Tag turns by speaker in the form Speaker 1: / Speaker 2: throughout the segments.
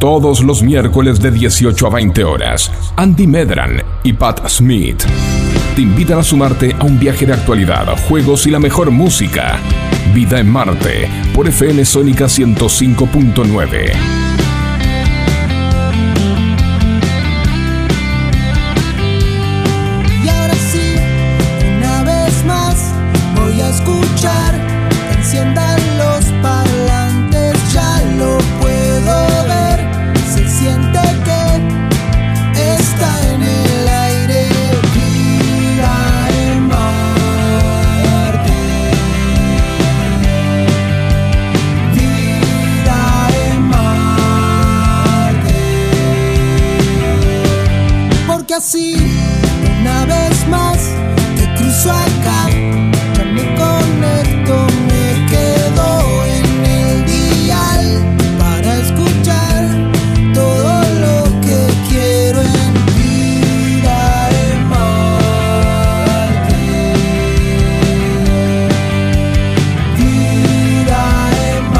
Speaker 1: Todos los miércoles de 18 a 20 horas, Andy Medran y Pat Smith te invitan a sumarte a un viaje de actualidad, juegos y la mejor música. Vida en Marte por FM Sónica 105.9.
Speaker 2: Y ahora sí, una vez más, voy a escuchar. que Enciendan los parlantes, ya lo puedo ver. Se siente que está en el aire. Vida en Marte. Vida en Marte. Porque así una vez más te cruzo acá. Ya me conecto, me quedo en el dial para escuchar todo lo que quiero en vida en Marte. Vida en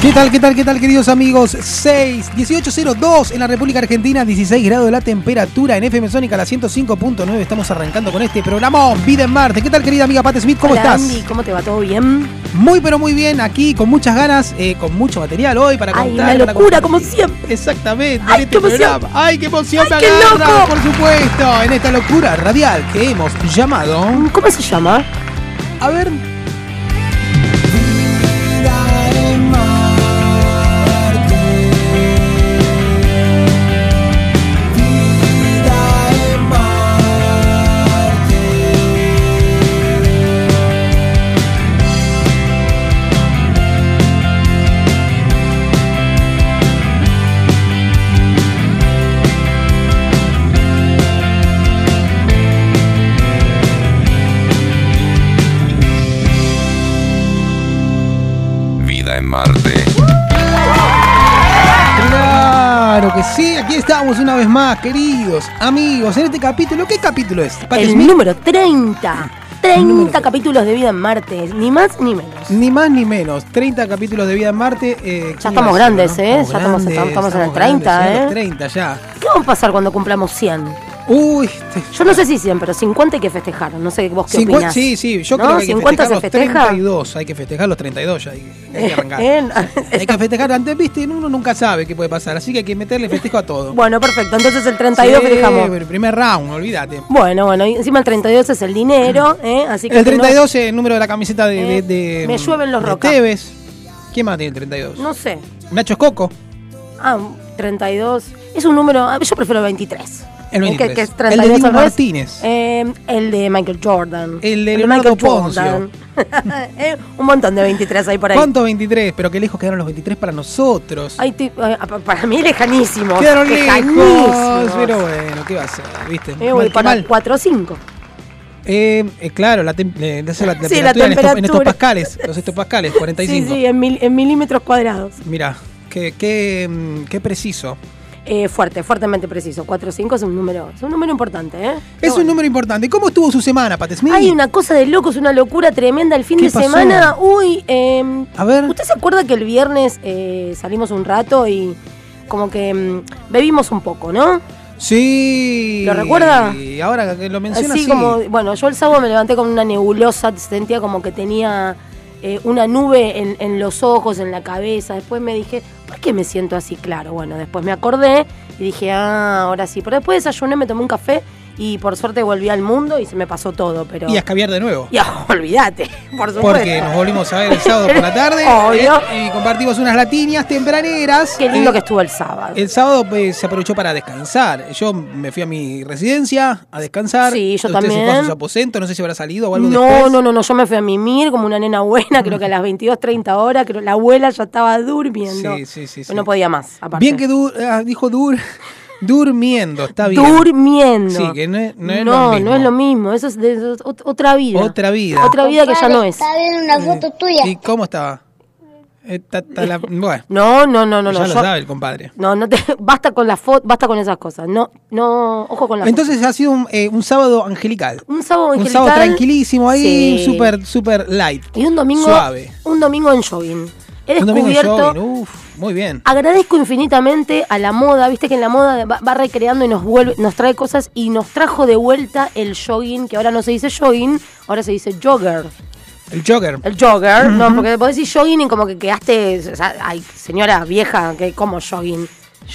Speaker 3: ¿Qué tal, qué tal, qué tal, queridos amigos? 6, 1802 en la República Argentina, 16 grados de la temperatura en FM Sónica, la 105.9. Estamos arrancando con este programa Vida en Marte. ¿Qué tal, querida amiga Pat Smith? ¿Cómo
Speaker 4: Hola,
Speaker 3: estás?
Speaker 4: Andy, ¿cómo te va? ¿Todo bien?
Speaker 3: Muy, pero muy bien, aquí con muchas ganas, eh, con mucho material hoy para
Speaker 4: Ay,
Speaker 3: contar.
Speaker 4: una
Speaker 3: para
Speaker 4: locura,
Speaker 3: compartir.
Speaker 4: como siempre.
Speaker 3: Exactamente,
Speaker 4: Ay,
Speaker 3: en este
Speaker 4: qué emoción.
Speaker 3: programa. ¡Ay, qué emoción
Speaker 4: Ay,
Speaker 3: me
Speaker 4: qué
Speaker 3: agarra,
Speaker 4: loco.
Speaker 3: Por supuesto, en esta locura radial que hemos llamado.
Speaker 4: ¿Cómo se llama?
Speaker 3: A ver.
Speaker 1: Vida en Marte.
Speaker 3: Claro que sí, aquí estamos una vez más, queridos amigos, en este capítulo. ¿Qué capítulo es? Pati
Speaker 4: El
Speaker 3: Smith?
Speaker 4: número 30. 30 capítulos de vida en Marte, ni más ni menos.
Speaker 3: Ni más ni menos, 30 capítulos de Vida en Marte. eh, ¿qué
Speaker 4: estamos
Speaker 3: iba a
Speaker 4: grandes, ¿eh? Ya estamos-
Speaker 3: grandes,
Speaker 4: estamos en el
Speaker 3: grandes,
Speaker 4: 30,
Speaker 3: en los
Speaker 4: ¿eh?
Speaker 3: 30 ya.
Speaker 4: ¿Qué va a pasar cuando cumplamos 100?
Speaker 3: Uy, este-
Speaker 4: Yo no sé si 100, pero 50 hay que festejar. No sé vos qué
Speaker 3: cincuen-
Speaker 4: opinás.
Speaker 3: sí, sí, yo
Speaker 4: ¿No?
Speaker 3: creo que hay que
Speaker 4: 50
Speaker 3: festejar
Speaker 4: se
Speaker 3: los
Speaker 4: festeja.
Speaker 3: 32, hay que festejar los 32 ya, hay, hay que arrancar.
Speaker 4: Eh,
Speaker 3: Hay que festejar antes, viste, uno nunca sabe qué puede pasar, así que hay que meterle festejo a todo.
Speaker 4: Bueno, perfecto. Entonces el 32
Speaker 3: Sí,
Speaker 4: festejamos.
Speaker 3: pero el primer round, olvídate.
Speaker 4: Bueno, bueno, y encima el 32 es el dinero, ¿eh? Así que
Speaker 3: El
Speaker 4: que no-
Speaker 3: 32 es el número de la camiseta de, de-
Speaker 4: Eh,
Speaker 3: de-
Speaker 4: me llueven los
Speaker 3: de
Speaker 4: rocas.
Speaker 3: Tevez. ¿Quién más tiene el 32?
Speaker 4: No sé.
Speaker 3: Nacho Escoco.
Speaker 4: Ah, 32. Es un número. ah, Yo prefiero el 23.
Speaker 3: El 23.
Speaker 4: que, que es
Speaker 3: El de
Speaker 4: 32
Speaker 3: Dibu
Speaker 4: al revés.
Speaker 3: Martínez.
Speaker 4: Eh, el de Michael Jordan.
Speaker 3: El de Leonardo
Speaker 4: Eh, un montón de 23 ahí por ahí.
Speaker 3: ¿Cuántos 23? Pero qué lejos quedaron los 23 para nosotros.
Speaker 4: Ay, te- ay, eh, pa- para mí lejanísimo.
Speaker 3: quedaron
Speaker 4: lejanísimos.
Speaker 3: lejos. Pero bueno, ¿qué va a ser? ¿Viste?
Speaker 4: Eh, voy
Speaker 3: Mal que
Speaker 4: para
Speaker 3: mal.
Speaker 4: 4 o 5.
Speaker 3: Eh, eh, claro, la, tem- eh, esa es la
Speaker 4: Sí,
Speaker 3: temperatura,
Speaker 4: la
Speaker 3: En, estos, en estos
Speaker 4: temperatura.
Speaker 3: pascales. Los estos pascales,
Speaker 4: Sí,
Speaker 3: 45.
Speaker 4: sí, en, mil- en milímetros cuadrados.
Speaker 3: Mirá, qué, qué, mm, qué preciso.
Speaker 4: Eh, fuerte, fuertemente preciso. 4 o 5 es un número, es un número importante, ¿eh?
Speaker 3: Es un número importante. ¿Cómo estuvo su semana, Pat Smith?
Speaker 4: Hay una cosa de locos, una locura tremenda el fin
Speaker 3: ¿Qué
Speaker 4: de
Speaker 3: pasó?
Speaker 4: semana. Uy, eh,
Speaker 3: A ver.
Speaker 4: ¿Usted se acuerda que el viernes eh, salimos un rato y como que mm, bebimos un poco, ¿no?
Speaker 3: Sí.
Speaker 4: ¿Lo recuerda?
Speaker 3: Y ahora que lo menciona
Speaker 4: Así
Speaker 3: así.
Speaker 4: como, bueno, yo el sábado me levanté con una nebulosa, sentía como que tenía eh, una nube en, en los ojos, en la cabeza. Después me dije, ¿por qué me siento así? Claro, bueno, después me acordé y dije, ah, ahora sí. Pero después desayuné, me tomé un café y por suerte volví al mundo y se me pasó todo, pero...
Speaker 3: Y a escabiar de nuevo.
Speaker 4: Ya, olvídate, por supuesto.
Speaker 3: Porque nos volvimos a ver el sábado por la tarde.
Speaker 4: Obvio.
Speaker 3: eh, y compartimos unas latinas tempraneras.
Speaker 4: Qué lindo
Speaker 3: Eh,
Speaker 4: que estuvo el sábado.
Speaker 3: El sábado pues, se aprovechó para descansar. Yo me fui a mi residencia a descansar.
Speaker 4: Sí,
Speaker 3: Usted
Speaker 4: yo
Speaker 3: se
Speaker 4: también.
Speaker 3: fue a sus aposentos, no sé si habrá salido o algo
Speaker 4: no,
Speaker 3: después.
Speaker 4: no, no, no, yo me fui a mimir como una nena buena, creo que a las 22, 30 horas, creo la abuela ya estaba durmiendo.
Speaker 3: Sí, sí, sí, sí.
Speaker 4: No podía más, aparte.
Speaker 3: Bien que du- ah, dijo dur durmiendo, está bien.
Speaker 4: Durmiendo.
Speaker 3: Sí, que no es- no es lo mismo.
Speaker 4: no es lo mismo, eso es, de- eso es ot- otra vida.
Speaker 3: Otra vida.
Speaker 4: Otra vida que ya no es. Mm.
Speaker 5: Está bien una foto tuya.
Speaker 3: ¿Y cómo estaba? Esta, esta, la- bueno,
Speaker 4: No, no, no, no,
Speaker 3: ya lo
Speaker 4: no. yo-
Speaker 3: sabe el compadre.
Speaker 4: no, no te, basta con las fotos, basta con esas cosas. No, no, ojo con las
Speaker 3: Entonces ha sido un, eh, un sábado angelical.
Speaker 4: fotos. Un sábado
Speaker 3: Un
Speaker 4: angelical
Speaker 3: sábado tranquilísimo ahí,
Speaker 4: Sí.
Speaker 3: súper, súper light.
Speaker 4: Y un domingo
Speaker 3: Suave.
Speaker 4: un domingo en jogging. He
Speaker 3: Un domingo en uh.
Speaker 4: descubierto
Speaker 3: shopping, uf, muy bien.
Speaker 4: Agradezco infinitamente a la moda, viste que en la moda va, va recreando y nos vuelve, nos trae cosas y nos trajo de vuelta el jogging, que ahora no se dice jogging, ahora se dice jogger.
Speaker 3: El Joker.
Speaker 4: El jogger, no, porque podés decir jogging y como que quedaste, o sea, ay, señora vieja, que como jogging.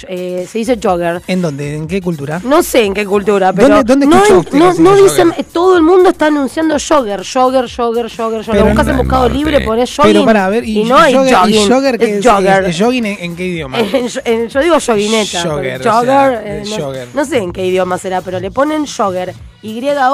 Speaker 4: Eh, se dice jogger.
Speaker 3: ¿En dónde? ¿En qué cultura?
Speaker 4: No sé en qué cultura, pero.
Speaker 3: ¿Dónde- dónde
Speaker 4: no,
Speaker 3: escuchó
Speaker 4: en-
Speaker 3: usted
Speaker 4: no,
Speaker 3: decir
Speaker 4: no
Speaker 3: jogger?
Speaker 4: dicen. eh, Todo el mundo está anunciando jogger, jogger, jogger, jogger, jogger.
Speaker 3: Pero
Speaker 4: Buscas
Speaker 1: anda
Speaker 4: en
Speaker 1: en
Speaker 4: buscado
Speaker 1: Marte.
Speaker 4: libre, ponés jogging.
Speaker 3: Pero para ver,
Speaker 4: y, no hay
Speaker 3: jogger-
Speaker 4: jogging.
Speaker 3: ¿Y jogger
Speaker 4: es
Speaker 3: qué es? eh,
Speaker 4: jogger.
Speaker 3: ¿Es jogging en, en qué idioma?
Speaker 4: En- en- yo digo joguineta.
Speaker 3: Jogger,
Speaker 4: pero
Speaker 3: o sea,
Speaker 4: jogger,
Speaker 3: de
Speaker 4: eh, no,
Speaker 3: jogger.
Speaker 4: no sé en qué idioma será, pero le ponen jogger.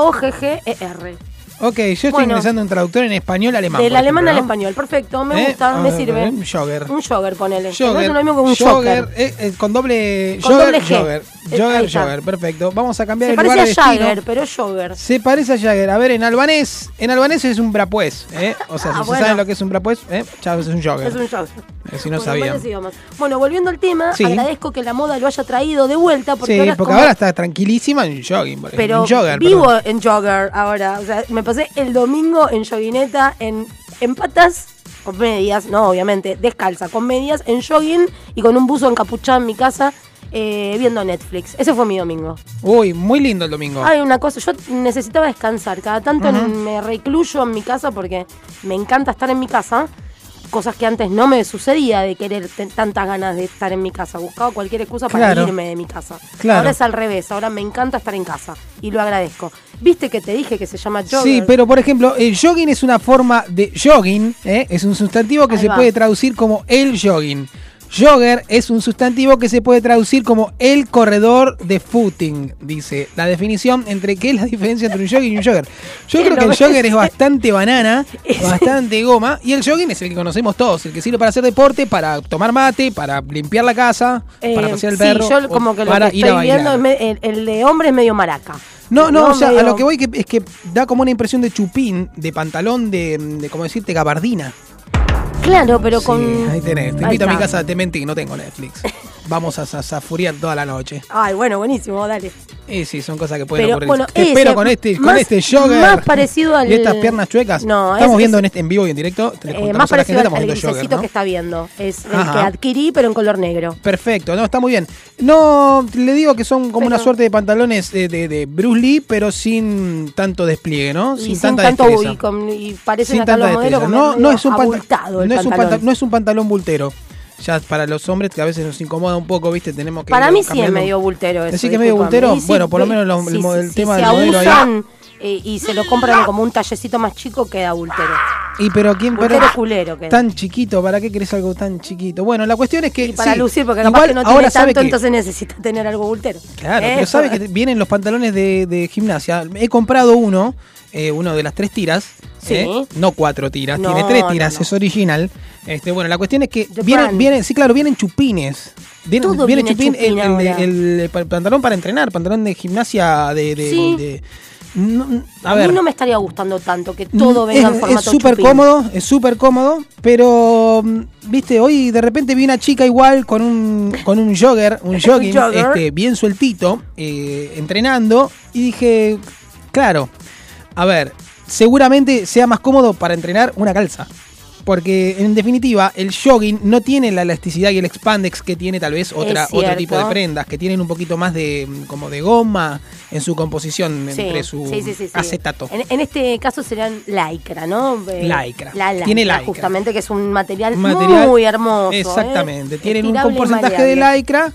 Speaker 4: Y-O-G-G-E-R.
Speaker 3: ok, yo estoy
Speaker 4: Bueno.
Speaker 3: ingresando un traductor en español-alemán.
Speaker 4: Del
Speaker 3: por ejemplo,
Speaker 4: alemán al
Speaker 3: ¿no?
Speaker 4: español. Perfecto, me
Speaker 3: ¿Eh?
Speaker 4: gusta, me
Speaker 3: Ah,
Speaker 4: sirve.
Speaker 3: Un jogger.
Speaker 4: Un jogger, ponele. Que No
Speaker 3: Jogger,
Speaker 4: es lo mismo que un
Speaker 3: jogger,
Speaker 4: jogger.
Speaker 3: eh, eh, con doble
Speaker 4: Con
Speaker 3: jogger,
Speaker 4: doble G.
Speaker 3: jogger,
Speaker 4: Eh, ahí
Speaker 3: jogger,
Speaker 4: está.
Speaker 3: jogger, perfecto. Vamos a cambiar
Speaker 4: Se
Speaker 3: el lugar de
Speaker 4: parece a
Speaker 3: destino.
Speaker 4: jagger, pero es jogger.
Speaker 3: Se parece a Jagger. A ver, en albanés, en albanés es un brapués, ¿eh? O sea, si
Speaker 4: Ah,
Speaker 3: se
Speaker 4: bueno.
Speaker 3: saben lo que es un brapués, ¿eh? Ya es un jogger.
Speaker 4: Es un jogger.
Speaker 3: Eh, si no
Speaker 4: Bueno,
Speaker 3: sabían.
Speaker 4: varios idiomas. Bueno, volviendo al tema,
Speaker 3: Sí.
Speaker 4: agradezco que la moda lo haya traído de vuelta. Porque
Speaker 3: sí,
Speaker 4: ahora es
Speaker 3: porque
Speaker 4: como-
Speaker 3: ahora está tranquilísima en jogging, por ejemplo,
Speaker 4: pero
Speaker 3: en jogger,
Speaker 4: vivo
Speaker 3: perdón.
Speaker 4: en jogger ahora. O sea, me pasé el domingo en joguineta, en, en patas, con medias, no, obviamente, descalza, con medias, en jogging y con un buzo encapuchado en mi casa eh, viendo Netflix. Ese fue mi domingo.
Speaker 3: Uy, muy lindo el domingo.
Speaker 4: Hay una cosa, yo necesitaba descansar. Cada tanto me recluyo en mi casa porque me encanta estar en mi casa. Cosas que antes no me sucedía de querer ten- tantas ganas de estar en mi casa. Buscaba cualquier excusa para
Speaker 3: Claro.
Speaker 4: irme de mi casa.
Speaker 3: Claro.
Speaker 4: Ahora es al revés, ahora me encanta estar en casa y lo agradezco. ¿Viste que te dije que se llama jogger?
Speaker 3: Sí, pero por ejemplo, el jogging es una forma de jogging, ¿eh? es un sustantivo que
Speaker 4: Ahí
Speaker 3: se
Speaker 4: va.
Speaker 3: puede traducir como el jogging. Jogger es un sustantivo que se puede traducir como el corredor de footing, dice la definición entre qué es la diferencia entre un jogging y un jogger. Yo
Speaker 4: Que
Speaker 3: creo
Speaker 4: no
Speaker 3: que el
Speaker 4: me-
Speaker 3: jogger es bastante banana,
Speaker 4: Es-
Speaker 3: bastante goma, y el jogging es el que conocemos todos, el que sirve para hacer deporte, para tomar mate, para limpiar la casa,
Speaker 4: Eh,
Speaker 3: para pasear el
Speaker 4: sí,
Speaker 3: perro,
Speaker 4: yo
Speaker 3: o
Speaker 4: como que lo
Speaker 3: para
Speaker 4: que
Speaker 3: ir a
Speaker 4: estoy viendo
Speaker 3: bailar.
Speaker 4: es me- el, el de hombre es medio maraca.
Speaker 3: No, no, o sea, a
Speaker 4: medio-
Speaker 3: lo que voy que, es que da como una impresión de chupín, de pantalón, de, de como decirte, gabardina.
Speaker 4: Claro, pero con.
Speaker 3: Sí, ahí tenés. Te
Speaker 4: Mm. Ahí
Speaker 3: invito a mi
Speaker 4: está.
Speaker 3: casa, te mentí, no tengo Netflix. Vamos a zafuriar toda la noche.
Speaker 4: Ay, bueno, buenísimo, dale.
Speaker 3: Y sí, son cosas que pueden
Speaker 4: Pero,
Speaker 3: ocurrir.
Speaker 4: bueno,
Speaker 3: Te
Speaker 4: ese,
Speaker 3: espero con este, con
Speaker 4: más-
Speaker 3: este jogger.
Speaker 4: más parecido al-
Speaker 3: Y estas piernas chuecas.
Speaker 4: No,
Speaker 3: Estamos
Speaker 4: es-
Speaker 3: viendo
Speaker 4: es-
Speaker 3: en, este, en vivo y en directo. te les
Speaker 4: Eh,
Speaker 3: contamos
Speaker 4: más
Speaker 3: a la gente,
Speaker 4: parecido al,
Speaker 3: estamos
Speaker 4: al
Speaker 3: viendo
Speaker 4: grisecito
Speaker 3: jogger, ¿no?
Speaker 4: que está viendo. Es el que
Speaker 3: Ajá.
Speaker 4: adquirí, pero en color negro.
Speaker 3: Perfecto, no, está muy bien. No, le digo que son como una
Speaker 4: Pero-
Speaker 3: suerte de pantalones eh, de, de Bruce Lee, pero sin tanto despliegue, ¿no?
Speaker 4: Y sin, tanto
Speaker 3: destreza.
Speaker 4: y, con- y parecen
Speaker 3: sin
Speaker 4: acá los
Speaker 3: tanta
Speaker 4: modelos
Speaker 3: destreza.
Speaker 4: como
Speaker 3: No, no
Speaker 4: medio
Speaker 3: es un pantalón.
Speaker 4: abultado el
Speaker 3: no, es un
Speaker 4: pantalón.
Speaker 3: panta- no es un pantalón bultero. Ya para los hombres que a veces nos incomoda un poco, ¿viste? Tenemos que.
Speaker 4: Para
Speaker 3: ir
Speaker 4: mí sí es
Speaker 3: cambiando.
Speaker 4: medio bultero eso.
Speaker 3: ¿Decís que es medio
Speaker 4: discúlpame.
Speaker 3: bultero?
Speaker 4: Y sí,
Speaker 3: bueno, por lo
Speaker 4: sí,
Speaker 3: menos lo-
Speaker 4: sí,
Speaker 3: el mo-
Speaker 4: sí,
Speaker 3: el
Speaker 4: sí,
Speaker 3: tema
Speaker 4: se
Speaker 3: del modelo ahí.
Speaker 4: abusan, eh, y se lo compran como un tallecito más chico, queda bultero.
Speaker 3: Y pero quién pero-
Speaker 4: Bultero culero queda.
Speaker 3: tan chiquito, ¿para qué querés algo tan chiquito? Bueno, la cuestión es que
Speaker 4: Y para
Speaker 3: sí,
Speaker 4: lucir, porque
Speaker 3: igual
Speaker 4: capaz que no tiene
Speaker 3: ahora sabe
Speaker 4: tanto,
Speaker 3: que-
Speaker 4: entonces necesita tener algo bultero.
Speaker 3: Claro,
Speaker 4: Eh,
Speaker 3: pero sabes que te- vienen los pantalones de, de gimnasia. He comprado uno, eh, uno de las tres tiras.
Speaker 4: Sí.
Speaker 3: ¿eh? No cuatro tiras,
Speaker 4: No,
Speaker 3: tiene tres
Speaker 4: no,
Speaker 3: tiras,
Speaker 4: no.
Speaker 3: es original. Este, bueno, la cuestión es que
Speaker 4: Japan.
Speaker 3: vienen, vienen, sí, claro, vienen chupines. Vienen,
Speaker 4: Todo
Speaker 3: viene
Speaker 4: viene
Speaker 3: chupín,
Speaker 4: chupín
Speaker 3: el- el,
Speaker 4: ahora.
Speaker 3: el- el pa- pantalón para entrenar, pantalón de gimnasia de. de-
Speaker 4: Sí.
Speaker 3: de- no, a
Speaker 4: A
Speaker 3: ver.
Speaker 4: mí no me estaría gustando tanto que todo venga en
Speaker 3: Mm, es,
Speaker 4: formato
Speaker 3: es súper
Speaker 4: chupín.
Speaker 3: cómodo, es súper cómodo, pero mm, viste, hoy de repente vi una chica igual con un con un jogger, un jogging,
Speaker 4: jogger.
Speaker 3: este, bien sueltito, eh, entrenando y dije, claro, a ver, seguramente sea más cómodo para entrenar una calza. Porque en definitiva el jogging no tiene la elasticidad y el expandex que tiene tal vez otra, otro
Speaker 4: cierto.
Speaker 3: tipo de prendas, que tienen un poquito más de mm, como de goma en su composición
Speaker 4: Sí,
Speaker 3: entre su
Speaker 4: sí, sí, sí, sí.
Speaker 3: acetato.
Speaker 4: En, en este caso serían lycra, ¿no? Eh,
Speaker 3: Lycra.
Speaker 4: La lycra.
Speaker 3: Tiene lycra.
Speaker 4: Justamente que es un material,
Speaker 3: Un material-
Speaker 4: muy hermoso. ¿eh?
Speaker 3: Exactamente. Tienen un buen
Speaker 4: Estirable y
Speaker 3: porcentaje de
Speaker 4: maleable.
Speaker 3: lycra.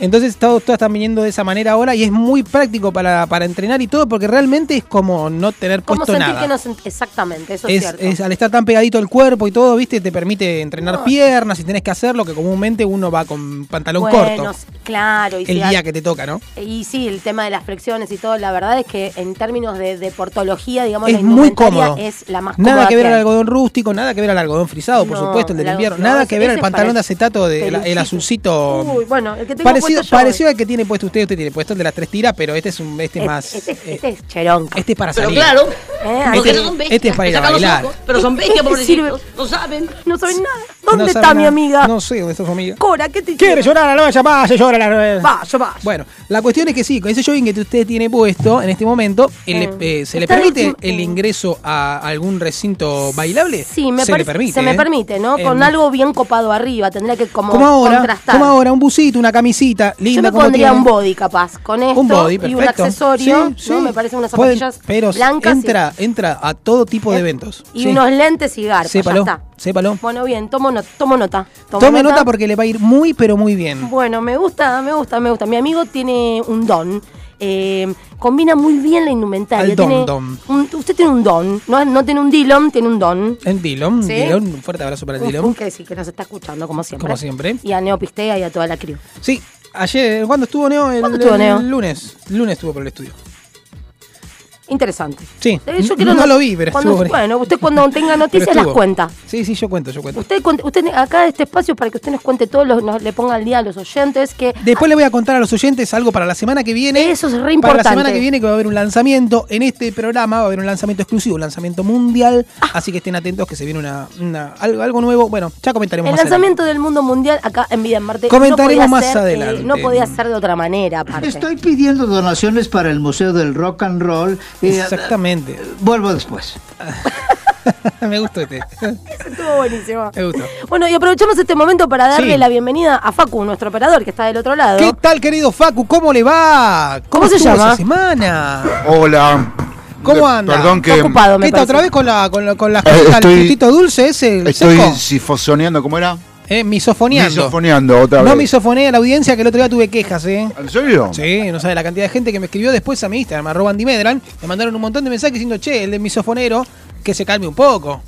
Speaker 3: Entonces todos, todos están viniendo de esa manera ahora y es muy práctico para, para entrenar y todo porque realmente es como no tener
Speaker 4: Como
Speaker 3: puesto
Speaker 4: sentir
Speaker 3: nada.
Speaker 4: que no sent- Exactamente, eso es,
Speaker 3: es,
Speaker 4: cierto.
Speaker 3: es- al estar tan pegadito el cuerpo y todo, viste, te permite entrenar
Speaker 4: No.
Speaker 3: piernas y tenés que hacerlo que comúnmente uno va con pantalón
Speaker 4: Bueno,
Speaker 3: corto
Speaker 4: s- Claro. Y
Speaker 3: el
Speaker 4: sea-
Speaker 3: día que te toca, ¿no?
Speaker 4: Y sí, el tema de las flexiones y todo, la verdad es que en términos de deportología, digamos, la
Speaker 3: es muy
Speaker 4: indumentaria
Speaker 3: cómodo.
Speaker 4: Es la más cómoda.
Speaker 3: nada que ver al
Speaker 4: hay.
Speaker 3: algodón rústico, nada que ver al algodón frisado, por
Speaker 4: No,
Speaker 3: supuesto, el del
Speaker 4: la-
Speaker 3: invierno,
Speaker 4: no,
Speaker 3: nada
Speaker 4: ese-
Speaker 3: que ver
Speaker 4: ese
Speaker 3: al
Speaker 4: es
Speaker 3: pantalón
Speaker 4: para
Speaker 3: de acetato, de, el, el
Speaker 4: peluchito. Uh,
Speaker 3: azulcito
Speaker 4: Uy, bueno, el que tengo
Speaker 3: parece
Speaker 4: puesto
Speaker 3: parecido,
Speaker 4: yo
Speaker 3: parecido
Speaker 4: hoy.
Speaker 3: al que tiene puesto usted, usted tiene puesto el de las tres tiras, pero este es un, este es
Speaker 4: Este-
Speaker 3: más.
Speaker 4: Este,
Speaker 3: eh,
Speaker 4: este es cheronca.
Speaker 3: este es para
Speaker 2: Pero
Speaker 3: salir.
Speaker 2: claro,
Speaker 4: Eh,
Speaker 2: porque
Speaker 4: este-
Speaker 2: no son bestias,
Speaker 3: este es para ir a
Speaker 2: sacan los
Speaker 3: bailar.
Speaker 2: ojos, pero son bestias,
Speaker 4: Este sirve-
Speaker 2: pobrecitos, no saben.
Speaker 4: No saben nada.
Speaker 3: No
Speaker 4: ¿Dónde
Speaker 3: sabe
Speaker 4: está mi
Speaker 3: nada.
Speaker 4: amiga?
Speaker 3: No sé dónde está su amiga.
Speaker 4: Cora, ¿qué te
Speaker 3: ¿Quieres
Speaker 4: hicieron?
Speaker 3: llorar a la valla? Vaya, llora a la
Speaker 4: Vaya, vaya.
Speaker 3: Bueno, la cuestión es que sí, con ese jogging que usted tiene puesto en este momento, el-
Speaker 4: Eh,
Speaker 3: eh, ¿se le
Speaker 4: está
Speaker 3: permite
Speaker 4: bien, sí.
Speaker 3: el ingreso a algún recinto bailable?
Speaker 4: Sí, me
Speaker 3: se
Speaker 4: parece-
Speaker 3: le permite.
Speaker 4: se me
Speaker 3: ¿eh?
Speaker 4: permite, ¿no?
Speaker 3: Eh,
Speaker 4: Con algo bien copado arriba, tendría que como,
Speaker 3: como ahora,
Speaker 4: contrastar.
Speaker 3: como ahora, un busito, una camisita, linda
Speaker 4: Yo me
Speaker 3: como
Speaker 4: pondría
Speaker 3: tiene.
Speaker 4: un body capaz, con esto
Speaker 3: Un body,
Speaker 4: y
Speaker 3: perfecto.
Speaker 4: un accesorio,
Speaker 3: Sí, sí.
Speaker 4: ¿no? Me parecen unas
Speaker 3: Pueden-
Speaker 4: zapatillas
Speaker 3: pero
Speaker 4: blancas. y-
Speaker 3: entra, entra a todo tipo de
Speaker 4: ¿eh?
Speaker 3: eventos.
Speaker 4: Y
Speaker 3: Sí.
Speaker 4: unos lentes y garpas,
Speaker 3: Sépalo,
Speaker 4: ya está.
Speaker 3: sépalo.
Speaker 4: Bueno, bien, tomo, no- tomo nota. tomo
Speaker 3: Tome nota porque le va a ir muy, pero muy bien.
Speaker 4: Bueno, me gusta, me gusta, me gusta. Mi amigo tiene un don. eh, combina muy bien la indumentaria.
Speaker 3: Al don,
Speaker 4: tiene
Speaker 3: don.
Speaker 4: un- usted tiene un don. No, no tiene un Dillon, tiene un don.
Speaker 3: En Dillon,
Speaker 4: Sí.
Speaker 3: Dillon, un fuerte abrazo para el
Speaker 4: Un,
Speaker 3: Dillon.
Speaker 4: un que sí, que nos está escuchando, como siempre.
Speaker 3: Como siempre.
Speaker 4: Y a Neopistea y a toda la crew.
Speaker 3: Sí, ayer, ¿cuándo estuvo Neo? El,
Speaker 4: ¿Cuándo estuvo
Speaker 3: el
Speaker 4: Neo?
Speaker 3: lunes. Lunes estuvo por el estudio.
Speaker 4: Interesante.
Speaker 3: Sí.
Speaker 4: Eh, yo quiero
Speaker 3: no
Speaker 4: no-
Speaker 3: lo vi, pero
Speaker 4: cuando-
Speaker 3: estuvo por ahí.
Speaker 4: Bueno, usted cuando tenga
Speaker 3: Pero
Speaker 4: noticias las
Speaker 3: estuvo.
Speaker 4: cuenta.
Speaker 3: Sí, sí, yo cuento, yo cuento.
Speaker 4: Usted, cont- usted acá este espacio para que usted nos cuente todo, los- nos- le ponga al día a los oyentes que
Speaker 3: Después le voy a contar a los oyentes algo para la semana que viene.
Speaker 4: Eso es re
Speaker 3: Para la
Speaker 4: importante.
Speaker 3: semana que viene que va a haber un lanzamiento. En este programa va a haber un lanzamiento exclusivo, un lanzamiento mundial.
Speaker 4: Ah.
Speaker 3: Así que estén atentos que se viene una, una- algo, algo nuevo. Bueno, ya comentaremos
Speaker 4: el
Speaker 3: más adelante.
Speaker 4: lanzamiento del mundo mundial acá en Vida en Marte
Speaker 3: Comentaremos
Speaker 4: no podía
Speaker 3: más
Speaker 4: ser, eh,
Speaker 3: adelante.
Speaker 4: no podía ser de otra manera, aparte.
Speaker 6: Estoy pidiendo donaciones para el Museo del Rock and Roll. y,
Speaker 3: Exactamente.
Speaker 6: eh, Vuelvo después.
Speaker 3: Me gustó este.
Speaker 4: Estuvo buenísimo.
Speaker 3: Me gustó.
Speaker 4: Bueno, y aprovechamos este momento para darle
Speaker 3: Sí.
Speaker 4: la bienvenida a Facu, nuestro operador, que está del otro lado.
Speaker 3: ¿Qué tal, querido Facu? ¿Cómo le va?
Speaker 4: ¿Cómo se
Speaker 3: estuvo
Speaker 4: llama?
Speaker 3: Esa semana?
Speaker 7: Hola.
Speaker 3: ¿Cómo
Speaker 7: De-
Speaker 3: anda?
Speaker 7: Perdón
Speaker 4: Está
Speaker 7: que
Speaker 4: ocupado, me
Speaker 3: ¿Qué tal?
Speaker 4: parece.
Speaker 3: ¿Otra vez con la con, la- con las
Speaker 7: Eh,
Speaker 3: cositas, el
Speaker 7: estoy-
Speaker 3: frutito dulce ese, el
Speaker 7: estoy
Speaker 3: seco?
Speaker 7: sifosoneando, ¿cómo era?
Speaker 3: Eh, misofoneando.
Speaker 7: Misofoneando otra vez.
Speaker 3: No misofonea a la audiencia que el otro día tuve quejas, ¿eh?
Speaker 7: ¿En serio?
Speaker 3: Sí, no sabe la cantidad de gente que me escribió después a mi Instagram, arroba Andy Medran, me mandaron un montón de mensajes diciendo, che, el de misofonero, que se calme un poco.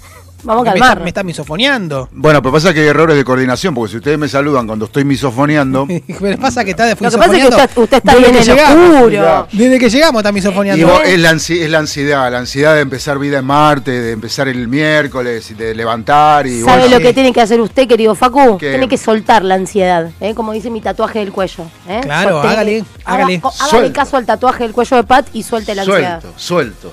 Speaker 4: Vamos a
Speaker 3: Me está,
Speaker 4: calmar.
Speaker 3: me está misofoneando.
Speaker 7: Bueno, pero pasa que hay errores de coordinación, porque si ustedes me saludan cuando estoy misofoneando.
Speaker 3: Pero pasa que está de
Speaker 4: Lo que pasa es que usted, usted está
Speaker 3: desde
Speaker 4: bien
Speaker 3: que
Speaker 4: en
Speaker 3: llegamos.
Speaker 4: el oscuro.
Speaker 7: Mirá.
Speaker 3: Desde que llegamos está
Speaker 7: Y
Speaker 3: misofoneando.
Speaker 7: vos- es, la ansi- es la ansiedad, la ansiedad de empezar vida en Marte, de empezar el miércoles, y de levantar y
Speaker 4: ¿Sabe
Speaker 7: bueno,
Speaker 4: lo que tiene que hacer usted, querido Facu?
Speaker 7: ¿Qué?
Speaker 4: Tiene que soltar la ansiedad, ¿eh? como dice mi tatuaje del cuello. ¿eh?
Speaker 3: Claro, hágale,
Speaker 4: haga-
Speaker 3: hágale.
Speaker 4: co- Hágale,
Speaker 7: Suelto.
Speaker 4: caso al tatuaje del cuello de Pat y suelte la ansiedad.
Speaker 7: suelto, suelto.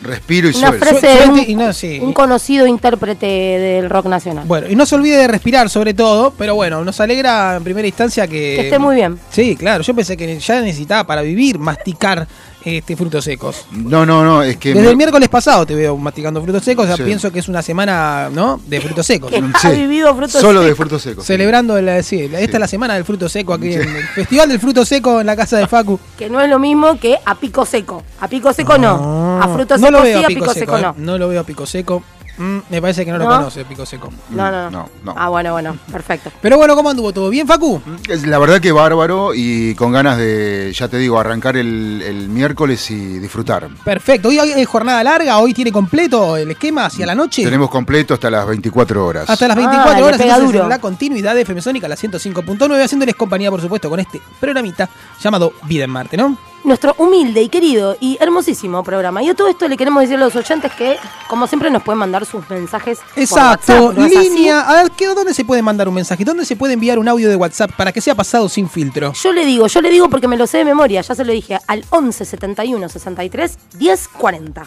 Speaker 7: Respiro y
Speaker 4: Una
Speaker 7: suelto.
Speaker 4: frase de
Speaker 3: Suelte
Speaker 4: un,
Speaker 3: y no, sí.
Speaker 4: un conocido intérprete del rock nacional.
Speaker 3: Bueno, y no se olvide de respirar sobre todo, pero bueno, nos alegra en primera instancia que...
Speaker 4: Que esté muy bien.
Speaker 3: Sí, claro, yo pensé que ya necesitaba para vivir masticar este frutos secos.
Speaker 7: No, no, no, es que.
Speaker 3: Desde
Speaker 7: me-
Speaker 3: el miércoles pasado te veo masticando frutos secos, ya
Speaker 7: Sí. Mm,
Speaker 3: pienso que es una semana, ¿no? De frutos secos.
Speaker 4: Que ha vivido frutos
Speaker 7: Solo de
Speaker 4: secos.
Speaker 7: frutos secos.
Speaker 3: Celebrando la, sí, la- esta es la semana del fruto seco aquí en el Festival del Fruto Seco en la casa de Facu.
Speaker 4: Que no es lo mismo que a pico seco. A pico seco no. A fruto
Speaker 3: Ah. No
Speaker 4: seco
Speaker 3: lo veo
Speaker 4: sí, a pico, seco,
Speaker 3: eh.
Speaker 4: no.
Speaker 3: lo veo a pico seco. Mm, me parece que no, lo
Speaker 4: ¿No?
Speaker 3: conoce, pico seco. Mm.
Speaker 4: No, no, no.
Speaker 7: No, no.
Speaker 4: Ah, bueno, bueno, perfecto.
Speaker 3: Pero bueno, ¿cómo anduvo todo? ¿Bien, Facu?
Speaker 7: Es La verdad que bárbaro y con ganas de, ya te digo, arrancar el, el miércoles y disfrutar.
Speaker 3: Perfecto. Hoy hoy es jornada larga, hoy tiene completo el esquema hacia la noche.
Speaker 7: Tenemos completo hasta las 24 horas.
Speaker 3: Hasta las
Speaker 4: Ah,
Speaker 3: 24
Speaker 4: le
Speaker 3: horas
Speaker 4: pega
Speaker 3: entonces,
Speaker 4: duro.
Speaker 3: en la continuidad de Femesónica, la 105.9, haciéndoles compañía, por supuesto, con este programita llamado Vida en Marte, ¿no?
Speaker 4: Nuestro humilde y querido y hermosísimo programa. Y a todo esto le queremos decir a los oyentes que, como siempre, nos pueden mandar sus mensajes. por
Speaker 3: Exacto,
Speaker 4: WhatsApp, ¿no es así?
Speaker 3: línea. A ver, ¿qué- ¿dónde se puede mandar un mensaje? ¿Dónde se puede enviar un audio de WhatsApp para que sea pasado sin filtro?
Speaker 4: Yo le digo, yo le digo porque me lo sé de memoria, ya se lo dije, al 11 71 63 10 40.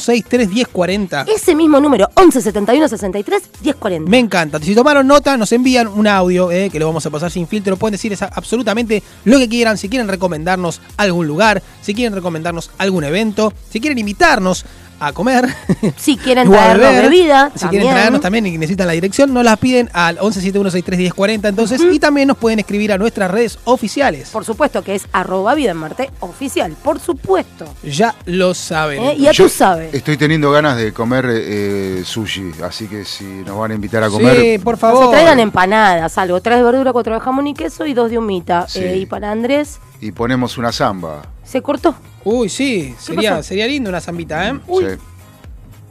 Speaker 3: 1171631040.
Speaker 4: Ese mismo número, 11 71 63 10 40.
Speaker 3: Me encanta. Si tomaron nota, nos envían un audio eh, que lo vamos a pasar sin filtro. Pueden decir esa- absolutamente lo que quieran. Si quieren recomendarnos algún lugar, si quieren recomendarnos algún evento, si quieren invitarnos a comer.
Speaker 4: Si quieren
Speaker 3: o a
Speaker 4: traernos
Speaker 3: beber,
Speaker 4: bebida,
Speaker 3: Si
Speaker 4: también.
Speaker 3: quieren traernos también y necesitan la dirección, nos las piden al 1171631040. Entonces, y también nos pueden escribir a nuestras redes oficiales.
Speaker 4: Por supuesto que es arroba vida en Marte oficial, por supuesto.
Speaker 3: Ah. Ya lo saben.
Speaker 4: ¿Eh? Y a
Speaker 7: Yo
Speaker 4: tú sabes.
Speaker 7: Estoy teniendo ganas de comer eh, sushi, así que si nos van a invitar a comer.
Speaker 3: Sí, Eh, por
Speaker 4: Se
Speaker 3: favor.
Speaker 4: traigan empanadas, algo. Tres de verdura, cuatro de jamón y queso y dos de humita.
Speaker 7: Sí.
Speaker 4: Eh, y para Andrés,
Speaker 7: Y ponemos una zamba.
Speaker 4: se cortó.
Speaker 3: Uy, sí, sería,
Speaker 4: pasó?
Speaker 3: sería lindo una zambita, ¿eh?
Speaker 4: Uy.
Speaker 7: Sí.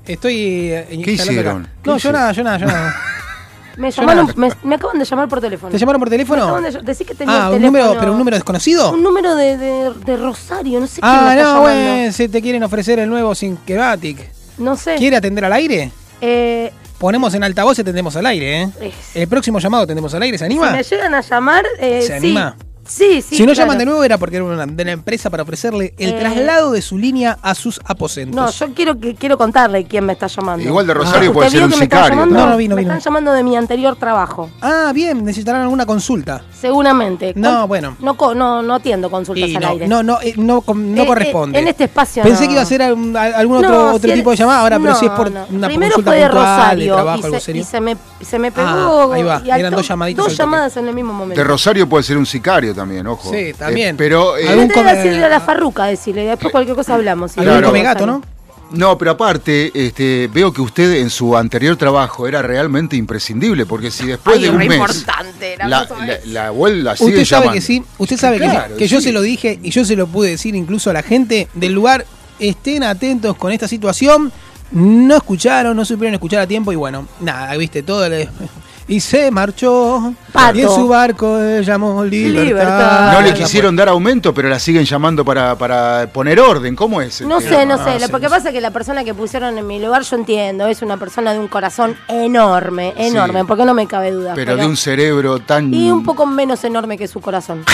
Speaker 3: Estoy. eh, instalando
Speaker 7: hicieron?
Speaker 3: acá.
Speaker 7: ¿Qué
Speaker 3: No, yo
Speaker 7: hicieron?
Speaker 3: nada, yo nada, yo nada.
Speaker 4: Me llamaron, me, me acaban de llamar por teléfono.
Speaker 3: ¿Te llamaron por teléfono?
Speaker 4: Acaban de ll- decí que tenía
Speaker 3: ah,
Speaker 4: el
Speaker 3: un
Speaker 4: teléfono-
Speaker 3: número, pero un número desconocido.
Speaker 4: Un número de, de- de Rosario, no sé quién me
Speaker 3: ah,
Speaker 4: está
Speaker 3: no,
Speaker 4: llamando.
Speaker 3: güey, se te quieren ofrecer el nuevo Sinkebatic.
Speaker 4: No sé.
Speaker 3: ¿Quiere atender al aire?
Speaker 4: Eh,
Speaker 3: ponemos en altavoz y tendemos al aire, ¿eh?
Speaker 4: Es-
Speaker 3: El próximo llamado tendemos al aire, ¿se
Speaker 4: Si
Speaker 3: anima?
Speaker 4: me llegan a llamar, eh,
Speaker 3: ¿Se
Speaker 4: sí.
Speaker 3: anima?
Speaker 4: Sí, sí.
Speaker 3: si no
Speaker 4: claro.
Speaker 3: llaman de nuevo era porque era una, de la empresa para ofrecerle el
Speaker 4: Eh.
Speaker 3: traslado de su línea a sus aposentos.
Speaker 4: No, yo quiero que quiero contarle quién me está llamando. Ah.
Speaker 7: Igual de Rosario
Speaker 4: ¿Usted
Speaker 7: puede ser
Speaker 4: vio
Speaker 7: un
Speaker 4: que me están
Speaker 7: sicario.
Speaker 4: llamando?
Speaker 3: No, no vi, no
Speaker 4: me
Speaker 3: vi, no
Speaker 4: están
Speaker 3: vi.
Speaker 4: llamando de mi anterior trabajo.
Speaker 3: Ah, bien, necesitarán alguna consulta.
Speaker 4: Seguramente.
Speaker 3: No,
Speaker 4: Con-
Speaker 3: bueno.
Speaker 4: No, co- no, no atiendo consultas
Speaker 3: Y
Speaker 4: al
Speaker 3: no,
Speaker 4: aire.
Speaker 3: no, no, eh, no, com- no
Speaker 4: Eh, eh,
Speaker 3: corresponde.
Speaker 4: en este espacio
Speaker 3: Pensé
Speaker 4: no.
Speaker 3: que iba a ser algún, a- algún
Speaker 4: No,
Speaker 3: otro,
Speaker 4: si
Speaker 3: otro
Speaker 4: era-
Speaker 3: tipo de llamada ahora, pero
Speaker 4: no,
Speaker 3: si es por
Speaker 4: no.
Speaker 3: una
Speaker 4: Primero
Speaker 3: consulta
Speaker 4: fue de
Speaker 3: puntual, de
Speaker 4: Rosario
Speaker 3: trabajo,
Speaker 4: y,
Speaker 3: algo
Speaker 4: se,
Speaker 3: serio.
Speaker 4: y se me, se me pegó.
Speaker 3: Ah, ahí va,
Speaker 4: y al
Speaker 3: eran
Speaker 4: to-
Speaker 3: dos llamaditas
Speaker 4: Dos
Speaker 3: al toque.
Speaker 4: llamadas en el mismo momento.
Speaker 7: De Rosario puede ser un sicario también, ojo.
Speaker 3: Sí, también.
Speaker 7: pero eh,
Speaker 3: Algún
Speaker 4: Algún
Speaker 3: come-
Speaker 4: a la farruca, decirle. Después cualquier cosa hablamos. si
Speaker 3: Algún
Speaker 4: no,
Speaker 7: Claro.
Speaker 3: come gato, ¿no?
Speaker 7: No, pero aparte, este, veo que usted en su anterior trabajo era realmente imprescindible, porque si después
Speaker 4: Ay,
Speaker 7: de un
Speaker 4: re
Speaker 7: mes
Speaker 4: importante,
Speaker 7: la,
Speaker 4: la
Speaker 7: la,
Speaker 4: cosa es-
Speaker 7: la abuela sigue
Speaker 3: Usted sabe
Speaker 7: llamando.
Speaker 3: que sí, usted sabe que, sí,
Speaker 7: Claro,
Speaker 3: que yo
Speaker 7: sí.
Speaker 3: se lo dije y yo se lo pude decir incluso a la gente del lugar, estén atentos con esta situación, no escucharon, no supieron escuchar a tiempo y bueno, nada, viste, todo le- Y se marchó.
Speaker 4: Pato.
Speaker 3: Y en su barco él llamó libertad.
Speaker 4: Libertad.
Speaker 7: No le quisieron dar aumento, pero la siguen llamando para, para poner orden. ¿Cómo es? el
Speaker 4: No
Speaker 7: tema? Ah,
Speaker 4: sé, no sé.
Speaker 3: Ah, no sé,
Speaker 4: Lo que
Speaker 3: no
Speaker 4: pasa es que la persona que pusieron en mi lugar, yo entiendo, es una persona de un corazón enorme,
Speaker 7: Sí.
Speaker 4: enorme, porque no me cabe duda.
Speaker 7: Pero de un cerebro tan...
Speaker 4: Y un poco menos enorme que su corazón.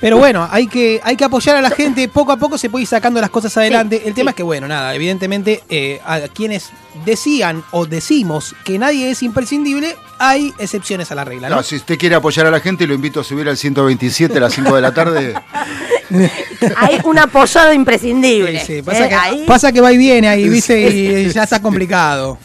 Speaker 3: Pero bueno, hay que, hay que apoyar a la gente, poco a poco se puede ir sacando las cosas adelante.
Speaker 4: Sí,
Speaker 3: el tema
Speaker 4: sí.
Speaker 3: es que, bueno, nada, evidentemente eh, a quienes decían o decimos que nadie es imprescindible, hay excepciones a la regla, ¿no?
Speaker 7: No, si usted quiere apoyar a la gente, lo invito a subir al 127 a las 5 de la tarde.
Speaker 4: Hay un apoyado imprescindible.
Speaker 3: Sí, sí, pasa,
Speaker 4: ¿eh?
Speaker 3: que,
Speaker 4: Ahí,
Speaker 3: pasa que va y viene ahí, ¿viste? Y ya está complicado.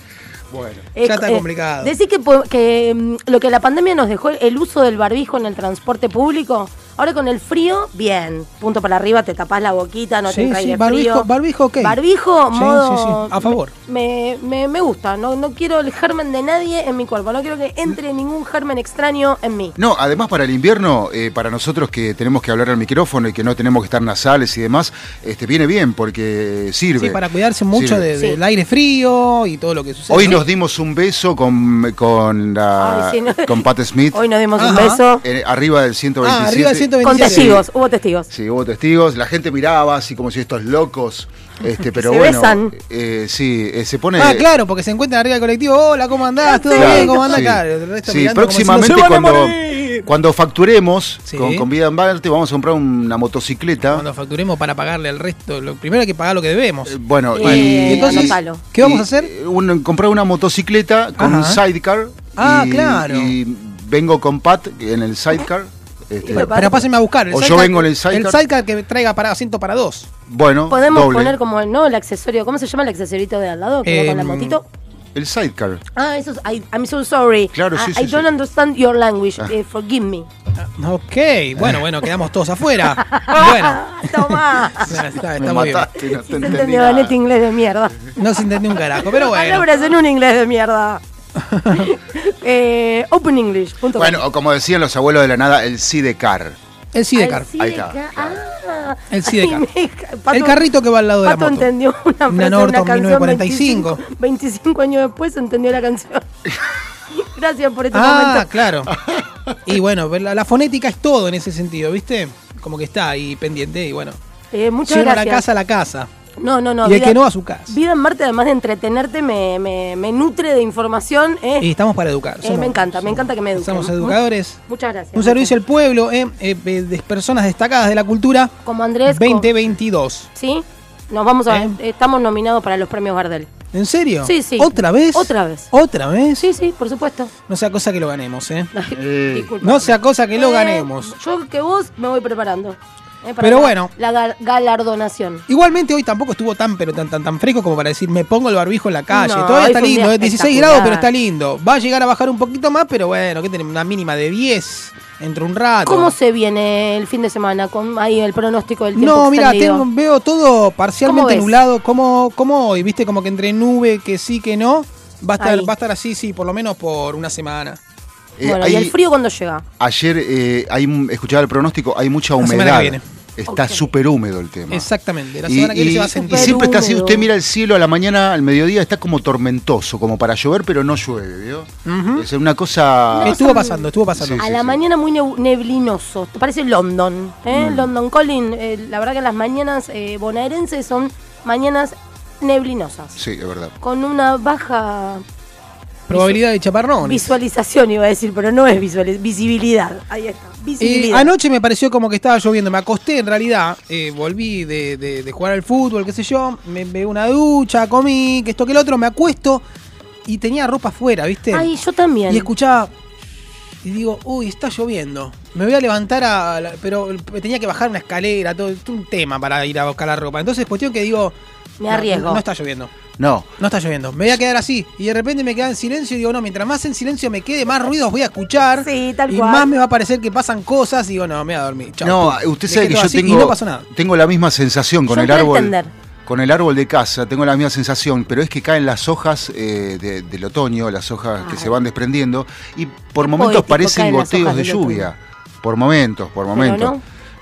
Speaker 7: Bueno.
Speaker 4: eh,
Speaker 3: ya está
Speaker 4: eh,
Speaker 3: complicado.
Speaker 4: Decir que, po- que mm, lo que la pandemia nos dejó, el uso del barbijo en el transporte público, ahora con el frío, bien. Punto para arriba, te tapás la boquita, no
Speaker 3: Sí,
Speaker 4: te entra
Speaker 3: sí,
Speaker 4: aire
Speaker 3: barbijo-
Speaker 4: frío.
Speaker 3: barbijo, ok.
Speaker 4: Barbijo,
Speaker 3: Sí,
Speaker 4: modo...
Speaker 3: sí, sí, a favor.
Speaker 4: Me, me, me gusta, no, no quiero el germen de nadie en mi cuerpo, no quiero que entre ningún germen extraño en mí.
Speaker 7: No, además para el invierno, eh, para nosotros que tenemos que hablar al micrófono y que no tenemos que estar nasales y demás, este, viene bien porque sirve.
Speaker 3: Sí, para cuidarse mucho
Speaker 7: Sirve.
Speaker 3: de-
Speaker 4: Sí.
Speaker 3: del aire frío y todo lo que sucede.
Speaker 7: Hoy
Speaker 3: ¿no?
Speaker 7: nos dimos un beso con, con, la-
Speaker 4: Ay, sí, no.
Speaker 7: con Pat Smith,
Speaker 4: Hoy nos dimos un
Speaker 3: Ajá.
Speaker 4: beso
Speaker 7: eh, arriba del 127.
Speaker 3: Ah, arriba de 127.
Speaker 4: con testigos, hubo testigos.
Speaker 7: Sí, hubo testigos, la gente miraba así como si estos locos, este, pero
Speaker 4: se
Speaker 7: bueno,
Speaker 4: besan.
Speaker 7: eh, sí, eh, se pone...
Speaker 3: Ah, claro, porque se encuentran arriba del colectivo. Hola, ¿cómo andás? ¿Todo
Speaker 7: Claro,
Speaker 3: bien? ¿Cómo andás?
Speaker 7: sí.
Speaker 3: Claro, el resto
Speaker 7: Sí,
Speaker 3: mirando como diciendo,
Speaker 7: próximamente
Speaker 3: "Se van a
Speaker 7: cuando,
Speaker 3: morir".
Speaker 7: cuando facturemos
Speaker 3: Sí.
Speaker 7: con, con Vida en Varte, vamos a comprar una motocicleta.
Speaker 3: Cuando facturemos para pagarle al resto, lo primero hay que pagar lo que debemos.
Speaker 7: Eh, bueno,
Speaker 4: Eh,
Speaker 7: y,
Speaker 3: entonces,
Speaker 4: anotalo.
Speaker 3: ¿qué vamos
Speaker 7: y,
Speaker 3: a hacer?
Speaker 7: eh, un- comprar una motocicleta con un
Speaker 3: Ajá.
Speaker 7: sidecar.
Speaker 3: Ah,
Speaker 7: y,
Speaker 3: claro.
Speaker 7: y vengo con Pat en el sidecar. este,
Speaker 4: Pero
Speaker 3: Pero pásenme a buscar. el
Speaker 7: O yo
Speaker 3: sidecar-
Speaker 7: vengo en el sidecar.
Speaker 3: El sidecar que traiga para asiento para dos.
Speaker 7: bueno,
Speaker 4: Podemos
Speaker 7: doble.
Speaker 4: poner como no el accesorio, ¿cómo se llama el accesorito de al lado? Que va con la
Speaker 3: Em,
Speaker 4: motito.
Speaker 7: Eh, el sidecar.
Speaker 4: Ah, eso es, I- I'm so sorry.
Speaker 7: Claro, sí,
Speaker 4: I,
Speaker 7: sí,
Speaker 4: I don't
Speaker 7: sí.
Speaker 4: understand your language.
Speaker 7: Ah.
Speaker 4: eh, forgive me.
Speaker 3: Ok, bueno, bueno, quedamos todos afuera. Bueno,
Speaker 4: Tomá.
Speaker 3: está, está
Speaker 7: Me
Speaker 3: muy bien.
Speaker 7: mataste, no
Speaker 4: Si
Speaker 7: te
Speaker 4: se
Speaker 7: entendí
Speaker 4: entendió
Speaker 7: nada.
Speaker 4: Vanette inglés de mierda.
Speaker 3: No se entendió un carajo, pero bueno.
Speaker 4: Palabras en un inglés de mierda. eh, open English. Punto com.
Speaker 7: Bueno, o como decían los abuelos de la nada, el sidecar.
Speaker 3: El sidecar.
Speaker 4: Al
Speaker 7: Ahí está,
Speaker 4: Sidecar.
Speaker 7: claro.
Speaker 4: Ah.
Speaker 3: El Sidecar.
Speaker 4: Ay, me ca- Pato-
Speaker 3: El carrito que va al lado de la
Speaker 4: Pato
Speaker 3: moto.
Speaker 4: entendió una frase de
Speaker 3: Norton,
Speaker 4: una canción
Speaker 3: 1945.
Speaker 4: 25, 25 años después entendió la canción. Gracias por este
Speaker 3: Ah,
Speaker 4: momento.
Speaker 3: claro. Y bueno, pues, la, la fonética es todo en ese sentido, ¿viste? Como que está ahí pendiente y bueno.
Speaker 4: Eh, muchas
Speaker 3: Si uno a
Speaker 4: gracias.
Speaker 3: la casa, a la casa.
Speaker 4: No, no, no.
Speaker 3: y el que no, a su casa.
Speaker 4: Vida en Marte, además de entretenerte, me, me, me nutre de información. eh.
Speaker 3: Y estamos para educar.
Speaker 4: Eh, me encanta, me encanta que me eduquen.
Speaker 3: Somos
Speaker 4: Mu-
Speaker 3: educadores.
Speaker 4: Muchas gracias.
Speaker 3: Un servicio al pueblo, eh, eh, eh, de personas destacadas de la cultura.
Speaker 4: Como Andrés. co-
Speaker 3: 2022.
Speaker 4: ¿Sí? Nos vamos a.
Speaker 3: Eh.
Speaker 4: Estamos nominados para los premios Gardel.
Speaker 3: ¿En serio?
Speaker 4: Sí, sí.
Speaker 3: ¿Otra vez?
Speaker 4: Otra vez.
Speaker 3: ¿Otra vez?
Speaker 4: Sí, sí, por supuesto.
Speaker 3: No sea cosa que lo ganemos, ¿eh?
Speaker 4: Ay,
Speaker 7: Eh.
Speaker 4: disculpa.
Speaker 3: No sea cosa que lo
Speaker 4: Eh,
Speaker 3: ganemos.
Speaker 4: Yo que vos me voy preparando. eh, para
Speaker 3: Pero
Speaker 4: la-
Speaker 3: bueno.
Speaker 4: La gal- galardonación.
Speaker 3: Igualmente hoy tampoco estuvo tan pero tan tan tan fresco como para decir me pongo el barbijo en la calle.
Speaker 4: No,
Speaker 3: Todavía
Speaker 4: hoy
Speaker 3: está
Speaker 4: fue un
Speaker 3: lindo,
Speaker 4: día
Speaker 3: eh, 16
Speaker 4: espectacular.
Speaker 3: grados, pero está lindo. Va a llegar a bajar un poquito más, pero bueno, que tenemos una mínima de 10 entre un rato.
Speaker 4: ¿Cómo se viene el fin de semana con ahí el pronóstico del tiempo?
Speaker 3: No, mira,
Speaker 4: extendido?
Speaker 3: tengo- veo todo parcialmente
Speaker 4: ves?
Speaker 3: nublado, como, como hoy, viste, como que entre nube, que sí, que no. Va a estar,
Speaker 4: Ahí.
Speaker 3: va a estar así, sí, por lo menos por una semana.
Speaker 7: Eh,
Speaker 4: Bueno, ¿y
Speaker 7: hay-
Speaker 4: el frío cuando llega?
Speaker 7: Ayer eh, hay, un- escuchaba el pronóstico, hay mucha
Speaker 3: La semana
Speaker 7: humedad.
Speaker 3: que viene.
Speaker 7: Está
Speaker 4: Ok.
Speaker 7: súper húmedo el tema.
Speaker 3: Exactamente. La
Speaker 7: Y-
Speaker 3: semana que viene
Speaker 7: y-
Speaker 3: se va a sentir.
Speaker 7: y siempre está así,
Speaker 4: Húmedo.
Speaker 7: usted mira el cielo a la mañana, al mediodía, está como tormentoso, como para llover, pero no llueve, ¿vio? Es una cosa...
Speaker 3: Estuvo pasando, estuvo pasando.
Speaker 7: Sí,
Speaker 4: a
Speaker 7: sí,
Speaker 4: la
Speaker 7: sí.
Speaker 4: mañana muy neu- neblinoso. Te parece
Speaker 3: Mm.
Speaker 4: London. ¿eh? London Calling. eh, la verdad que las mañanas eh, bonaerenses son mañanas neblinosas.
Speaker 7: Sí, es verdad.
Speaker 4: Con una baja
Speaker 3: Probabilidad de chaparrones.
Speaker 4: visualización, iba a decir, pero no es visualiz- visibilidad. Ahí está.
Speaker 3: Eh,
Speaker 4: Visibilidad.
Speaker 3: anoche me pareció como que estaba lloviendo. Me acosté en realidad. eh, volví de, de- de jugar al fútbol, qué sé yo. Me me una ducha, comí, que esto que el otro. Me acuesto y tenía ropa afuera, ¿viste?
Speaker 4: Ay, yo también.
Speaker 3: Y escuchaba. Y digo, uy, está lloviendo. Me voy a levantar a. la- pero tenía que bajar una escalera, todo. Un tema para ir a buscar la ropa. Entonces, cuestión que digo.
Speaker 4: Me
Speaker 3: no,
Speaker 4: arriesgo.
Speaker 3: No, está lloviendo.
Speaker 7: No.
Speaker 3: No está lloviendo. Me voy a quedar así. Y de repente me queda en silencio y digo, no, mientras más en silencio me quede, más ruidos voy a escuchar.
Speaker 4: Sí, tal
Speaker 3: y
Speaker 4: cual.
Speaker 3: más me va a parecer que pasan cosas. Y digo, no, me voy a dormir. Chau.
Speaker 7: No, usted
Speaker 3: Me
Speaker 7: sabe que
Speaker 3: quedo
Speaker 7: yo
Speaker 3: así
Speaker 7: tengo,
Speaker 3: Y no pasó nada.
Speaker 7: tengo la misma sensación con
Speaker 4: Yo
Speaker 7: el
Speaker 4: puedo
Speaker 7: árbol.
Speaker 4: entender.
Speaker 7: Con el árbol de casa tengo la misma sensación, pero es que caen las hojas eh, de- del otoño, las hojas que
Speaker 4: Ay.
Speaker 7: se van desprendiendo, y por
Speaker 4: Qué
Speaker 7: momentos
Speaker 4: poético,
Speaker 7: parecen
Speaker 4: caen las
Speaker 7: goteos
Speaker 4: hojas
Speaker 7: de
Speaker 4: del otoño.
Speaker 7: lluvia. Por momentos, por momentos.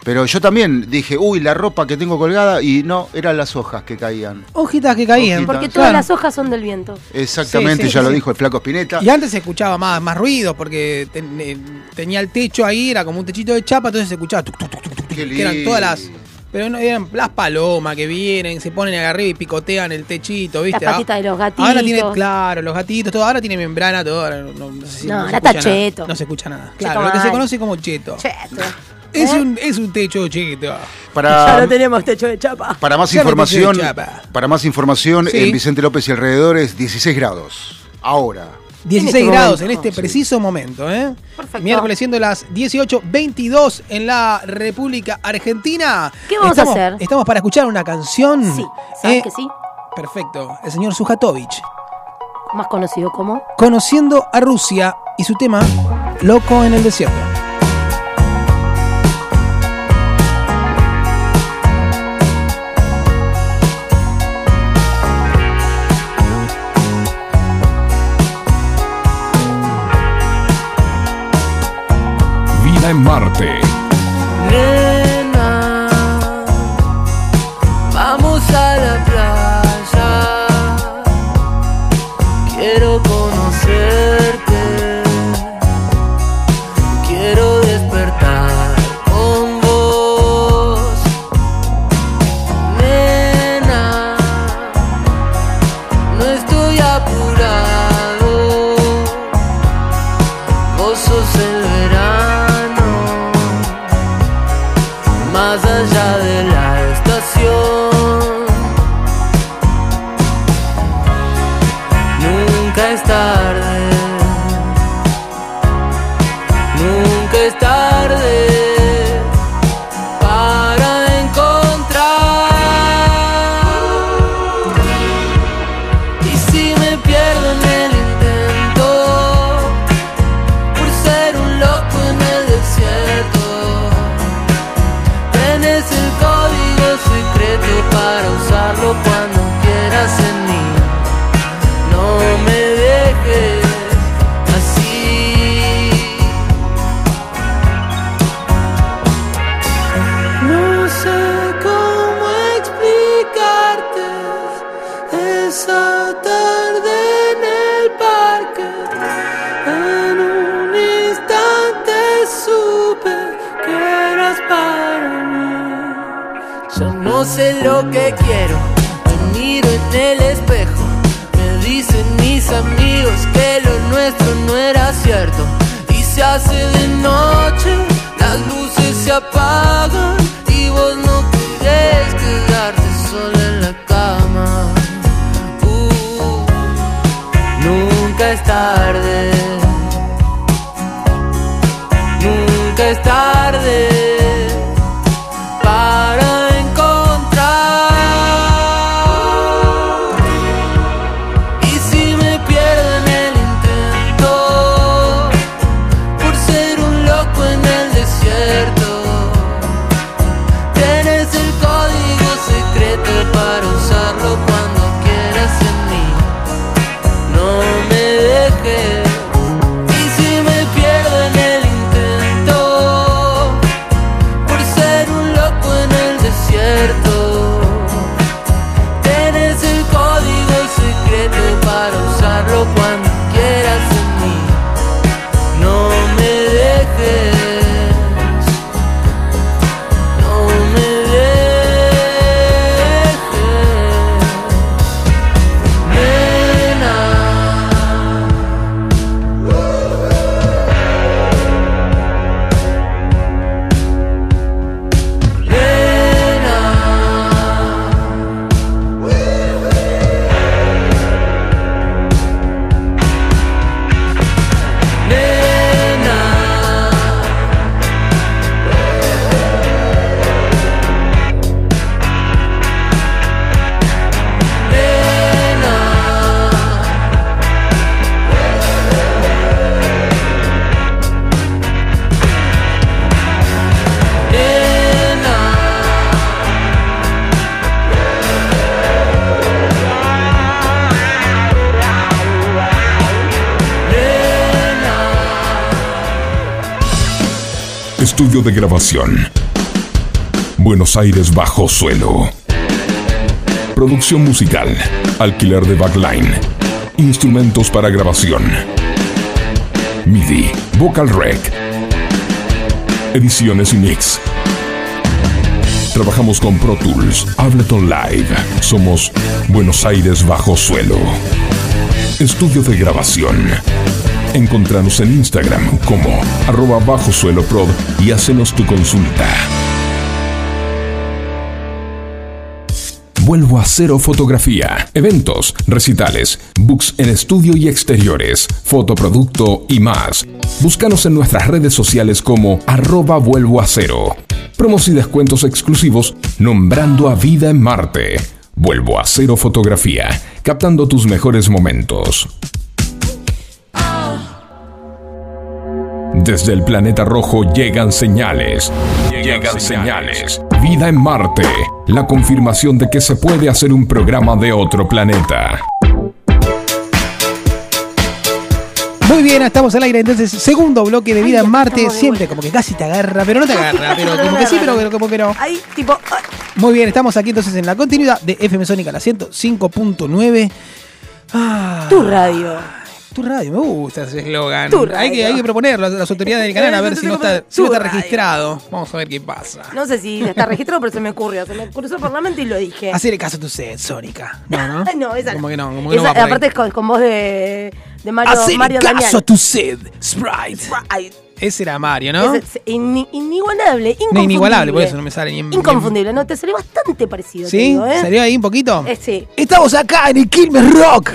Speaker 7: Pero,
Speaker 4: no.
Speaker 7: yo también dije, uy, la ropa que tengo colgada, y no, eran las hojas que caían.
Speaker 3: Hojitas que caían.
Speaker 7: Hojitas.
Speaker 4: Porque
Speaker 7: Claro.
Speaker 4: todas las hojas son del viento.
Speaker 7: Exactamente,
Speaker 3: Sí, sí,
Speaker 7: ya
Speaker 3: sí,
Speaker 7: lo
Speaker 3: sí.
Speaker 7: dijo el flaco Spinetta.
Speaker 3: Y antes se escuchaba más, más ruido porque ten- eh, tenía el techo ahí, era como un techito de chapa, entonces se escuchaba tuc, tuc, tuc, tuc, tuc,
Speaker 7: Qué
Speaker 3: que eran
Speaker 7: lindo.
Speaker 3: todas las. Pero no eran las palomas que vienen, se ponen acá arriba y picotean el techito, ¿viste? ah,
Speaker 4: Las patitas de los
Speaker 3: Ahora tiene,
Speaker 4: gatitos.
Speaker 3: claro, los gatitos, todo. Ahora tiene membrana, todo. ahora no, no sé si-
Speaker 4: No,
Speaker 3: se
Speaker 4: ahora está
Speaker 3: escucha nada.
Speaker 4: cheto.
Speaker 3: No se escucha nada.
Speaker 4: Cheto
Speaker 3: Claro, lo que se
Speaker 4: mal.
Speaker 3: conoce como cheto.
Speaker 4: Cheto.
Speaker 3: Es,
Speaker 4: ¿Eh?
Speaker 3: un, es un techo cheto.
Speaker 4: Ya
Speaker 7: Para,
Speaker 4: no tenemos techo de chapa.
Speaker 7: para más
Speaker 3: Ya me puse de
Speaker 7: información,
Speaker 3: chapa.
Speaker 7: para más información,
Speaker 3: Sí.
Speaker 7: en Vicente López y alrededores, 16 grados. Ahora.
Speaker 3: 16
Speaker 4: En este
Speaker 3: grados
Speaker 4: momento.
Speaker 3: en este
Speaker 7: Sí.
Speaker 3: preciso momento, ¿eh?
Speaker 4: Perfecto.
Speaker 3: Miércoles siendo las 18.22 en la República Argentina.
Speaker 4: ¿Qué vamos a
Speaker 3: Estamos-
Speaker 4: hacer?
Speaker 3: Estamos para escuchar una canción.
Speaker 4: Sí, ¿sabes
Speaker 3: Eh,
Speaker 4: que sí?
Speaker 3: Perfecto. El señor Sujatovich.
Speaker 4: Más conocido como.
Speaker 3: Conociendo a Rusia y su tema Loco en el desierto.
Speaker 1: Vida en Marte.
Speaker 2: Nena, vamos a la playa. Quiero conocerte. Quiero despertar con vos. Nena, no estoy apurado. Vos sos el verano, más allá de la estación. Nunca es tarde, nunca es tarde para encontrar. Y si me pierdo en el intento, por ser un loco en el desierto. Tenés el código secreto para usarlo cuando quieras en mí. No me dejes así. No sé cómo explicarte esa tarde en el parque. En un instante supe que eras para mí. Yo no sé lo que quiero, me miro en el espejo. Me dicen mis amigos que lo nuestro no era cierto. Y se hace de noche, las luces se apagan y vos no querés quedarte sola en la cama. Uh. Nunca es tarde. Nunca es tarde para encontrar. Y si me pierdo en el intento por ser un loco en el desierto. Tienes el código secreto para usarlo cuando quieras en mí. No me dejes. Y si me pierdo en el intento por ser un loco en el desierto. Tienes el código secreto para usarlo cuando quieras en mí. No me dejes. No me dejes.
Speaker 1: estudio de grabación. Buenos Aires bajo suelo. Producción musical. Alquiler de backline. Instrumentos para grabación. MIDI. Vocal Rec. Ediciones y mix. Trabajamos con Pro Tools, Ableton Live. Somos Buenos Aires bajo suelo. Estudio de grabación. Encontranos en Instagram como arroba bajo suelo prod y hacenos tu consulta. Vuelvo a cero fotografía, eventos, recitales, books en estudio y exteriores, fotoproducto y más. Búscanos en nuestras redes sociales como arroba vuelvo a cero. Promos y descuentos exclusivos nombrando a vida en Marte. Vuelvo a cero fotografía, captando tus mejores momentos. Desde el planeta rojo llegan señales. Llegan señales. Vida en Marte. La confirmación de que se puede hacer un programa de otro planeta.
Speaker 3: Muy bien, estamos al aire. Entonces, segundo bloque de Vida
Speaker 4: Ay,
Speaker 3: en Marte.
Speaker 4: estamos de
Speaker 3: Siempre como que casi te agarra, pero no te agarra. Pero como que sí, pero, pero como que no.
Speaker 4: Ahí, tipo. ay,
Speaker 3: Muy bien, estamos aquí entonces en la continuidad de FM Sónica, la 105.9. Ah,
Speaker 4: Tu radio.
Speaker 3: tu radio, me gusta ese eslogan.
Speaker 4: Tu radio.
Speaker 3: Hay que, hay que proponerlo a las autoridades del canal a ver si no está, si no
Speaker 4: Tu
Speaker 3: está
Speaker 4: radio.
Speaker 3: registrado. Vamos a ver qué pasa.
Speaker 4: No sé si está registrado, pero se me ocurrió. Se me cruzó por la mente y lo dije.
Speaker 3: Hacerle caso a tu sed, Sónica. No, no.
Speaker 4: Ay, no, esa
Speaker 3: Como que no, como que no
Speaker 4: Esa-
Speaker 3: va por ahí.
Speaker 4: Aparte es con, con voz de, de Mario,
Speaker 3: Hacerle
Speaker 4: Mario
Speaker 3: caso
Speaker 4: Damián.
Speaker 3: a tu sed, Sprite.
Speaker 4: Ay,
Speaker 3: Ese era Mario, ¿no?
Speaker 4: es- es ini- inigualable, inconfundible.
Speaker 3: No, inigualable, por eso no me sale ni en-
Speaker 4: Inconfundible, no, te salió bastante parecido. te
Speaker 3: ¿Sí?
Speaker 4: digo, ¿eh?
Speaker 3: ¿Salió ahí un poquito?
Speaker 4: Eh, sí.
Speaker 3: Estamos acá en el Quilmes Rock.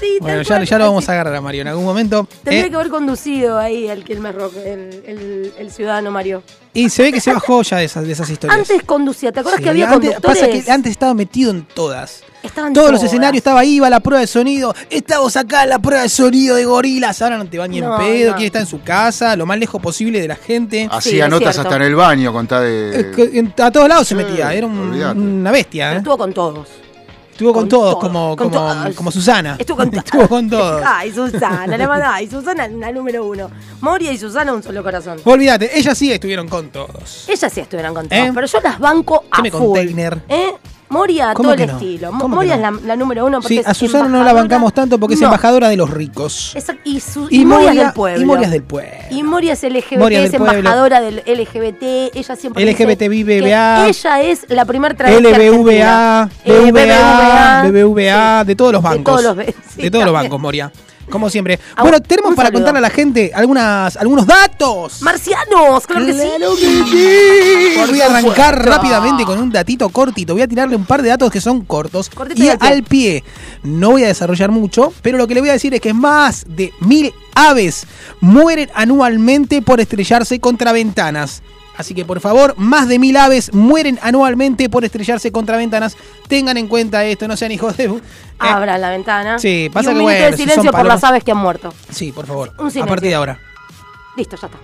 Speaker 4: Sí,
Speaker 3: Bueno,
Speaker 4: tal
Speaker 3: ya,
Speaker 4: cual,
Speaker 3: ya lo vamos
Speaker 4: así.
Speaker 3: a agarrar a Mario en algún momento.
Speaker 4: Tendría
Speaker 3: Eh,
Speaker 4: que haber conducido ahí al Quilmes Rock, el, el- el ciudadano Mario.
Speaker 3: Y se ve que se bajó ya de esas, de esas historias.
Speaker 4: Antes conducía, ¿te acuerdas
Speaker 3: Sí,
Speaker 4: que había
Speaker 3: antes-
Speaker 4: conductores?
Speaker 3: Pasa que antes estaba metido en todas.
Speaker 4: Estaban
Speaker 3: Todos los
Speaker 4: todas.
Speaker 3: escenarios estaba ahí, iba la prueba de sonido. Estamos acá en la prueba de sonido de gorilas. Ahora no te va ni
Speaker 4: No,
Speaker 3: en pedo.
Speaker 4: no.
Speaker 3: Quiere estar en su casa, lo más lejos posible de la gente.
Speaker 4: Sí,
Speaker 7: Hacía
Speaker 4: es
Speaker 7: notas
Speaker 4: cierto.
Speaker 7: hasta en el baño, contá
Speaker 3: Eh,
Speaker 7: de.
Speaker 3: que en- A todos lados se
Speaker 7: sí,
Speaker 3: metía. Era un-
Speaker 7: olvídate.
Speaker 3: una bestia.
Speaker 4: Pero
Speaker 3: ¿eh?
Speaker 4: estuvo con todos.
Speaker 3: Estuvo con,
Speaker 4: con
Speaker 3: todos,
Speaker 4: todos,
Speaker 3: como,
Speaker 4: con
Speaker 3: como,
Speaker 4: todos.
Speaker 3: como Susana.
Speaker 4: Estuvo con todos.
Speaker 3: Estuvo con todos.
Speaker 4: Ay, Susana, la verdad. Y Susana, la número uno. Moria y Susana, un solo corazón.
Speaker 3: Vos Olvídate, ellas sí estuvieron con todos.
Speaker 4: Ellas sí estuvieron con todos,
Speaker 3: ¿Eh?
Speaker 4: pero yo las banco a
Speaker 3: Dame
Speaker 4: full.
Speaker 3: container.
Speaker 4: ¿Eh? Moria a
Speaker 3: ¿Cómo
Speaker 4: todo el
Speaker 3: que no?
Speaker 4: estilo. Mo-
Speaker 3: ¿Cómo que
Speaker 4: Moria
Speaker 3: no?
Speaker 4: es la, la número uno. porque
Speaker 3: Sí,
Speaker 4: es
Speaker 3: a Susana no la
Speaker 4: embajadora.
Speaker 3: bancamos tanto porque es
Speaker 4: No.
Speaker 3: embajadora de los ricos.
Speaker 4: Esa- y, su- y Moria, es del pueblo.
Speaker 3: Y Moria es del pueblo.
Speaker 4: Y Moria es LGBT,
Speaker 3: Moria
Speaker 4: es
Speaker 3: del pueblo.
Speaker 4: embajadora del LGBT, ella siempre dice
Speaker 3: LGBT, BBVA.
Speaker 4: que Ella es la primer travesti
Speaker 3: LBVA,
Speaker 4: argentina. Eh,
Speaker 3: BBVA, BBVA,
Speaker 4: sí.
Speaker 3: de todos los
Speaker 4: De
Speaker 3: bancos.
Speaker 4: todos los- sí,
Speaker 3: De todos los
Speaker 4: también.
Speaker 3: bancos, Moria. Como siempre.
Speaker 4: Ah,
Speaker 3: Bueno,
Speaker 4: un
Speaker 3: tenemos para
Speaker 4: saludo.
Speaker 3: contarle a la gente algunas, algunos datos.
Speaker 4: Marcianos, claro que sí.
Speaker 3: Claro que sí. Voy a arrancar rápidamente con un datito cortito. Voy a tirarle un par de datos que son cortos
Speaker 4: Cortito
Speaker 3: y
Speaker 4: y al pie.
Speaker 3: al pie. No voy a desarrollar mucho, pero lo que le voy a decir es que más de mil aves mueren anualmente por estrellarse contra ventanas. Así que por favor, más de mil aves mueren anualmente por estrellarse contra ventanas. Tengan en cuenta esto, no sean hijos de... Eh,
Speaker 4: Abra la ventana.
Speaker 3: Sí, pasa
Speaker 4: y un
Speaker 3: que,
Speaker 4: minuto
Speaker 3: bueno,
Speaker 4: de
Speaker 3: si son
Speaker 4: silencio por
Speaker 3: palomas-
Speaker 4: las aves que han muerto.
Speaker 3: sí, por favor.
Speaker 4: Un
Speaker 3: A
Speaker 4: silencio.
Speaker 3: partir de ahora.
Speaker 4: Listo, ya está.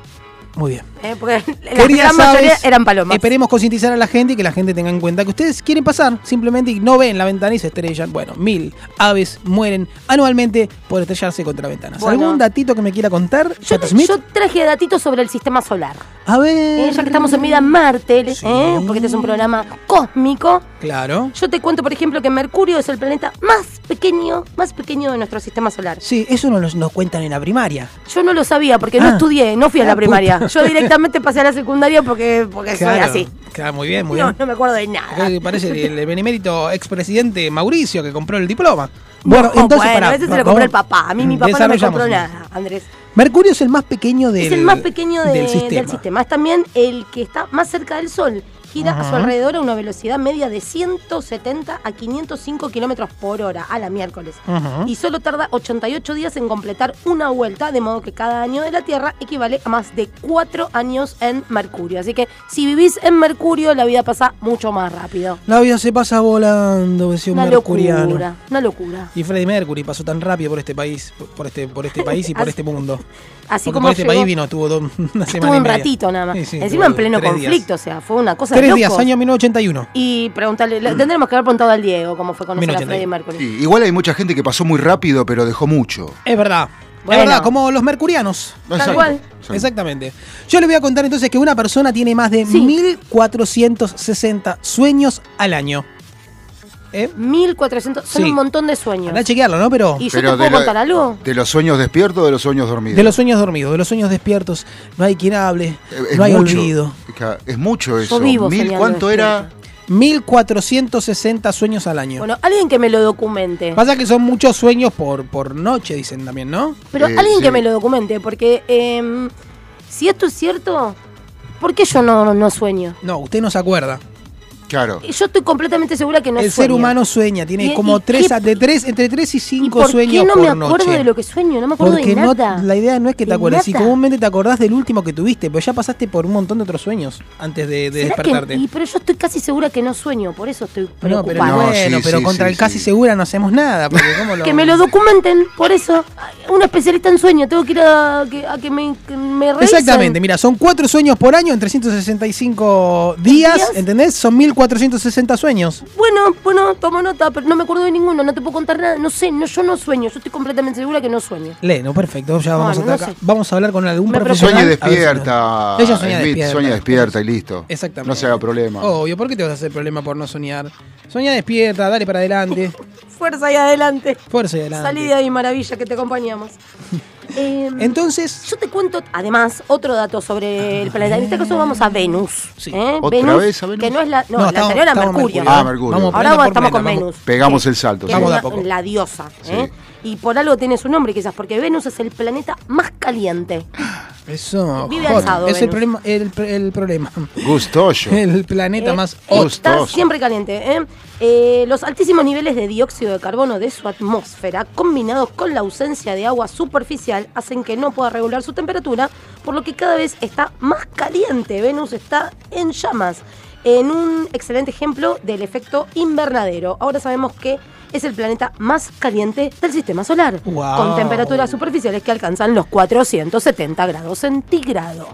Speaker 3: Muy bien.
Speaker 4: Eh, porque la
Speaker 3: Queridas
Speaker 4: gran mayoría
Speaker 3: aves,
Speaker 4: eran palomas.
Speaker 3: Esperemos concientizar a la gente y que la gente tenga en cuenta que ustedes quieren pasar simplemente y no ven la ventana y se estrellan. Bueno, mil aves mueren anualmente por estrellarse contra ventanas.
Speaker 4: Bueno.
Speaker 3: ¿Algún datito que me quiera contar?
Speaker 4: yo,
Speaker 3: Pat Smith?
Speaker 4: yo traje datitos sobre el sistema solar.
Speaker 3: a
Speaker 4: Eh,
Speaker 3: ver.
Speaker 4: ya que estamos en vida en Marte, eh,
Speaker 3: Sí.
Speaker 4: porque este es un programa cósmico.
Speaker 3: Claro.
Speaker 4: Yo te cuento, por ejemplo, que Mercurio es el planeta más pequeño, más pequeño de nuestro sistema solar.
Speaker 3: Sí, eso nos, nos cuentan en la primaria.
Speaker 4: Yo no lo sabía porque no
Speaker 3: Ah.
Speaker 4: estudié, no fui a
Speaker 3: Ah,
Speaker 4: la
Speaker 3: puta.
Speaker 4: primaria. Yo directamente pasé a la secundaria porque, porque soy así.
Speaker 3: Claro, muy bien, muy
Speaker 4: No,
Speaker 3: bien.
Speaker 4: no me acuerdo de nada.
Speaker 3: Acá Parece el benemérito expresidente Mauricio que compró el diploma. Bueno,
Speaker 4: No,
Speaker 3: entonces
Speaker 4: bueno,
Speaker 3: pará,
Speaker 4: ese se
Speaker 3: va-
Speaker 4: lo
Speaker 3: vamos-
Speaker 4: compró el papá. A mí mi papá no me
Speaker 3: Desarrollamos
Speaker 4: compró
Speaker 3: un-
Speaker 4: nada, Andrés.
Speaker 3: Mercurio es el más pequeño del,
Speaker 4: es el más pequeño de-
Speaker 3: del sistema.
Speaker 4: Es también el que está más cerca del Sol. Gira a su alrededor a una velocidad media de 170 a 505 kilómetros por hora a la miércoles.
Speaker 3: Ajá.
Speaker 4: Y solo tarda 88 días en completar una vuelta, de modo que cada año de la Tierra equivale a más de 4 años en Mercurio. Así que si vivís en Mercurio, la vida pasa mucho más rápido.
Speaker 3: La vida se pasa volando, decía un
Speaker 4: Una
Speaker 3: mercuriano.
Speaker 4: locura, una locura.
Speaker 3: Y Freddie Mercury pasó tan rápido por este país, por este, por este país y por
Speaker 4: Así-
Speaker 3: este mundo.
Speaker 4: así
Speaker 3: Porque
Speaker 4: como
Speaker 3: por este
Speaker 4: llegó-
Speaker 3: país vino, estuvo dos, una semana
Speaker 4: Estuvo
Speaker 3: y
Speaker 4: un
Speaker 3: media.
Speaker 4: ratito nada más.
Speaker 3: Sí, sí,
Speaker 4: Encima en
Speaker 3: estuvo
Speaker 4: pleno
Speaker 3: tres
Speaker 4: conflicto,
Speaker 3: días.
Speaker 4: o sea, fue una cosa de
Speaker 3: Tres
Speaker 4: locos.
Speaker 3: días, año 1981.
Speaker 4: Y preguntarle, le- tendremos que haber preguntado al Diego cómo fue conocer a
Speaker 3: 1981.
Speaker 4: Freddie Mercury.
Speaker 7: Sí, igual hay mucha gente que pasó muy rápido, pero dejó mucho.
Speaker 3: Es verdad.
Speaker 4: Bueno.
Speaker 3: Es verdad, como los mercurianos.
Speaker 4: Tal cual.
Speaker 7: Exacto.
Speaker 3: Exactamente. Yo les voy a contar entonces que una persona tiene más de
Speaker 4: Sí.
Speaker 3: 1460 sueños al año. ¿Eh?
Speaker 4: 1400, son
Speaker 3: Sí.
Speaker 4: un montón de sueños.
Speaker 3: Andá a chequearlo, ¿no? Pero
Speaker 4: ¿Y yo
Speaker 7: Pero de
Speaker 4: te puedo
Speaker 7: lo-
Speaker 4: contar algo?
Speaker 7: ¿De los sueños despiertos o de los sueños dormidos?
Speaker 3: de los sueños dormidos, de los sueños despiertos, no hay quien hable,
Speaker 7: Eh, es
Speaker 3: no hay
Speaker 7: mucho.
Speaker 3: olvido.
Speaker 7: Ca- Es mucho eso.
Speaker 4: vivo
Speaker 7: Mil,
Speaker 4: soñando
Speaker 7: ¿Cuánto era?
Speaker 4: despierto.
Speaker 3: 1460 sueños al año.
Speaker 4: Bueno, alguien que me lo documente.
Speaker 3: Pasa que son muchos sueños por, por noche, dicen también, ¿no?
Speaker 4: Pero
Speaker 7: Eh,
Speaker 4: alguien
Speaker 7: sí.
Speaker 4: que me lo documente, porque em, si esto es cierto, ¿por qué yo no, no sueño?
Speaker 3: No, usted no se acuerda.
Speaker 7: Claro.
Speaker 4: Yo estoy completamente segura que Eh, no
Speaker 3: El
Speaker 4: sueño.
Speaker 3: ser humano sueña, tiene
Speaker 4: ¿Y-
Speaker 3: como
Speaker 4: y
Speaker 3: tres,
Speaker 4: qué-
Speaker 3: a- de tres, entre 3 y
Speaker 4: ¿Y
Speaker 3: 5
Speaker 4: por
Speaker 3: sueños
Speaker 4: qué no
Speaker 3: por
Speaker 4: me acuerdo
Speaker 3: noche.
Speaker 4: de lo que sueño? No me acuerdo
Speaker 3: Porque
Speaker 4: de
Speaker 3: no,
Speaker 4: nada.
Speaker 3: la idea no es que te
Speaker 4: De
Speaker 3: acuerdes, y
Speaker 4: nada.
Speaker 3: comúnmente te acordás del último que tuviste, pero ya pasaste por un montón de otros sueños antes de, de
Speaker 4: ¿Será que-
Speaker 3: despertarte.
Speaker 4: y- pero yo estoy casi segura que no sueño, por eso estoy
Speaker 3: No, pero
Speaker 4: preocupada.
Speaker 7: No,
Speaker 3: bueno,
Speaker 7: sí,
Speaker 3: pero
Speaker 7: sí,
Speaker 3: contra
Speaker 7: sí,
Speaker 3: el casi
Speaker 7: sí.
Speaker 3: segura no hacemos nada. Porque ¿cómo lo-
Speaker 4: Que me lo documenten, por eso. Un especialista en sueño, tengo que ir a que, a que me, que me revisen.
Speaker 3: Exactamente, mira, son cuatro sueños por año en 365 días,
Speaker 4: ¿Días?
Speaker 3: ¿entendés? Son 1460 sueños.
Speaker 4: Bueno, bueno, tomo nota, pero no me acuerdo de ninguno, no te puedo contar nada. No sé, no, yo no sueño, yo estoy completamente segura que no sueño.
Speaker 3: Leno, perfecto, ya
Speaker 4: Bueno,
Speaker 3: vamos
Speaker 4: no
Speaker 3: a atacar.
Speaker 4: sé.
Speaker 3: Vamos a hablar con algún
Speaker 4: Me
Speaker 3: profesional.
Speaker 7: Sueña
Speaker 3: a ver si
Speaker 7: despierta.
Speaker 3: no- Ella sueña
Speaker 7: Smith,
Speaker 3: despierta.
Speaker 7: sueña despierta y listo.
Speaker 3: Exactamente. Oh.
Speaker 7: No se haga problema.
Speaker 3: Obvio, ¿por qué te vas a hacer problema por no soñar? Soñá despierta, dale para adelante.
Speaker 4: Fuerza y adelante.
Speaker 3: Fuerza y adelante.
Speaker 4: Salí de ahí, maravilla, que te acompañamos. Eh,
Speaker 3: Entonces, Ah,
Speaker 4: yo te cuento, además, otro dato sobre el planeta. En este caso vamos a Venus.
Speaker 3: Sí.
Speaker 4: ¿eh?
Speaker 7: ¿Otra vez a Venus?
Speaker 4: Que no es la, no,
Speaker 3: No,
Speaker 4: la
Speaker 3: estamos-
Speaker 4: anterior era
Speaker 3: estamos
Speaker 4: Mercurio.
Speaker 7: Mercurio. Ah, Mercurio.
Speaker 4: Ahora
Speaker 7: Vamos
Speaker 3: prenda por prenda,
Speaker 4: estamos con
Speaker 3: vamos.
Speaker 4: Venus.
Speaker 7: Pegamos el salto,
Speaker 4: que
Speaker 7: sí.
Speaker 4: es
Speaker 3: Vamos de
Speaker 4: una-
Speaker 3: a poco.
Speaker 4: La diosa.
Speaker 7: Sí.
Speaker 4: ¿eh? Y por algo tiene su nombre, quizás, porque Venus es el planeta más caliente.
Speaker 3: eso.
Speaker 4: Vive
Speaker 3: joder,
Speaker 4: alzado,
Speaker 3: es el
Speaker 4: Venus.
Speaker 3: problema, el, el problema.
Speaker 7: Gustoso.
Speaker 3: El planeta
Speaker 4: Eh,
Speaker 3: más hot.
Speaker 7: Justo.
Speaker 4: Está siempre caliente. ¿eh? Eh, los altísimos niveles de dióxido de carbono de su atmósfera, combinados con la ausencia de agua superficial, hacen que no pueda regular su temperatura, por lo que cada vez está más caliente. Venus está en llamas. En un excelente ejemplo del efecto invernadero. Ahora sabemos que es el planeta más caliente del sistema solar,
Speaker 3: Wow.
Speaker 4: con temperaturas superficiales que alcanzan los 470 grados centígrados.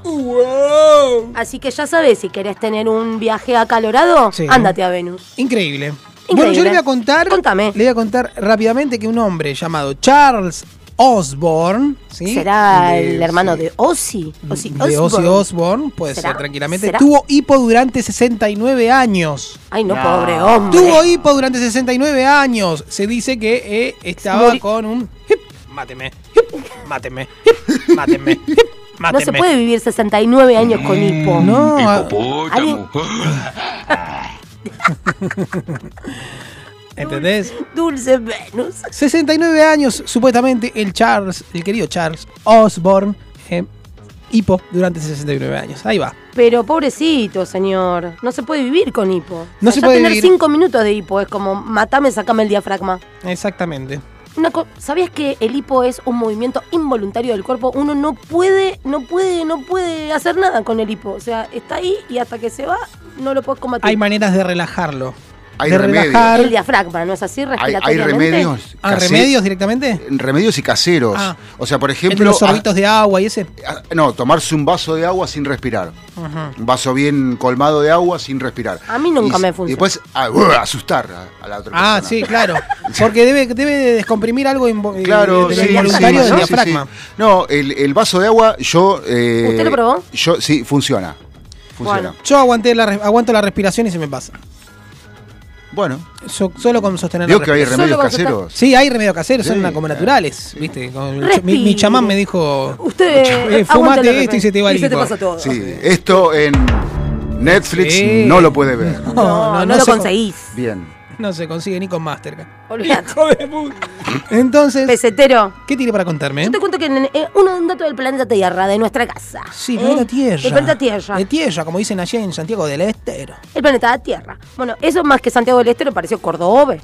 Speaker 4: Así que ya sabes, si querés tener un viaje acalorado,
Speaker 3: Sí.
Speaker 4: ándate a Venus.
Speaker 3: Increíble. Bueno, yo le voy a contar.
Speaker 4: Contame.
Speaker 3: Le voy a contar rápidamente que un hombre llamado Charles Osborne. ¿sí?
Speaker 4: ¿Será
Speaker 3: De- Mm,
Speaker 4: el hermano de Ozzy? Ozzy
Speaker 3: de Ozzy
Speaker 4: Osbourne.
Speaker 3: Osbourne, puede
Speaker 4: ¿Será?
Speaker 3: ser tranquilamente.
Speaker 4: ¿Será?
Speaker 3: Tuvo hipo durante 69 años.
Speaker 4: Ay, no, pobre hombre.
Speaker 3: Tuvo hipo durante 69 años. Se dice que eh, estaba
Speaker 4: Muri-
Speaker 3: con un. hip, máteme, hip, máteme, hip, máteme, hip,
Speaker 4: no
Speaker 3: máteme.
Speaker 4: se puede vivir 69 años con hipo.
Speaker 3: Mm, No, ah,
Speaker 4: Alguien-
Speaker 3: ¿entendés?
Speaker 4: Dulce Venus.
Speaker 3: 69 años, supuestamente, el Charles, el querido Charles Osborne, eh, hipo durante 69 años. Ahí va.
Speaker 4: Pero pobrecito, señor. No se puede vivir con hipo.
Speaker 3: No se
Speaker 4: ya
Speaker 3: puede
Speaker 4: tener
Speaker 3: vivir.
Speaker 4: 5 minutos de hipo es como matame, sacame el diafragma.
Speaker 3: Exactamente.
Speaker 4: Una co- ¿Sabías que el hipo es un movimiento involuntario del cuerpo? Uno no puede, no puede, no puede hacer nada con el hipo. O sea, está ahí y hasta que se va no lo puedes combatir.
Speaker 3: Hay maneras de relajarlo.
Speaker 7: Hay
Speaker 3: de
Speaker 7: remedios.
Speaker 3: relajar.
Speaker 4: el diafragma, ¿no es así?
Speaker 7: Hay, hay
Speaker 4: Respiratoriamente.
Speaker 7: remedios.
Speaker 3: Ah,
Speaker 7: case-
Speaker 3: ¿Remedios directamente?
Speaker 7: Remedios y caseros.
Speaker 3: Ah.
Speaker 7: O sea, por
Speaker 3: El de
Speaker 7: ejemplo.
Speaker 3: los sorbitos de agua y ese.
Speaker 7: ah, ah, no, tomarse un vaso de agua sin respirar.
Speaker 3: Ajá.
Speaker 7: Un vaso bien colmado de agua sin respirar.
Speaker 4: A mí nunca
Speaker 7: Y-
Speaker 4: me funciona.
Speaker 7: Y después ah, buh, asustar a, a la otra persona.
Speaker 3: Ah, sí, claro. Porque debe, debe de descomprimir algo invo- eh,
Speaker 7: Claro,
Speaker 3: de
Speaker 7: sí,
Speaker 3: lo
Speaker 7: sí,
Speaker 3: involuntario
Speaker 7: sí,
Speaker 3: del
Speaker 7: sí, sí.
Speaker 3: diafragma.
Speaker 7: No, el, el vaso de agua, yo. eh,
Speaker 4: ¿Usted lo probó?
Speaker 7: Yo, sí, funciona. Funciona.
Speaker 4: Bueno.
Speaker 3: Yo aguanté la, res- aguanto la respiración y se me pasa.
Speaker 7: Bueno,
Speaker 3: So- solo con sostener
Speaker 7: veo
Speaker 3: la
Speaker 7: que hay
Speaker 3: respiración.
Speaker 7: remedios
Speaker 4: Solo con
Speaker 7: caseros.
Speaker 3: Sí, hay remedios caseros, son
Speaker 7: Sí,
Speaker 3: una- como
Speaker 7: claro.
Speaker 3: naturales, ¿viste? Como el-
Speaker 4: Respire.
Speaker 3: mi, mi chamán me dijo,
Speaker 4: Usted.
Speaker 3: Eh, fumate
Speaker 4: aguántale,
Speaker 3: esto
Speaker 4: Pepe.
Speaker 3: y se te va el
Speaker 4: Y se te
Speaker 3: hipo.
Speaker 4: pasa todo.
Speaker 7: Sí, esto en Netflix
Speaker 3: Sí.
Speaker 7: no lo puede ver.
Speaker 3: No,
Speaker 4: No, no,
Speaker 3: no, no
Speaker 4: lo
Speaker 3: se con-
Speaker 4: conseguís.
Speaker 7: Bien.
Speaker 3: no se consigue ni con Mastercard.
Speaker 4: Olvídate.
Speaker 3: Entonces,
Speaker 4: Pesetero.
Speaker 3: ¿qué tiene para contarme? eh?
Speaker 4: Yo te cuento que en- eh, uno- un dato del planeta Tierra, de nuestra casa.
Speaker 3: Sí,
Speaker 4: ¿eh?
Speaker 3: no era tierra.
Speaker 4: Del planeta Tierra.
Speaker 3: De tierra, como dicen allá en Santiago del Estero.
Speaker 4: El planeta Tierra. Bueno, eso más que Santiago del Estero pareció Córdoba.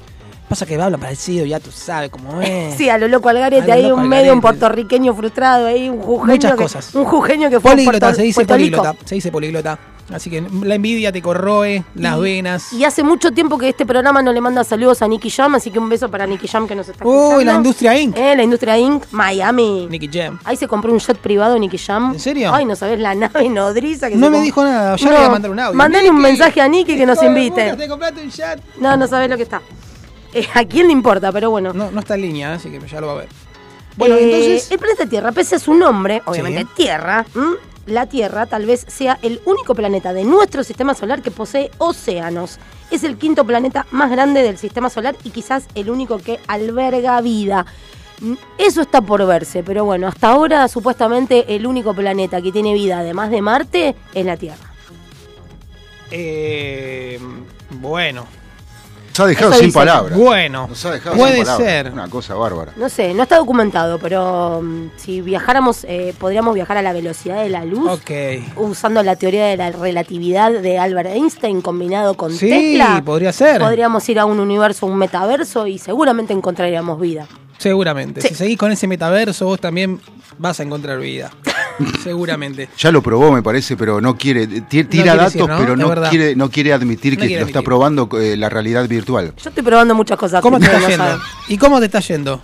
Speaker 3: Pasa que hablan parecido, ya tú sabes cómo es.
Speaker 4: Sí, a lo loco al
Speaker 3: A
Speaker 4: garete,
Speaker 3: lo
Speaker 4: hay
Speaker 3: loco
Speaker 4: un
Speaker 3: al
Speaker 4: medio, un
Speaker 3: garete.
Speaker 4: puertorriqueño frustrado, ahí un jujeño.
Speaker 3: Muchas
Speaker 4: que-
Speaker 3: cosas.
Speaker 4: Un jujeño que fue a
Speaker 3: Políglota,
Speaker 4: Puerto-
Speaker 3: se dice
Speaker 4: Puerto Rico.
Speaker 3: políglota. Se dice políglota. Así que la envidia te corroe las venas.
Speaker 4: Y hace mucho tiempo que este programa no le manda saludos a Nicky Jam, así que un beso para Nicky Jam que nos está escuchando.
Speaker 3: Uy, la Industria Inc.
Speaker 4: Eh, la Industria Inc. Miami.
Speaker 3: Nicky Jam.
Speaker 4: Ahí se compró un jet privado, Nicky Jam.
Speaker 3: ¿En serio?
Speaker 4: Ay, no sabés la nave nodriza que
Speaker 3: No
Speaker 4: se
Speaker 3: me
Speaker 4: com-
Speaker 3: dijo nada, ya le voy a mandar un audio.
Speaker 4: Mandale un
Speaker 3: Nicky,
Speaker 4: mensaje a Nicky que nos
Speaker 3: hijo de puta,
Speaker 4: invite.
Speaker 3: Te compraste un chat.
Speaker 4: No, no sabés lo que está. Eh, ¿A quién le importa? Pero bueno.
Speaker 3: No, no está en línea, así que ya lo va a ver. Bueno,
Speaker 4: Eh,
Speaker 3: entonces-
Speaker 4: El planeta Tierra, pese a su nombre, obviamente
Speaker 3: Sí.
Speaker 4: Tierra, ¿m? la Tierra tal vez sea el único planeta de nuestro sistema solar que posee océanos. Es el quinto planeta más grande del sistema solar y quizás el único que alberga vida. Mm, Eso está por verse, pero bueno, hasta ahora supuestamente el único planeta que tiene vida además de Marte es la Tierra.
Speaker 3: Eh, bueno,
Speaker 7: Nos ha dejado
Speaker 4: Eso
Speaker 7: sin
Speaker 4: dice.
Speaker 7: palabras.
Speaker 3: bueno.
Speaker 7: Nos ha dejado
Speaker 3: Puede
Speaker 7: sin palabras.
Speaker 3: ser.
Speaker 7: Una cosa bárbara.
Speaker 4: No sé, no está documentado, pero mm, si viajáramos, eh, podríamos viajar a la velocidad de la luz.
Speaker 3: Ok.
Speaker 4: usando la teoría de la relatividad de Albert Einstein combinado con
Speaker 3: Sí,
Speaker 4: Tesla,
Speaker 3: podría ser.
Speaker 4: podríamos ir a un universo, un metaverso y seguramente encontraríamos vida.
Speaker 3: Seguramente.
Speaker 4: Sí.
Speaker 3: Si seguís con ese metaverso, vos también vas a encontrar vida. Seguramente.
Speaker 7: Ya lo probó, me parece, pero no quiere. eh, ti-
Speaker 3: quiere
Speaker 7: Tira datos,
Speaker 3: decir, ¿no?
Speaker 7: pero
Speaker 3: Es
Speaker 7: no
Speaker 3: verdad.
Speaker 7: quiere, no quiere admitir
Speaker 3: No
Speaker 7: que
Speaker 3: quiere
Speaker 7: lo está
Speaker 3: admitir.
Speaker 7: probando eh, la realidad virtual.
Speaker 4: Yo estoy probando muchas cosas.
Speaker 3: ¿Cómo te
Speaker 4: ustedes
Speaker 3: está
Speaker 4: no
Speaker 3: yendo?
Speaker 4: saben.
Speaker 3: ¿Y cómo te está yendo?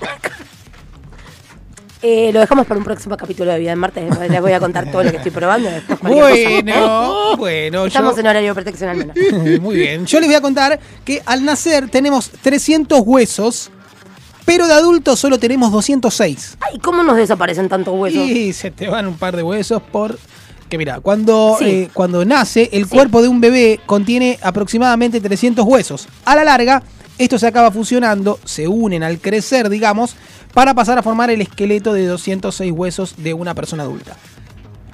Speaker 4: Eh, lo dejamos para un próximo capítulo de Vida en Marte. Les voy a contar todo lo que estoy probando. después cualquier cosa.
Speaker 3: Bueno, bueno,
Speaker 4: Estamos
Speaker 3: yo-
Speaker 4: en horario de protección al menos.
Speaker 3: Muy bien. Yo les voy a contar que al nacer tenemos 300 huesos, pero de adultos solo tenemos 206.
Speaker 4: Ay, ¿cómo nos desaparecen tantos huesos?
Speaker 3: Y se te van un par de huesos por... Que mira, cuando,
Speaker 4: Sí.
Speaker 3: eh, cuando nace, el cuerpo de un bebé contiene aproximadamente 300 huesos. A la larga, esto se acaba fusionando, se unen al crecer, digamos, para pasar a formar el esqueleto de 206 huesos de una persona adulta.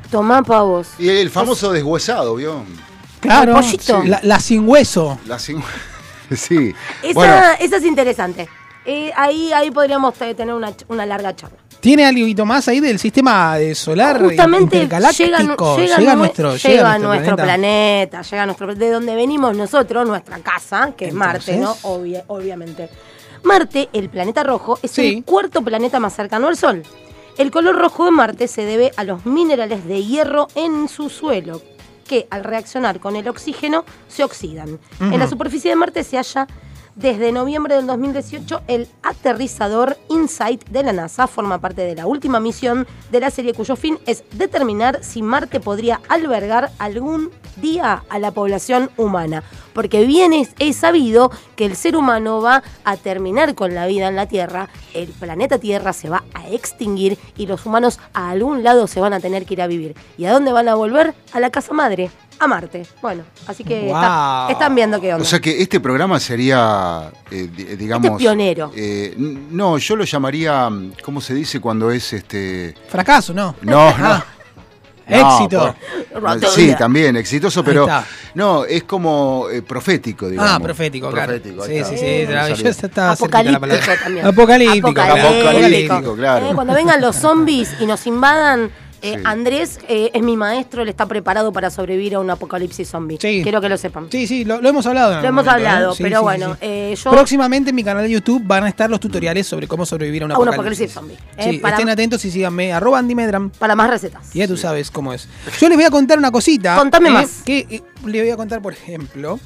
Speaker 4: Tomá pavos.
Speaker 7: Y el famoso deshuesado, ¿vio?
Speaker 3: Claro,
Speaker 4: pollito.
Speaker 3: la, la sin hueso.
Speaker 7: La cin- sí.
Speaker 4: Esa,
Speaker 7: Bueno,
Speaker 4: esa es interesante. Eh, ahí, ahí podríamos eh, tener una, ch- una larga charla.
Speaker 3: ¿Tiene algo más ahí del sistema eh, solar
Speaker 4: Justamente
Speaker 3: intergaláctico?
Speaker 4: llega, nu- llega nue-
Speaker 3: nuestro,
Speaker 4: llega nuestro planeta. llega nuestro pla- de donde venimos nosotros, nuestra casa, que es Marte, ¿no?
Speaker 3: Entonces.
Speaker 4: Obvia- obviamente. Marte, el planeta rojo, es
Speaker 3: Sí.
Speaker 4: el cuarto planeta más cercano al Sol. El color rojo de Marte se debe a los minerales de hierro en su suelo, que al reaccionar con el oxígeno se oxidan. En la superficie de Marte se halla desde noviembre del 2018 el aterrizador InSight de la NASA. Forma parte de la última misión de la serie cuyo fin es determinar si Marte podría albergar algún día a la población humana. Porque bien es, es sabido que el ser humano va a terminar con la vida en la Tierra, el planeta Tierra se va a extinguir y los humanos a algún lado se van a tener que ir a vivir. ¿Y a dónde van a volver? A la casa madre, a Marte. Bueno, así que está-
Speaker 3: Guau.
Speaker 4: están viendo qué onda.
Speaker 7: o sea que este programa sería, eh, di- eh, digamos.
Speaker 4: Este es pionero.
Speaker 7: eh, n- no, yo lo llamaría. mm, ¿Cómo se dice cuando es este.?
Speaker 3: Fracaso, ¿no? Ah,
Speaker 7: No, no. No,
Speaker 3: Éxito.
Speaker 7: por- sí, también, exitoso,
Speaker 3: Ahí
Speaker 7: pero
Speaker 3: está.
Speaker 7: no, es como eh, profético, digamos.
Speaker 3: Ah, profético, claro.
Speaker 7: Profético, ahí
Speaker 3: sí,
Speaker 7: está.
Speaker 3: sí, sí,
Speaker 7: Me
Speaker 3: sí,
Speaker 7: salió.
Speaker 3: estaba cerquita la
Speaker 4: Apocalíptico
Speaker 3: palabra.
Speaker 4: también.
Speaker 3: Apocalíptico.
Speaker 4: Apocalíptico.
Speaker 7: Apocalíptico, claro.
Speaker 4: Eh, cuando vengan los zombies y nos invadan, eh,
Speaker 7: Sí.
Speaker 4: Andrés eh, es mi maestro, él está preparado para sobrevivir a un apocalipsis zombie.
Speaker 3: Sí.
Speaker 4: Quiero que lo sepan.
Speaker 3: Sí, sí, lo, lo hemos hablado. en
Speaker 4: Lo
Speaker 3: algún
Speaker 4: hemos hablado,
Speaker 3: ¿eh? Sí,
Speaker 4: pero
Speaker 3: sí,
Speaker 4: bueno,
Speaker 3: sí.
Speaker 4: eh, yo-
Speaker 3: Próximamente en mi canal de YouTube van a estar los tutoriales sobre cómo sobrevivir a un
Speaker 4: A un
Speaker 3: apocalipsis.
Speaker 4: apocalipsis zombie, eh,
Speaker 3: sí,
Speaker 4: para-
Speaker 3: estén atentos y síganme, arroba Andy Medram.
Speaker 4: Para más recetas.
Speaker 3: Y ya tú sabes cómo es. Yo les voy a contar una cosita.
Speaker 4: Contame
Speaker 3: eh,
Speaker 4: más.
Speaker 3: Que eh, le voy a contar, por ejemplo.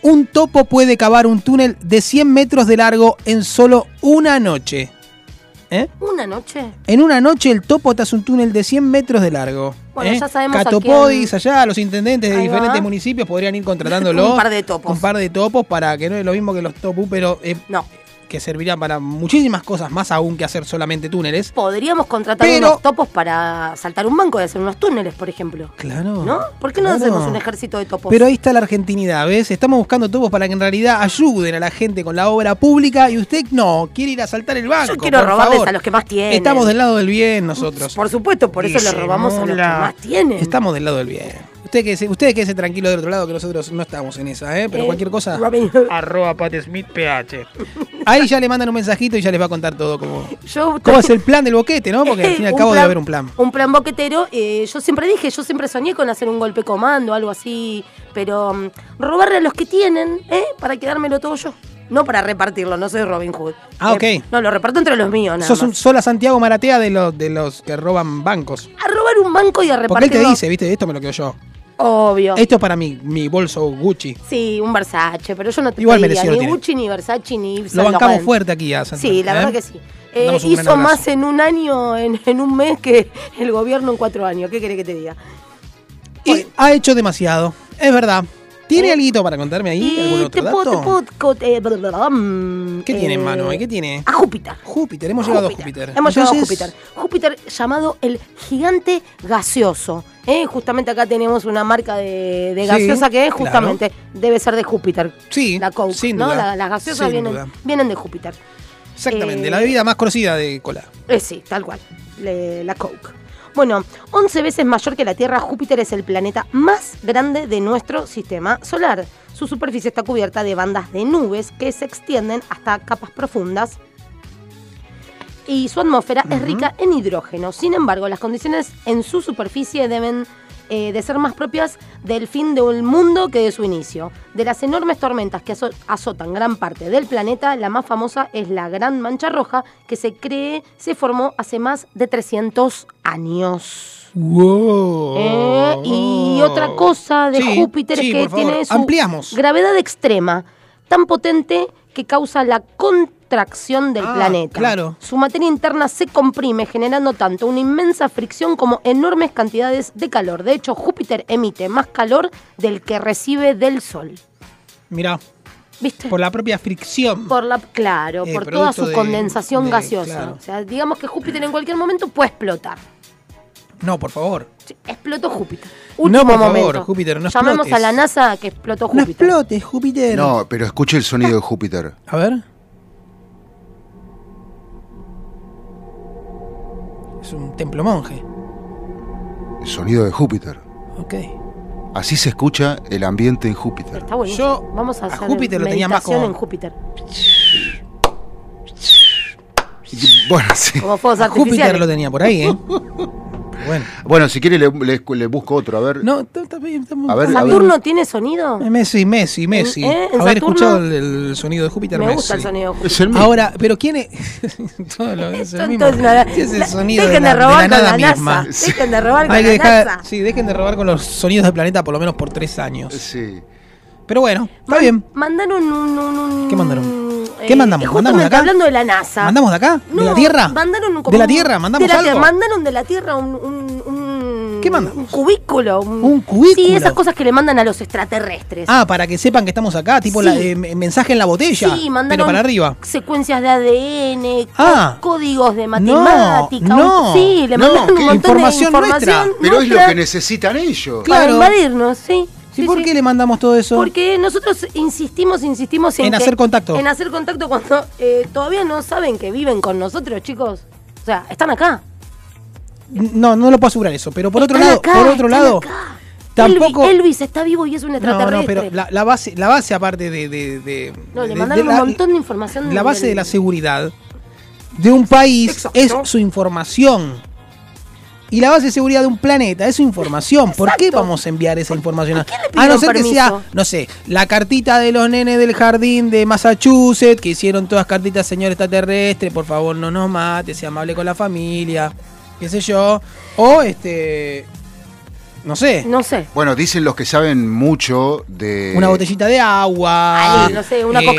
Speaker 3: Un topo puede cavar un túnel de 100 metros de largo en solo una noche. ¿Eh?
Speaker 4: Una noche.
Speaker 3: En una noche el topo te hace un túnel de 100 metros de largo.
Speaker 4: Bueno,
Speaker 3: ¿eh?
Speaker 4: ya sabemos a
Speaker 3: Catopodis, allá, los intendentes de
Speaker 4: Ahí va.
Speaker 3: diferentes municipios podrían ir contratándolo.
Speaker 4: Un par de topos.
Speaker 3: Un par de topos para que no es lo mismo que los topú, pero eh,
Speaker 4: No.
Speaker 3: que servirán para muchísimas cosas más aún que hacer solamente túneles.
Speaker 4: Podríamos contratar
Speaker 3: Pero-
Speaker 4: unos topos para saltar un banco y hacer unos túneles, por ejemplo.
Speaker 3: Claro.
Speaker 4: ¿No? ¿Por qué no
Speaker 3: Claro.
Speaker 4: hacemos un ejército de topos?
Speaker 3: Pero ahí está la argentinidad, ¿ves? Estamos buscando topos para que en realidad ayuden a la gente con la obra pública y usted no, quiere ir a saltar el banco.
Speaker 4: Yo quiero
Speaker 3: por
Speaker 4: robarles
Speaker 3: favor.
Speaker 4: a los que más tienen.
Speaker 3: Estamos del lado del bien nosotros.
Speaker 4: Por supuesto, por eso
Speaker 3: Dice,
Speaker 4: le robamos a los que
Speaker 3: "Mola".
Speaker 4: más tienen.
Speaker 3: Estamos del lado del bien. Usted quédese, usted quédese tranquilo del otro lado que nosotros no estamos en esa, ¿eh? Pero
Speaker 4: Eh,
Speaker 3: cualquier cosa.
Speaker 4: Robin Hood.
Speaker 2: Arroba Pat Smith PH.
Speaker 3: Ahí ya le mandan un mensajito y ya les va a contar todo cómo,
Speaker 4: Yo-
Speaker 3: cómo es el plan del boquete, ¿no? Porque al fin y al
Speaker 4: Un
Speaker 3: cabo debe haber un plan.
Speaker 4: Un plan boquetero. eh, yo siempre dije, yo siempre soñé con hacer un golpe comando, algo así. Pero mm, robarle a los que tienen, ¿eh? Para quedármelo todo yo. No para repartirlo, no soy Robin Hood.
Speaker 3: Ah,
Speaker 4: Eh,
Speaker 3: ok.
Speaker 4: no, lo reparto entre los míos, nada
Speaker 3: Sos un
Speaker 4: más.
Speaker 3: sola Santiago Maratea de los, de los que roban bancos.
Speaker 4: A robar un banco y
Speaker 3: Porque
Speaker 4: a
Speaker 3: él
Speaker 4: repartirlo.
Speaker 3: te dice, este viste, esto me lo quedo yo.
Speaker 4: Obvio.
Speaker 3: Esto es para mi, mi bolso Gucci.
Speaker 4: Sí, un Versace, pero yo no te
Speaker 3: Igual
Speaker 4: pedía
Speaker 3: mereció, lo
Speaker 4: ni
Speaker 3: tiene.
Speaker 4: Gucci, ni Versace, ni Yves
Speaker 3: Lo
Speaker 4: Saint
Speaker 3: bancamos
Speaker 4: Laurent.
Speaker 3: fuerte aquí a Santana.
Speaker 4: Sí, la
Speaker 3: ¿eh?
Speaker 4: verdad que sí. Eh,
Speaker 3: Mandamos un gran
Speaker 4: hizo
Speaker 3: abrazo.
Speaker 4: más en un año, en, en un mes, que el gobierno en cuatro años. ¿Qué querés que te diga?
Speaker 3: Y ha hecho demasiado. Es verdad. ¿Tiene alguito para contarme ahí? ¿Algún
Speaker 4: ¿Eh? Y te
Speaker 3: otro
Speaker 4: puedo, te
Speaker 3: dato?
Speaker 4: puedo co- eh, bla, bla, bla, mm,
Speaker 3: ¿Qué tiene en
Speaker 4: eh,
Speaker 3: mano? ahí? ¿Qué tiene?
Speaker 4: A Júpiter.
Speaker 3: Júpiter, hemos llegado a Júpiter.
Speaker 4: Hemos llegado a
Speaker 3: Entonces,
Speaker 4: Júpiter. Júpiter llamado el gigante gaseoso. ¿eh? Justamente acá tenemos una marca de, de
Speaker 3: Sí,
Speaker 4: gaseosa que es
Speaker 3: claro.
Speaker 4: justamente debe ser de Júpiter.
Speaker 3: Sí,
Speaker 4: la Coke,
Speaker 3: sin
Speaker 4: ¿no?
Speaker 3: duda,
Speaker 4: La- las gaseosas
Speaker 3: sin
Speaker 4: vienen,
Speaker 3: duda.
Speaker 4: vienen de Júpiter.
Speaker 3: Exactamente,
Speaker 4: eh,
Speaker 3: la bebida más conocida de cola.
Speaker 4: Eh, sí, tal cual. Le- la Coke. Bueno, 11 veces mayor que la Tierra, Júpiter es el planeta más grande de nuestro sistema solar. Su superficie está cubierta de bandas de nubes que se extienden hasta capas profundas y su atmósfera es rica en hidrógeno. Sin embargo, las condiciones en su superficie deben eh, de ser más propias del fin del mundo que de su inicio. De las enormes tormentas que azo- azotan gran parte del planeta, la más famosa es la Gran Mancha Roja, que se cree se formó hace más de 300 años.
Speaker 3: ¡Wow!
Speaker 4: Eh, y otra cosa de
Speaker 3: Sí,
Speaker 4: Júpiter
Speaker 3: sí,
Speaker 4: es que
Speaker 3: por favor,
Speaker 4: tiene su
Speaker 3: Ampliamos.
Speaker 4: gravedad extrema, tan potente que causa la contracción del
Speaker 3: Ah,
Speaker 4: planeta.
Speaker 3: claro.
Speaker 4: Su materia interna se comprime, generando tanto una inmensa fricción como enormes cantidades de calor. De hecho, Júpiter emite más calor del que recibe del Sol.
Speaker 3: Mirá,
Speaker 4: ¿Viste?
Speaker 3: por la propia fricción.
Speaker 4: Por la, claro,
Speaker 3: Eh,
Speaker 4: por toda
Speaker 3: producto
Speaker 4: su
Speaker 3: de-
Speaker 4: condensación
Speaker 3: de-
Speaker 4: gaseosa.
Speaker 3: claro.
Speaker 4: O sea, digamos que Júpiter en cualquier momento puede explotar.
Speaker 3: No, por favor.
Speaker 4: Sí, Explotó Júpiter. Último
Speaker 3: por favor,
Speaker 4: momento.
Speaker 3: Júpiter, no
Speaker 4: Llamemos
Speaker 3: explotes.
Speaker 4: a la NASA que explotó
Speaker 3: No
Speaker 4: Júpiter.
Speaker 3: explotes, Júpiter.
Speaker 7: No, pero escuche el sonido de Júpiter.
Speaker 3: A ver. Es un templo monje.
Speaker 7: El sonido de Júpiter.
Speaker 3: Ok.
Speaker 7: Así se escucha el ambiente en Júpiter.
Speaker 4: Está buenísimo.
Speaker 3: Yo
Speaker 4: Vamos
Speaker 3: a
Speaker 4: a hacer
Speaker 3: Júpiter lo tenía más
Speaker 4: meditación
Speaker 3: como-
Speaker 4: en Júpiter.
Speaker 7: Y- Bueno, sí.
Speaker 4: Como fuegos
Speaker 3: Júpiter
Speaker 4: artificiales.
Speaker 3: lo tenía por ahí, ¿eh? Pero bueno.
Speaker 7: Bueno, si quiere le, le- le busco otro, a ver.
Speaker 3: No, está- está bien, está muy-
Speaker 7: A ver, a ver.
Speaker 4: ¿Saturno tiene sonido?
Speaker 3: Eh, Messi, Messi, Messi.
Speaker 4: ¿Eh? ¿En
Speaker 3: Haber
Speaker 4: Saturno?
Speaker 3: escuchado el, el sonido de Júpiter,
Speaker 4: Me
Speaker 3: Messi.
Speaker 4: gusta el sonido de Júpiter.
Speaker 7: Es el mismo.
Speaker 3: Ahora, pero ¿quién es? Todo lo es el mismo.
Speaker 4: Tontos, la-
Speaker 3: ¿Qué es el
Speaker 4: la-
Speaker 3: sonido de
Speaker 4: dejen de
Speaker 3: la, de
Speaker 4: robar
Speaker 3: la
Speaker 4: con
Speaker 3: nada
Speaker 4: la
Speaker 3: misma?
Speaker 4: NASA, dejen de robar con
Speaker 3: Hay que
Speaker 4: la
Speaker 3: dejar-
Speaker 4: NASA.
Speaker 3: Sí, dejen de robar con los sonidos del planeta por lo menos por tres años.
Speaker 7: Sí.
Speaker 3: Pero bueno, está bien.
Speaker 4: Mandaron un... un- un-
Speaker 3: ¿Qué mandaron?
Speaker 4: eh,
Speaker 3: ¿Qué mandamos?
Speaker 4: justamente
Speaker 3: ¿Mandamos de acá?
Speaker 4: hablando de la NASA.
Speaker 3: ¿Mandamos de acá? ¿De
Speaker 4: No,
Speaker 3: la Tierra?
Speaker 4: Mandaron como
Speaker 3: ¿De la
Speaker 4: un-
Speaker 3: Tierra? ¿Mandamos
Speaker 4: de la
Speaker 3: algo?
Speaker 4: Tierra- mandaron de la Tierra un... un- un-
Speaker 3: ¿Qué mandamos?
Speaker 4: Un cubículo. Un,
Speaker 3: ¿Un cubículo?
Speaker 4: Sí, esas cosas que le mandan a los extraterrestres.
Speaker 3: Ah, para que sepan que estamos acá, tipo
Speaker 4: Sí.
Speaker 3: la- eh, me- mensaje en la botella.
Speaker 4: Sí, mandaron
Speaker 3: pero para arriba.
Speaker 4: secuencias de ADN, co-
Speaker 3: Ah.
Speaker 4: códigos de matemática.
Speaker 3: no,
Speaker 4: un- sí, le
Speaker 7: no,
Speaker 4: mandaron
Speaker 7: ¿qué?
Speaker 4: un montón
Speaker 3: Información
Speaker 4: de
Speaker 3: nuestra.
Speaker 4: información.
Speaker 7: Pero es lo
Speaker 4: nuestra
Speaker 7: que necesitan ellos.
Speaker 3: Claro.
Speaker 4: Para invadirnos, sí.
Speaker 3: ¿Y
Speaker 4: sí,
Speaker 3: por
Speaker 4: sí.
Speaker 3: qué le mandamos todo eso?
Speaker 4: Porque nosotros insistimos, insistimos en,
Speaker 3: En
Speaker 4: que-
Speaker 3: hacer contacto.
Speaker 4: En hacer contacto cuando eh, todavía no saben que viven con nosotros, chicos. O sea, están acá.
Speaker 3: No, no lo puedo asegurar eso. Pero por otro
Speaker 4: Están
Speaker 3: lado,
Speaker 4: acá,
Speaker 3: por otro
Speaker 4: están
Speaker 3: lado,
Speaker 4: acá.
Speaker 3: tampoco.
Speaker 4: Elvis, Elvis está vivo y es un
Speaker 3: no, no,
Speaker 4: extraterrestre.
Speaker 3: pero la, la base, la base aparte de, de- de-
Speaker 4: No, le
Speaker 3: de-
Speaker 4: mandaron
Speaker 3: de
Speaker 4: un
Speaker 3: la-
Speaker 4: montón de información.
Speaker 3: La base
Speaker 4: del-
Speaker 3: de la seguridad de un país
Speaker 4: Exacto.
Speaker 3: es su información. Y la base de seguridad de un planeta es su información. ¿Por qué
Speaker 4: Exacto.
Speaker 3: vamos a enviar esa información?
Speaker 4: por qué le
Speaker 3: a no
Speaker 4: pidieron
Speaker 3: ser que
Speaker 4: permiso?
Speaker 3: sea, no sé, la cartita de los nenes del jardín de Massachusetts, que hicieron todas cartitas, señor extraterrestre, por favor no nos mate, sea amable con la familia, qué sé yo. O este, no sé,
Speaker 4: No sé.
Speaker 7: Bueno, dicen los que saben mucho de.
Speaker 3: una botellita de agua. eh,
Speaker 4: Ay, no sé, una Coca-Cola,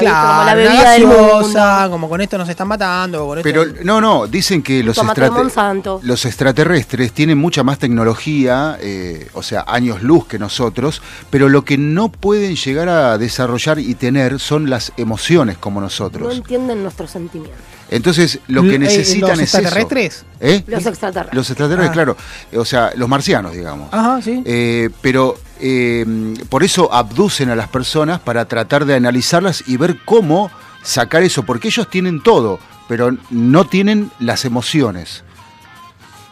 Speaker 4: ¿viste? Como la
Speaker 3: una
Speaker 4: bebida del
Speaker 3: gaseosa, Como con esto nos están matando. con esto-
Speaker 7: Pero no, no, dicen que los,
Speaker 4: Tomate
Speaker 7: extrate-
Speaker 4: Monsanto.
Speaker 7: los extraterrestres tienen mucha más tecnología, eh, o sea, años luz que nosotros, pero lo que no pueden llegar a desarrollar y tener son las emociones como
Speaker 4: No
Speaker 7: nosotros.
Speaker 4: entienden nuestros sentimientos.
Speaker 7: Entonces, lo
Speaker 3: L- eh,
Speaker 7: que necesitan
Speaker 3: ¿los
Speaker 7: es eso.
Speaker 3: extraterrestres?
Speaker 7: ¿Eh?
Speaker 4: Los extraterrestres.
Speaker 7: Los extraterrestres,
Speaker 3: Ah.
Speaker 7: claro. Eh, O sea, los marcianos, digamos.
Speaker 3: Ajá, sí.
Speaker 7: Eh, pero eh, por eso abducen a las personas para tratar de analizarlas y ver cómo sacar eso, porque ellos tienen todo, pero no tienen las emociones.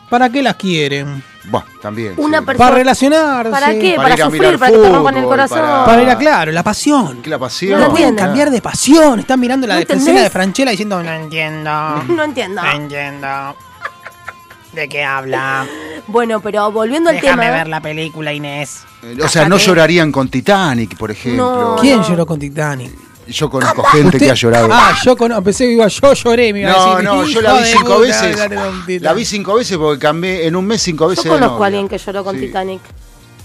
Speaker 3: ¿Para qué las quieren?
Speaker 7: Bueno, también.
Speaker 4: Una
Speaker 7: sí.
Speaker 4: persona-
Speaker 3: Para relacionarse.
Speaker 4: ¿Para qué?
Speaker 7: Para
Speaker 4: Para,
Speaker 7: ir a mirar
Speaker 4: sufrir, para que te rompan el
Speaker 7: fútbol,
Speaker 4: corazón.
Speaker 7: para-
Speaker 3: Para ir a claro, la pasión.
Speaker 7: La pasión.
Speaker 4: No
Speaker 3: No
Speaker 4: la
Speaker 3: pueden
Speaker 4: entienden.
Speaker 3: cambiar de pasión. Están mirando la
Speaker 4: ¿No
Speaker 3: escena
Speaker 4: entendés?
Speaker 3: de Franchella diciendo, no entiendo.
Speaker 4: No entiendo.
Speaker 3: No entiendo. ¿De qué habla?
Speaker 4: Bueno, pero volviendo al
Speaker 3: Déjame
Speaker 4: tema.
Speaker 3: ver la película, Inés.
Speaker 7: Eh, O sea, no llorarían con Titanic, por ejemplo.
Speaker 4: No,
Speaker 3: ¿Quién lloró con Titanic?
Speaker 7: Yo conozco gente que ha llorado.
Speaker 3: Ah, yo conozco. Pensé que iba, yo lloré. Me iba a
Speaker 7: no, no, yo
Speaker 3: decir, "Hijo
Speaker 7: la vi
Speaker 3: de
Speaker 7: cinco
Speaker 3: puta,
Speaker 7: veces.
Speaker 3: lloré con Titanic".
Speaker 7: La vi cinco veces porque cambié en un mes cinco veces.
Speaker 4: Yo
Speaker 7: de
Speaker 4: conozco
Speaker 7: novia.
Speaker 4: a alguien que lloró con
Speaker 7: Sí.
Speaker 4: Titanic.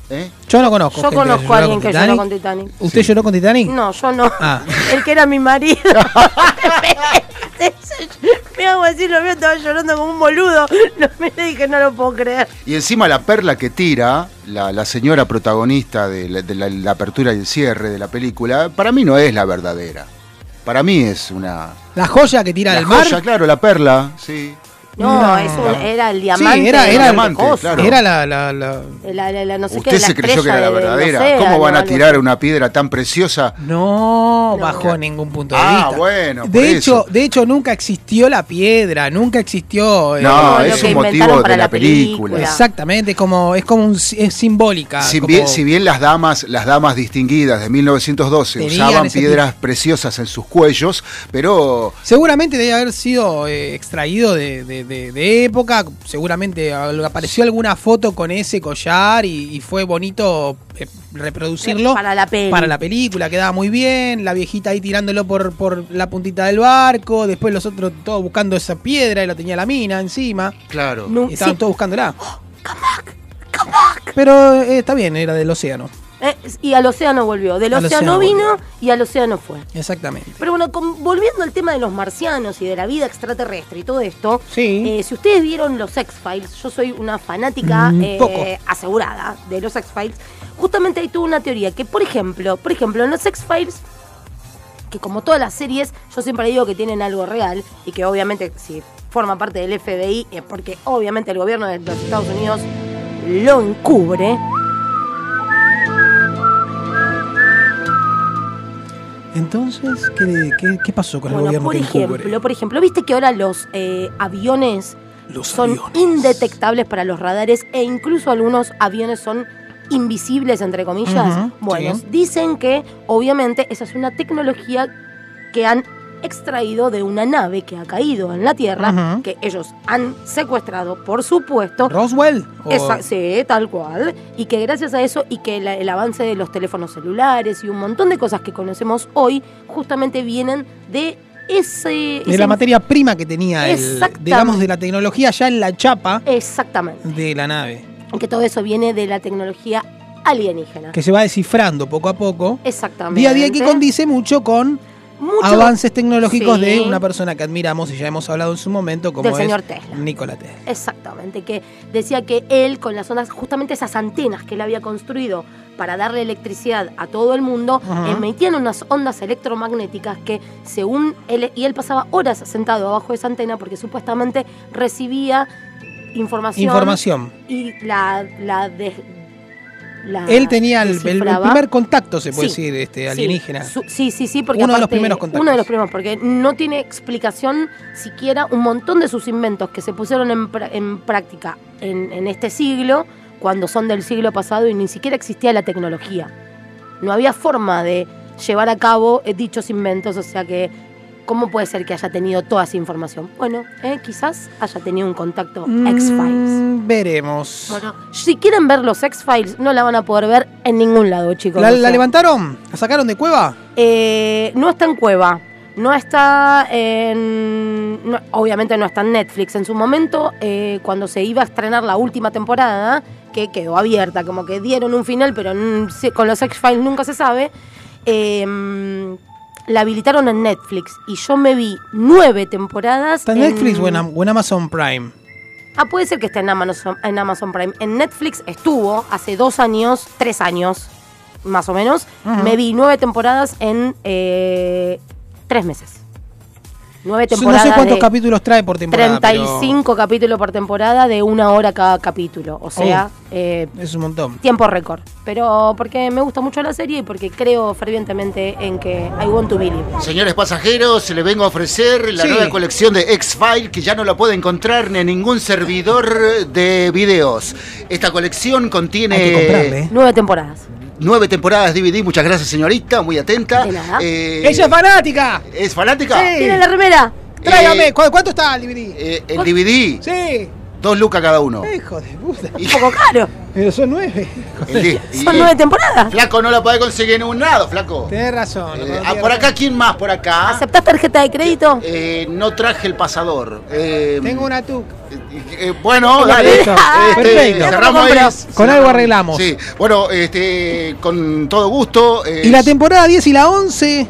Speaker 7: ¿Eh?
Speaker 3: Yo no conozco.
Speaker 4: Yo
Speaker 3: gente que
Speaker 4: conozco
Speaker 3: lloró
Speaker 4: a alguien que lloró con
Speaker 3: Titanic.
Speaker 4: Titanic.
Speaker 3: ¿Usted lloró con Titanic?
Speaker 7: Ah.
Speaker 4: No, yo no.
Speaker 3: Ah.
Speaker 4: El que era mi marido. me hago así, lo veo, estaba llorando como un boludo. No me dije, no lo puedo creer.
Speaker 7: Y encima la perla que tira, la, la señora protagonista de, la, de la- la apertura y el cierre de la película, para mí no es la verdadera. Para mí es una...
Speaker 3: La joya que tira
Speaker 7: la
Speaker 3: al mar.
Speaker 7: joya, claro, la perla, sí.
Speaker 4: No,
Speaker 3: No.
Speaker 4: es un- era el diamante.
Speaker 3: Sí, era-
Speaker 4: de
Speaker 3: era
Speaker 4: no sé
Speaker 7: el
Speaker 4: qué cosa.
Speaker 7: claro.
Speaker 3: Era la, la, la-
Speaker 4: La, la- la no sé qué,
Speaker 7: Usted
Speaker 4: la
Speaker 7: se creyó que
Speaker 4: estrella
Speaker 7: era la
Speaker 4: del
Speaker 7: verdadera.
Speaker 4: océano,
Speaker 7: ¿Cómo van a
Speaker 4: algo
Speaker 7: tirar
Speaker 4: así.
Speaker 7: una piedra tan preciosa?
Speaker 3: No,
Speaker 4: No.
Speaker 3: bajo ningún punto de
Speaker 7: Ah,
Speaker 3: vista.
Speaker 7: bueno, por
Speaker 3: De hecho,
Speaker 7: eso.
Speaker 3: de hecho, nunca existió la piedra, nunca existió. eh,
Speaker 7: No,
Speaker 4: No,
Speaker 7: es
Speaker 4: lo
Speaker 7: un
Speaker 4: que
Speaker 7: motivo
Speaker 4: inventaron
Speaker 7: de
Speaker 4: para
Speaker 7: la
Speaker 4: la
Speaker 7: película.
Speaker 4: película.
Speaker 3: Exactamente, es como, es como un, si- es simbólica.
Speaker 7: Si
Speaker 3: como-
Speaker 7: bien, si bien las damas, las damas distinguidas de 1912
Speaker 3: Tenían
Speaker 7: usaban
Speaker 3: ese
Speaker 7: piedras preciosas en sus cuellos, pero
Speaker 3: Seguramente debe haber sido eh, extraído de, de- de- de época. Seguramente al- apareció alguna foto con ese collar y, y fue bonito eh, reproducirlo.
Speaker 4: Para la peli.
Speaker 3: Para la película, quedaba muy bien. La viejita ahí tirándolo por, por la puntita del barco. Después los otros todos buscando esa piedra y la tenía la mina encima.
Speaker 7: claro.
Speaker 4: No,
Speaker 3: Estaban
Speaker 4: sí.
Speaker 3: todos buscándola. Pero eh, está bien, era del océano.
Speaker 4: Eh, y al océano volvió. Del
Speaker 3: Al
Speaker 4: océano,
Speaker 3: océano
Speaker 4: vino
Speaker 3: volvió.
Speaker 4: y al océano fue.
Speaker 3: Exactamente.
Speaker 4: Pero bueno, con- volviendo al tema de los marcianos y de la vida extraterrestre y todo esto,
Speaker 3: Sí.
Speaker 4: eh, si ustedes vieron los X-Files, yo soy una fanática
Speaker 3: Mm,
Speaker 4: eh,
Speaker 3: poco.
Speaker 4: asegurada de los X-Files, justamente ahí tuve una teoría que, por ejemplo, por ejemplo, en los X-Files, que como todas las series, yo siempre digo que tienen algo real y que obviamente si forma parte del FBI, eh, porque obviamente el gobierno de los Estados Unidos lo encubre,
Speaker 3: Entonces, ¿qué, qué, qué pasó con el
Speaker 4: Bueno,
Speaker 3: gobierno
Speaker 4: por
Speaker 3: que encubre?
Speaker 4: ejemplo, por ejemplo, viste que ahora los eh, aviones
Speaker 3: Los
Speaker 4: son
Speaker 3: aviones.
Speaker 4: indetectables para los radares e incluso algunos aviones son invisibles, entre comillas.
Speaker 3: Ujú,
Speaker 4: bueno,
Speaker 3: sí.
Speaker 4: dicen que obviamente esa es una tecnología que han extraído de una nave que ha caído en la Tierra,
Speaker 3: Ujú.
Speaker 4: que ellos han secuestrado, por supuesto.
Speaker 3: ¿Roswell? ¿O-
Speaker 4: Esa- sí, tal cual. Y que gracias a eso y que la- el avance de los teléfonos celulares y un montón de cosas que conocemos hoy justamente vienen de ese...
Speaker 3: de
Speaker 4: ese-
Speaker 3: la materia prima que tenía el,
Speaker 4: Exactamente.
Speaker 3: digamos de la tecnología ya en la chapa
Speaker 4: Exactamente.
Speaker 3: de la nave
Speaker 4: Que todo eso viene de la tecnología alienígena.
Speaker 3: que se va descifrando poco a poco
Speaker 4: Exactamente.
Speaker 3: día a día que condice mucho con
Speaker 4: Mucho
Speaker 3: avances tecnológicos de
Speaker 4: Sí.
Speaker 3: una persona que admiramos y ya hemos hablado en su momento como
Speaker 4: Del
Speaker 3: es
Speaker 4: señor Tesla.
Speaker 3: Nikola Tesla
Speaker 4: Exactamente, que decía que él con las ondas, justamente esas antenas que él había construido para darle electricidad a todo el mundo,
Speaker 3: Ajá.
Speaker 4: emitían unas ondas electromagnéticas que según él, y él pasaba horas sentado abajo de esa antena porque supuestamente recibía información,
Speaker 3: información
Speaker 4: y la... la, des- la
Speaker 3: él tenía el, el- el
Speaker 4: Ah, descifraba.
Speaker 3: primer contacto se puede
Speaker 4: Sí,
Speaker 3: decir este
Speaker 4: Sí,
Speaker 3: alienígena
Speaker 4: su- Sí, sí, sí, porque
Speaker 3: Uno de los
Speaker 4: aparte-
Speaker 3: primeros contactos.
Speaker 4: Uno de los primeros, porque no tiene explicación siquiera un montón de sus inventos que se pusieron en, pra- en práctica en, en este siglo, cuando son del siglo pasado y ni siquiera existía la tecnología. No había forma de llevar a cabo eh, dichos inventos, o sea que, ¿cómo puede ser que haya tenido toda esa información? Bueno, eh, quizás haya tenido un contacto
Speaker 3: Mm,
Speaker 4: X-Files.
Speaker 3: veremos
Speaker 4: Bueno, si quieren ver los X-Files, no la van a poder ver en ningún lado, chicos.
Speaker 3: ¿La,
Speaker 4: o
Speaker 3: la
Speaker 4: sea.
Speaker 3: levantaron la sacaron de cueva
Speaker 4: Eh, no está en Cueva, no está en... no- obviamente no está en Netflix. En su momento, eh, cuando se iba a estrenar la última temporada, que quedó abierta, como que dieron un final, pero mm, sí, con los X-Files nunca se sabe, eh, mm, la habilitaron en Netflix. Y yo me vi nueve temporadas...
Speaker 3: está en Netflix o en, Am- o en Amazon Prime
Speaker 4: Ah, puede ser que esté en Amazon, en Amazon Prime. En Netflix estuvo hace dos años, tres años, más o menos. Me vi nueve temporadas en eh, tres meses. Nueve
Speaker 3: no
Speaker 4: temporadas.
Speaker 3: sé cuántos
Speaker 4: de
Speaker 3: capítulos trae por temporada pero
Speaker 4: 35 capítulos por temporada de una hora cada capítulo. O sea,
Speaker 3: Oh.
Speaker 4: eh,
Speaker 3: es un montón
Speaker 4: tiempo récord. Pero porque me gusta mucho la serie y porque creo fervientemente en que I want to believe.
Speaker 7: Señores pasajeros, le vengo a ofrecer la
Speaker 3: Sí.
Speaker 7: nueva colección de X-File que ya no la puede encontrar ni en ningún servidor de videos. Esta colección contiene
Speaker 3: Hay que comprarle, ¿eh?
Speaker 4: Nueve temporadas.
Speaker 7: nueve temporadas DVD. Muchas gracias, señorita, muy atenta.
Speaker 4: De nada.
Speaker 7: Eh,
Speaker 3: ¡Ella es fanática!
Speaker 7: ¿Es fanática?
Speaker 3: Sí.
Speaker 4: ¿Tiene la remera?
Speaker 3: Tráigame,
Speaker 7: Eh,
Speaker 3: ¿cu- ¿cuánto está el DVD?
Speaker 7: Eh, el DVD,
Speaker 3: Sí,
Speaker 7: dos lucas cada uno.
Speaker 3: hijo de puta.
Speaker 7: Y-
Speaker 4: Un poco caro.
Speaker 3: Pero son nueve.
Speaker 7: el di- y-
Speaker 4: Son nueve temporadas.
Speaker 7: Flaco, no la podés conseguir en un lado, flaco.
Speaker 3: Tenés razón.
Speaker 7: Eh,
Speaker 3: no,
Speaker 7: ah, por acá, ¿quién más? Por acá.
Speaker 4: ¿Aceptás tarjeta de crédito?
Speaker 7: Eh, no traje el pasador. Eh,
Speaker 3: Tengo una tuc.
Speaker 7: Eh, eh, bueno,
Speaker 4: La
Speaker 7: dale.
Speaker 4: derecha.
Speaker 7: Este,
Speaker 3: Perfecto.
Speaker 7: Cerramos ahí.
Speaker 4: Con
Speaker 7: Cerramos.
Speaker 3: algo arreglamos.
Speaker 7: Sí. Bueno, este, con todo gusto. eh,
Speaker 3: Y la temporada 10 y la 11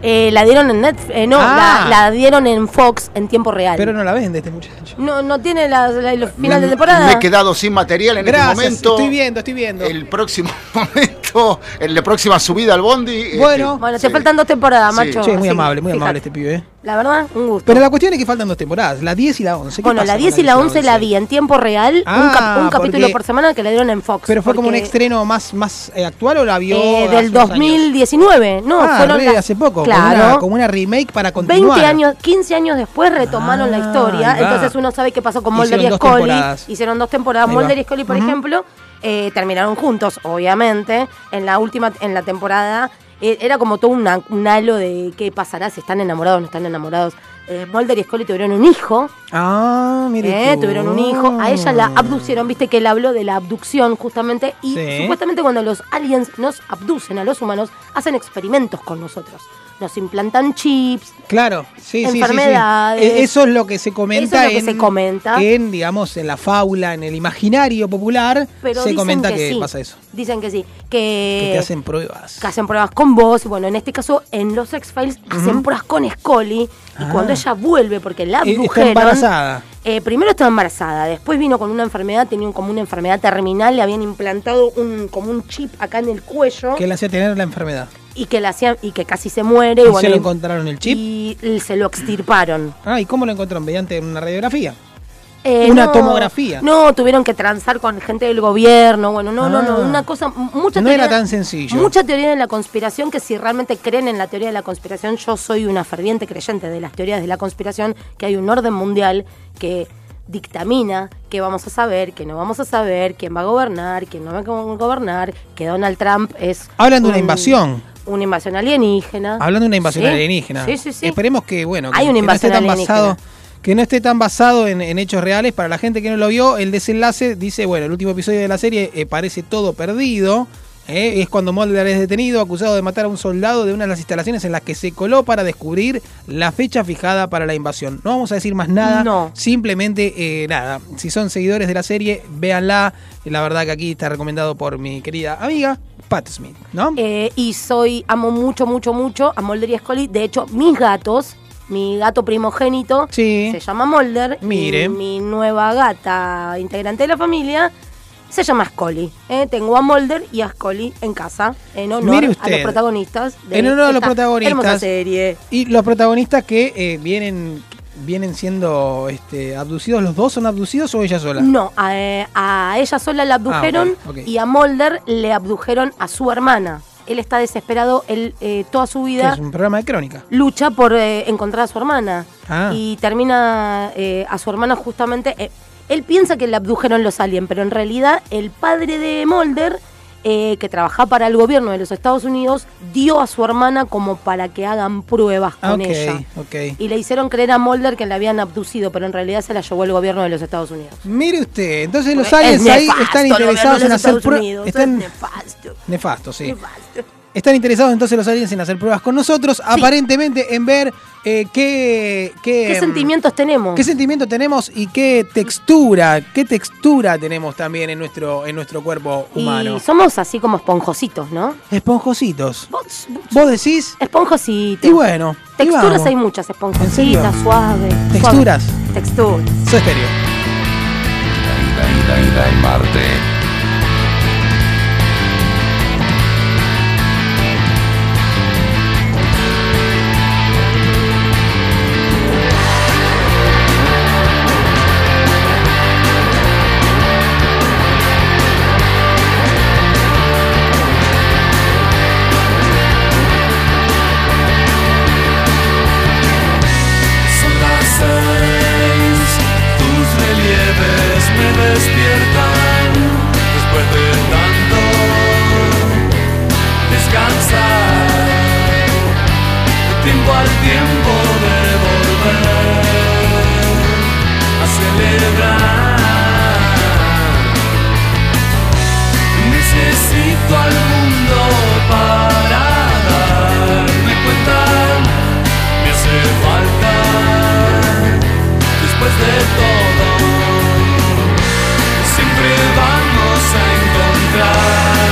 Speaker 4: Eh, la dieron en Netflix, eh, no,
Speaker 3: Ah.
Speaker 4: la, la dieron en Fox en tiempo real.
Speaker 3: Pero no la vende este muchacho.
Speaker 4: no, no tiene la, la- el final de
Speaker 7: Me-
Speaker 4: temporada.
Speaker 7: Me he quedado sin material en
Speaker 3: Gracias,
Speaker 7: este momento.
Speaker 3: estoy viendo, estoy viendo.
Speaker 7: El próximo momento, en la próxima subida al bondi. este,
Speaker 3: Bueno.
Speaker 4: Bueno, te
Speaker 7: sí.
Speaker 4: faltan dos temporadas,
Speaker 7: Sí.
Speaker 4: macho.
Speaker 3: Che, es muy
Speaker 4: así que
Speaker 3: amable, muy amable
Speaker 4: fíjate.
Speaker 3: este pibe. eh.
Speaker 4: La verdad, un gusto.
Speaker 3: Pero la cuestión es que faltan dos temporadas, la 10 y la 11. ¿Qué
Speaker 4: bueno,
Speaker 3: pasa
Speaker 4: la
Speaker 3: con
Speaker 4: 10 y la 11 la vi en tiempo real, un, cap-
Speaker 3: Ah,
Speaker 4: un capítulo
Speaker 3: porque-
Speaker 4: por semana que la dieron en Fox.
Speaker 3: ¿Pero fue como un
Speaker 4: porque,
Speaker 3: estreno más, más eh, actual o la vio?
Speaker 4: eh,
Speaker 3: hace
Speaker 4: del
Speaker 3: unos años?
Speaker 4: 2019, no,
Speaker 3: Ah,
Speaker 4: fueron
Speaker 3: re
Speaker 4: la-
Speaker 3: hace poco, como una-
Speaker 4: claro,
Speaker 3: como, una, remake para continuar.
Speaker 4: 20 años, 15 años después retomaron la
Speaker 3: Ah,
Speaker 4: historia.
Speaker 3: ahí va.
Speaker 4: Entonces uno sabe qué pasó con Mulder y
Speaker 3: Hicieron dos
Speaker 4: Scully.
Speaker 3: temporadas.
Speaker 4: Hicieron dos temporadas.
Speaker 3: Ahí
Speaker 4: Mulder
Speaker 3: va.
Speaker 4: y Scully, por ejemplo, eh, terminaron juntos, obviamente. En la última, en la temporada, eh, era como todo una- un halo de qué pasará si están enamorados o no están enamorados. Eh, Mulder y Scully tuvieron un hijo,
Speaker 3: Ah, mire.
Speaker 4: eh,
Speaker 3: tú.
Speaker 4: tuvieron un hijo. A ella la abducieron, viste que él habló de la abducción justamente. Y
Speaker 3: Sí.
Speaker 4: supuestamente cuando los aliens nos abducen a los humanos, hacen experimentos con nosotros. Nos implantan chips,
Speaker 3: Claro, sí, sí, sí, sí.
Speaker 4: Enfermedades.
Speaker 3: Eh, Eso es lo que se comenta.
Speaker 4: Eso es lo que
Speaker 3: en,
Speaker 4: se comenta.
Speaker 3: En, digamos, en la fábula, en el imaginario popular,
Speaker 4: Pero
Speaker 3: se
Speaker 4: dicen
Speaker 3: comenta que,
Speaker 4: sí.
Speaker 3: pasa eso.
Speaker 4: Dicen que sí.
Speaker 3: Que
Speaker 4: Que,
Speaker 3: te hacen pruebas.
Speaker 4: que hacen pruebas con vos. Y bueno, en este caso, en los X-Files, hacen pruebas con Scully. Y cuando ella vuelve, porque la
Speaker 3: Ah. Eh, está
Speaker 4: abdujeron...
Speaker 3: embarazada.
Speaker 4: eh, primero estaba embarazada, después vino con una enfermedad, tenía como una enfermedad terminal, le habían implantado un, como un chip acá en el cuello
Speaker 3: Que le hacía tener la enfermedad.
Speaker 4: y que la hacían, y que casi se muere.
Speaker 3: ¿Y
Speaker 4: y
Speaker 3: se
Speaker 4: bueno,
Speaker 3: lo
Speaker 4: y-
Speaker 3: encontraron el chip?
Speaker 4: Y se lo extirparon.
Speaker 3: Ah, ¿y cómo lo encontraron? Mediante una radiografía.
Speaker 4: Eh,
Speaker 3: Una tomografía.
Speaker 4: No, tuvieron que transar con gente del gobierno. Bueno, no, no, no.
Speaker 3: Ah.
Speaker 4: Una cosa, m- mucha
Speaker 3: No era tan sencillo.
Speaker 4: Mucha teoría de la conspiración que si realmente creen en la teoría de la conspiración, yo soy una ferviente creyente de las teorías de la conspiración, que hay un orden mundial que dictamina qué vamos a saber, qué no vamos a saber, quién va a gobernar, quién no va a go- gobernar, que Donald Trump es...
Speaker 3: Hablan de una
Speaker 4: un-
Speaker 3: invasión.
Speaker 4: Una invasión alienígena.
Speaker 3: Hablando de una invasión
Speaker 4: Sí,
Speaker 3: alienígena. Eh,
Speaker 4: Sí, sí, sí.
Speaker 3: Esperemos que, bueno, que,
Speaker 4: Hay una
Speaker 3: que no esté
Speaker 4: invasión
Speaker 3: tan
Speaker 4: alienígena.
Speaker 3: basado, que no esté tan basado en, en hechos reales. Para la gente que no lo vio, el desenlace dice, bueno, el último episodio de la serie eh, parece todo perdido. eh, es cuando Mulder es detenido, acusado de matar a un soldado de una de las instalaciones en las que se coló para descubrir la fecha fijada para la invasión. No vamos a decir más nada,
Speaker 4: No.
Speaker 3: simplemente eh, nada. Si son seguidores de la serie, véanla. La verdad que aquí está recomendado por mi querida amiga Pat Smith, ¿no?
Speaker 4: Eh, y soy, amo mucho, mucho, mucho a Mulder y Scully. De hecho, mis gatos, mi gato primogénito
Speaker 3: Sí.
Speaker 4: se llama Mulder.
Speaker 3: Mire.
Speaker 4: Y mi nueva gata, integrante de la familia, se llama Scully. Eh, tengo a Mulder y a Scully en casa, en honor
Speaker 3: Mire
Speaker 4: a
Speaker 3: usted.
Speaker 4: los protagonistas.
Speaker 3: En honor a los
Speaker 4: esta
Speaker 3: protagonistas.
Speaker 4: Hermosa serie.
Speaker 3: Y los protagonistas que eh, vienen vienen siendo este, abducidos, ¿los dos son abducidos o ella sola?
Speaker 4: No, a, eh, a ella sola la abdujeron
Speaker 3: Ah, ok, ok.
Speaker 4: y a Mulder le abdujeron a su hermana. Él está desesperado, él eh, toda su
Speaker 3: Que
Speaker 4: vida
Speaker 3: es un programa de crónica.
Speaker 4: lucha por eh, encontrar a su hermana.
Speaker 3: Ah.
Speaker 4: Y termina eh, a su hermana justamente. eh, él piensa que la abdujeron los aliens, pero en realidad el padre de Mulder, eh, que trabaja para el gobierno de los Estados Unidos, dio a su hermana como para que hagan pruebas
Speaker 3: Ah,
Speaker 4: con
Speaker 3: ok,
Speaker 4: ella.
Speaker 3: ok.
Speaker 4: Y le hicieron creer a Mulder que la habían abducido, pero en realidad se la llevó el gobierno de los Estados Unidos.
Speaker 3: Mire usted, entonces los
Speaker 4: Porque
Speaker 3: aliens
Speaker 4: es
Speaker 3: ahí
Speaker 4: nefasto
Speaker 3: están
Speaker 4: el gobierno
Speaker 3: interesados
Speaker 4: de
Speaker 3: en
Speaker 4: los
Speaker 3: hacer
Speaker 4: Estados
Speaker 3: pruebas.
Speaker 4: Unidos,
Speaker 3: Están
Speaker 4: es nefasto,
Speaker 3: nefasto, sí.
Speaker 4: nefasto.
Speaker 3: Están interesados entonces los aliens en hacer pruebas con nosotros, aparentemente en ver eh, qué, qué,
Speaker 4: ¿Qué
Speaker 3: mm,
Speaker 4: sentimientos tenemos?
Speaker 3: qué sentimiento tenemos y qué textura, qué textura tenemos también en nuestro en nuestro cuerpo humano.
Speaker 4: y somos así como esponjositos, ¿no?
Speaker 3: Esponjositos.
Speaker 4: Vos-
Speaker 3: Vos decís
Speaker 4: Esponjositos.
Speaker 3: y bueno, y
Speaker 4: Texturas
Speaker 3: vamos.
Speaker 4: hay muchas,
Speaker 3: ¿En
Speaker 4: esponjositas,
Speaker 3: serio?
Speaker 4: suaves.
Speaker 3: Texturas.
Speaker 4: suaves. Texturas.
Speaker 3: Soy estéreo.
Speaker 1: Marte.
Speaker 2: Son las seis, tus relieves me despiertan después de tanto descansar. De tiempo al tiempo de volver a celebrar. Necesito al mundo para darme cuenta me hace falta después de todo. Siempre vamos a encontrar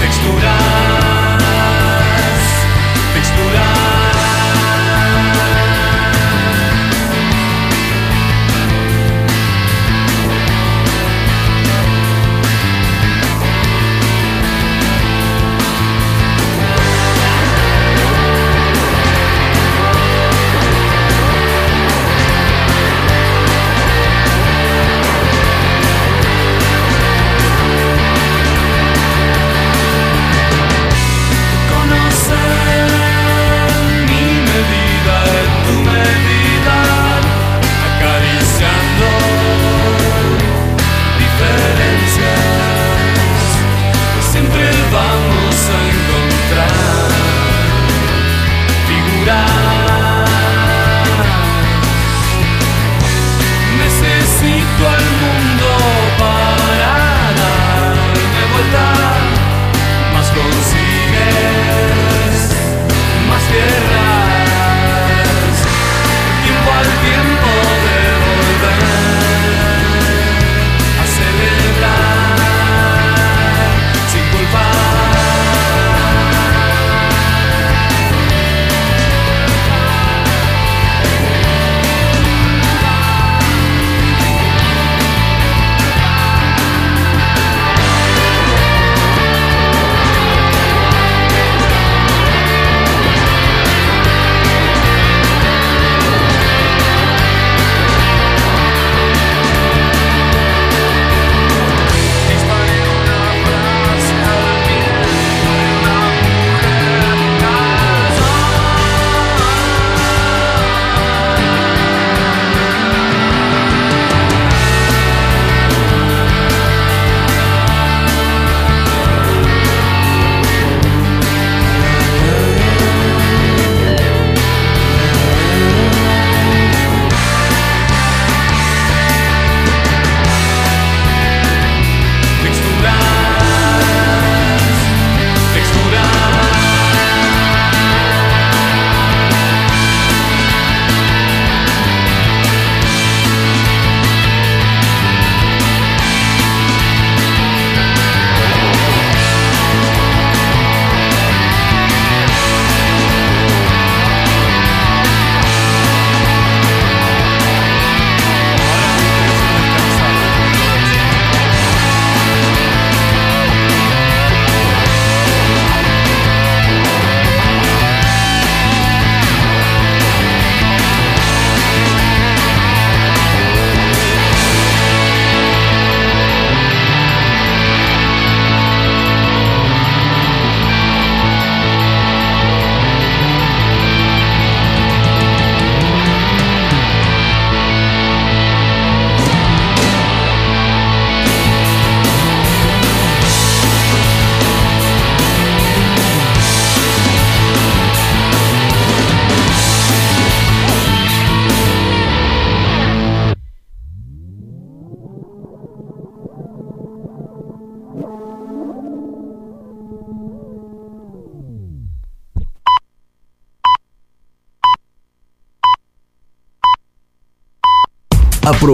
Speaker 2: texturas, texturas.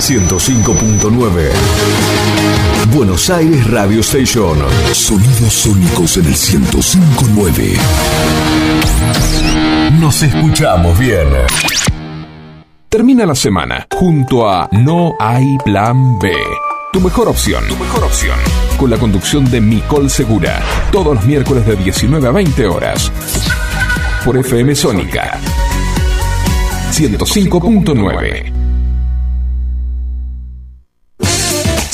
Speaker 8: 105.9. Buenos Aires Radio Station.
Speaker 9: Sonidos sónicos en el 1059.
Speaker 8: Nos escuchamos bien.
Speaker 1: Termina la semana junto a No hay plan B. Tu mejor opción. Tu mejor opción. Con la conducción de Micol Segura. Todos los miércoles de 19 a 20 horas. Por FM Sónica. 105.9.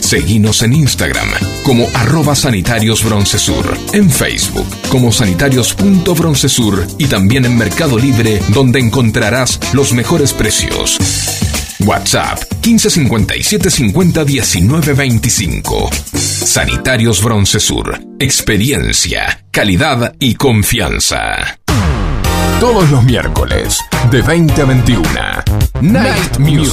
Speaker 9: Seguinos en Instagram como arroba sanitarios broncesur, en Facebook como sanitarios.broncesur y también en Mercado Libre donde encontrarás los mejores precios. WhatsApp 1557 50 19 25. Sanitarios Broncesur. Experiencia, calidad y confianza.
Speaker 1: Todos los miércoles, de 20 a 21. Night Music.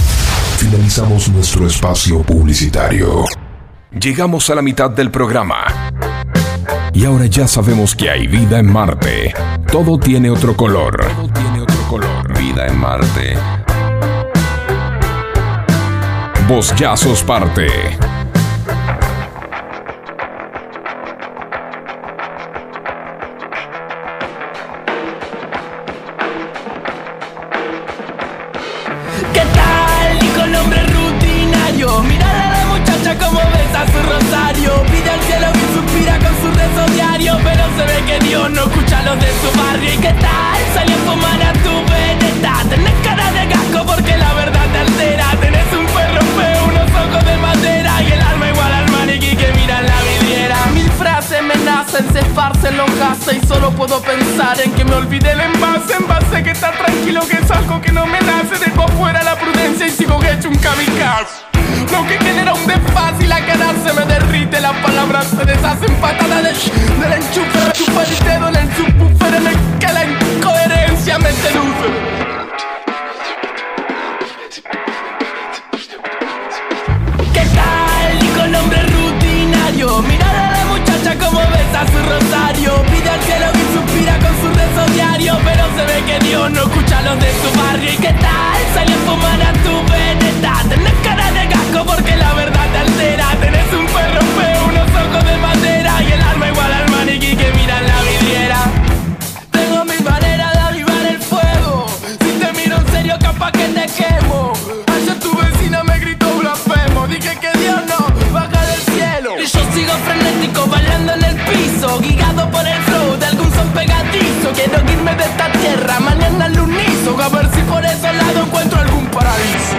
Speaker 9: Finalizamos nuestro espacio publicitario.
Speaker 1: Llegamos a la mitad del programa. Y ahora ya sabemos que hay vida en Marte. Todo tiene otro color. Todo tiene otro color. Vida en Marte. Vos ya sos parte.
Speaker 10: pasa y solo puedo pensar en que me olvidé el envase, envase que está tranquilo, que es algo que no me nace, dejo afuera la prudencia y sigo hecho un kamikaze. Lo que genera un desfase y la cara se me derrite, las palabras se deshacen patadas de sh- del enchufe, chupa el dedo en el subwoofer, en el que la incoherencia me seduce. ¿Qué tal? Dijo el hombre rutinario Mirar a la muchacha como besa su rosario Pide al cielo y suspira con su rezo diario Pero se ve que Dios no escucha a los de su barrio ¿Y qué tal? Salió a fumar a tu veneta Tenés cara de casco porque la verdad te altera Tenés un perro feo, unos ojos de madera Y el alma igual al maniquí que mira en la vidriera Tengo mi manera de avivar el fuego Si te miro en serio capaz que te quemo Ayer tu vecina me gritó blasfemo Dije que Dios no baja del cielo Y yo sigo frenético bailando en el piso Guiado por el flow de algún son pegadizo Quiero irme de esta tierra mañana al unizo A ver si por ese lado encuentro algún paraíso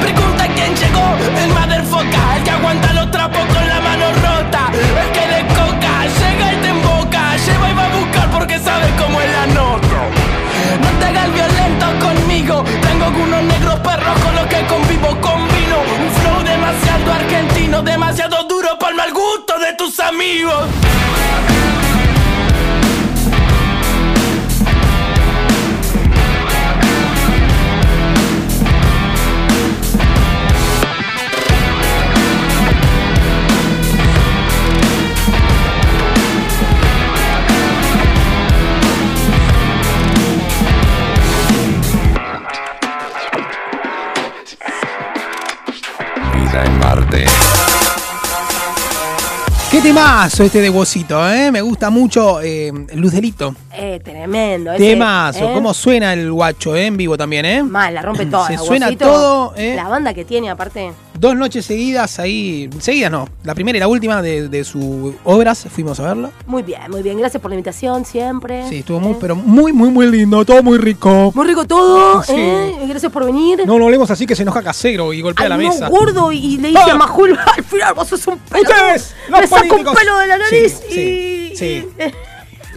Speaker 10: Pregunta quién llegó, el motherfucker El que aguanta los trapos con la mano rota El que le coca, llega y te emboca Lleva y va a buscar porque sabe cómo es la nota No te hagas violento conmigo Tengo unos negros perros con los que convivo Combino un flow demasiado argentino Demasiado duro para el mal gusto de tus amigos
Speaker 11: Vida en Marte.
Speaker 3: Qué temazo este de Huesito, ¿eh? Me gusta mucho eh, Luz Delito.
Speaker 4: Eh, tremendo. ese,
Speaker 3: Temazo,
Speaker 4: ¿eh?
Speaker 3: cómo suena el guacho eh, en vivo también, ¿eh?
Speaker 4: Mal, la rompe toda.
Speaker 3: Se suena
Speaker 4: Huesito,
Speaker 3: todo, eh.
Speaker 4: La banda que tiene, aparte.
Speaker 3: Dos noches seguidas ahí, seguidas no, la primera y la última de, de sus obras, fuimos a verlo.
Speaker 4: Muy bien, muy bien. Gracias por la invitación siempre.
Speaker 3: Sí, estuvo muy, pero muy, muy, muy lindo, todo muy rico.
Speaker 4: Muy rico todo,
Speaker 3: Ah, Sí.
Speaker 4: ¿eh? Gracias por venir.
Speaker 3: No lo hablemos así que se enoja Casero y golpea
Speaker 4: Ay,
Speaker 3: la
Speaker 4: no,
Speaker 3: mesa. Ah.
Speaker 4: gordo y, y le dije a Majul, al final vos sos un pelo.
Speaker 3: Ustedes, los
Speaker 4: Me saco un
Speaker 3: políticos.
Speaker 4: pelo de la nariz
Speaker 3: Sí,
Speaker 4: y...
Speaker 3: sí.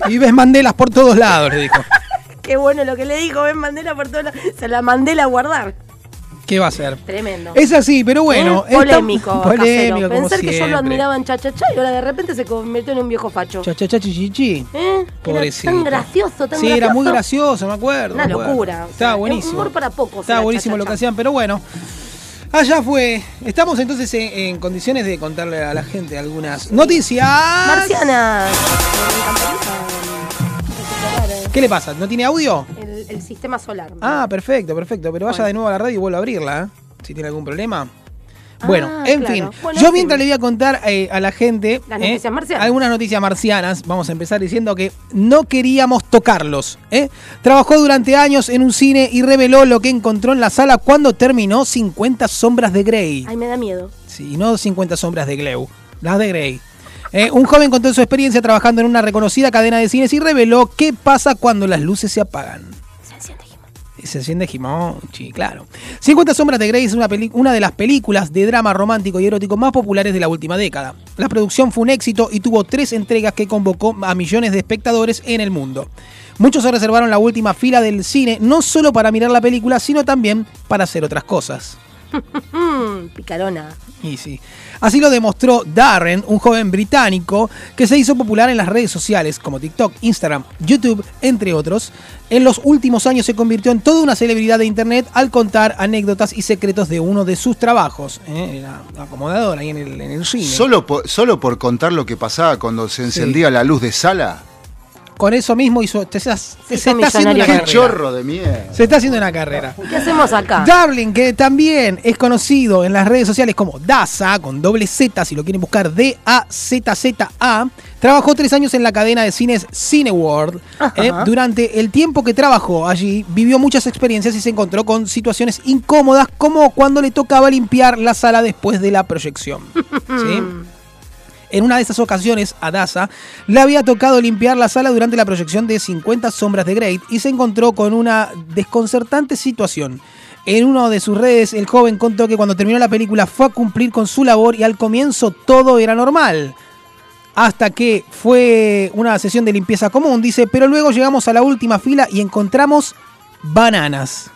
Speaker 3: Y ves Mandelas por todos lados, le dijo.
Speaker 4: Qué bueno lo que le dijo, ven Mandela por todos lados. Se la Mandela a guardar.
Speaker 3: ¿Qué va a hacer?
Speaker 4: Tremendo.
Speaker 3: Es así, pero bueno.
Speaker 4: Eh, polémico,
Speaker 3: está- polémico
Speaker 4: Casero.
Speaker 3: como
Speaker 4: Pensar que yo
Speaker 3: siempre.
Speaker 4: lo admiraba en Chachachá y ahora de repente se convirtió en un viejo facho.
Speaker 3: Cha, cha, cha, chi, chi, chi.
Speaker 4: ¿Eh? Era
Speaker 3: Pobrecito.
Speaker 4: tan gracioso, tan gracioso.
Speaker 3: Sí, era muy gracioso, me acuerdo.
Speaker 4: Una
Speaker 3: me acuerdo.
Speaker 4: locura. o
Speaker 3: Estaba
Speaker 4: sea,
Speaker 3: buenísimo.
Speaker 4: Humor para pocos.
Speaker 3: Estaba
Speaker 4: era
Speaker 3: buenísimo lo que hacían, pero bueno. Allá fue. Estamos entonces en, en condiciones de contarle a la gente algunas noticias.
Speaker 4: Marcianas.
Speaker 3: ¿Qué le pasa? ¿No tiene audio?
Speaker 4: El, el sistema solar.
Speaker 3: Ah, perfecto, perfecto. Pero vaya de nuevo a la radio y vuelva a abrirla, ¿eh? Si tiene algún problema. Bueno,
Speaker 4: Ah,
Speaker 3: en
Speaker 4: claro.
Speaker 3: fin.
Speaker 4: Bueno,
Speaker 3: Yo
Speaker 4: en
Speaker 3: mientras le voy a contar eh, a la gente
Speaker 4: Las
Speaker 3: ¿eh?
Speaker 4: noticias marcianas.
Speaker 3: algunas noticias marcianas. Vamos a empezar diciendo que no queríamos tocarlos. ¿eh? Trabajó durante años en un cine y reveló lo que encontró en la sala cuando terminó 50 sombras de Grey.
Speaker 4: Ay, me da miedo.
Speaker 3: Sí, no 50 sombras de Gleu, las de Grey. Eh, un joven contó su experiencia trabajando en una reconocida cadena de cines y reveló qué pasa cuando las luces se apagan. Se enciende Gimonchi, claro. 50 Sombras de Grey es una, peli- una de las películas de drama romántico y erótico más populares de la última década. La producción fue un éxito y tuvo tres entregas que convocó a millones de espectadores en el mundo. Muchos se reservaron la última fila del cine no solo para mirar la película, sino también para hacer otras cosas.
Speaker 4: Mm, picarona.
Speaker 3: Y sí. Así lo demostró Darren, un joven británico que se hizo popular en las redes sociales como TikTok, Instagram, YouTube, entre otros. En los últimos años se convirtió en toda una celebridad de Internet al contar anécdotas y secretos de uno de sus trabajos. ¿eh? Era acomodador ahí en el, en el cine.
Speaker 7: Solo por, solo por contar lo que pasaba cuando se encendía la luz de sala.
Speaker 3: Con eso mismo hizo... te- se- se
Speaker 7: Hizo
Speaker 3: está haciendo una
Speaker 7: millonario.
Speaker 3: carrera.
Speaker 7: Qué chorro de mierda.
Speaker 3: Se está haciendo una carrera.
Speaker 4: ¿Qué hacemos acá?
Speaker 3: Darling, que también es conocido en las redes sociales como Daza, con doble Z, si lo quieren buscar, D-A-Z-Z-A, trabajó tres años en la cadena de cines Cineworld. Eh, durante el tiempo que trabajó allí, vivió muchas experiencias y se encontró con situaciones incómodas, como cuando le tocaba limpiar la sala después de la proyección. ¿sí? En una de esas ocasiones, a Daza le había tocado limpiar la sala durante la proyección de 50 Sombras de Grey y se encontró con una desconcertante situación. En uno de sus redes, el joven contó que cuando terminó la película fue a cumplir con su labor y al comienzo todo era normal. Hasta que fue una sesión de limpieza común, dice, pero luego llegamos a la última fila y encontramos bananas.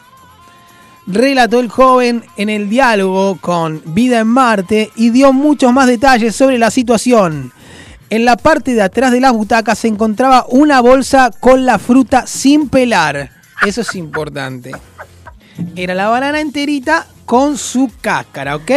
Speaker 3: Relató el joven en el diálogo con Vida en Marte y dio muchos más detalles sobre la situación. En la parte de atrás de las butacas se encontraba una bolsa con la fruta sin pelar. Eso es importante. Era la banana enterita con su cáscara, ¿ok?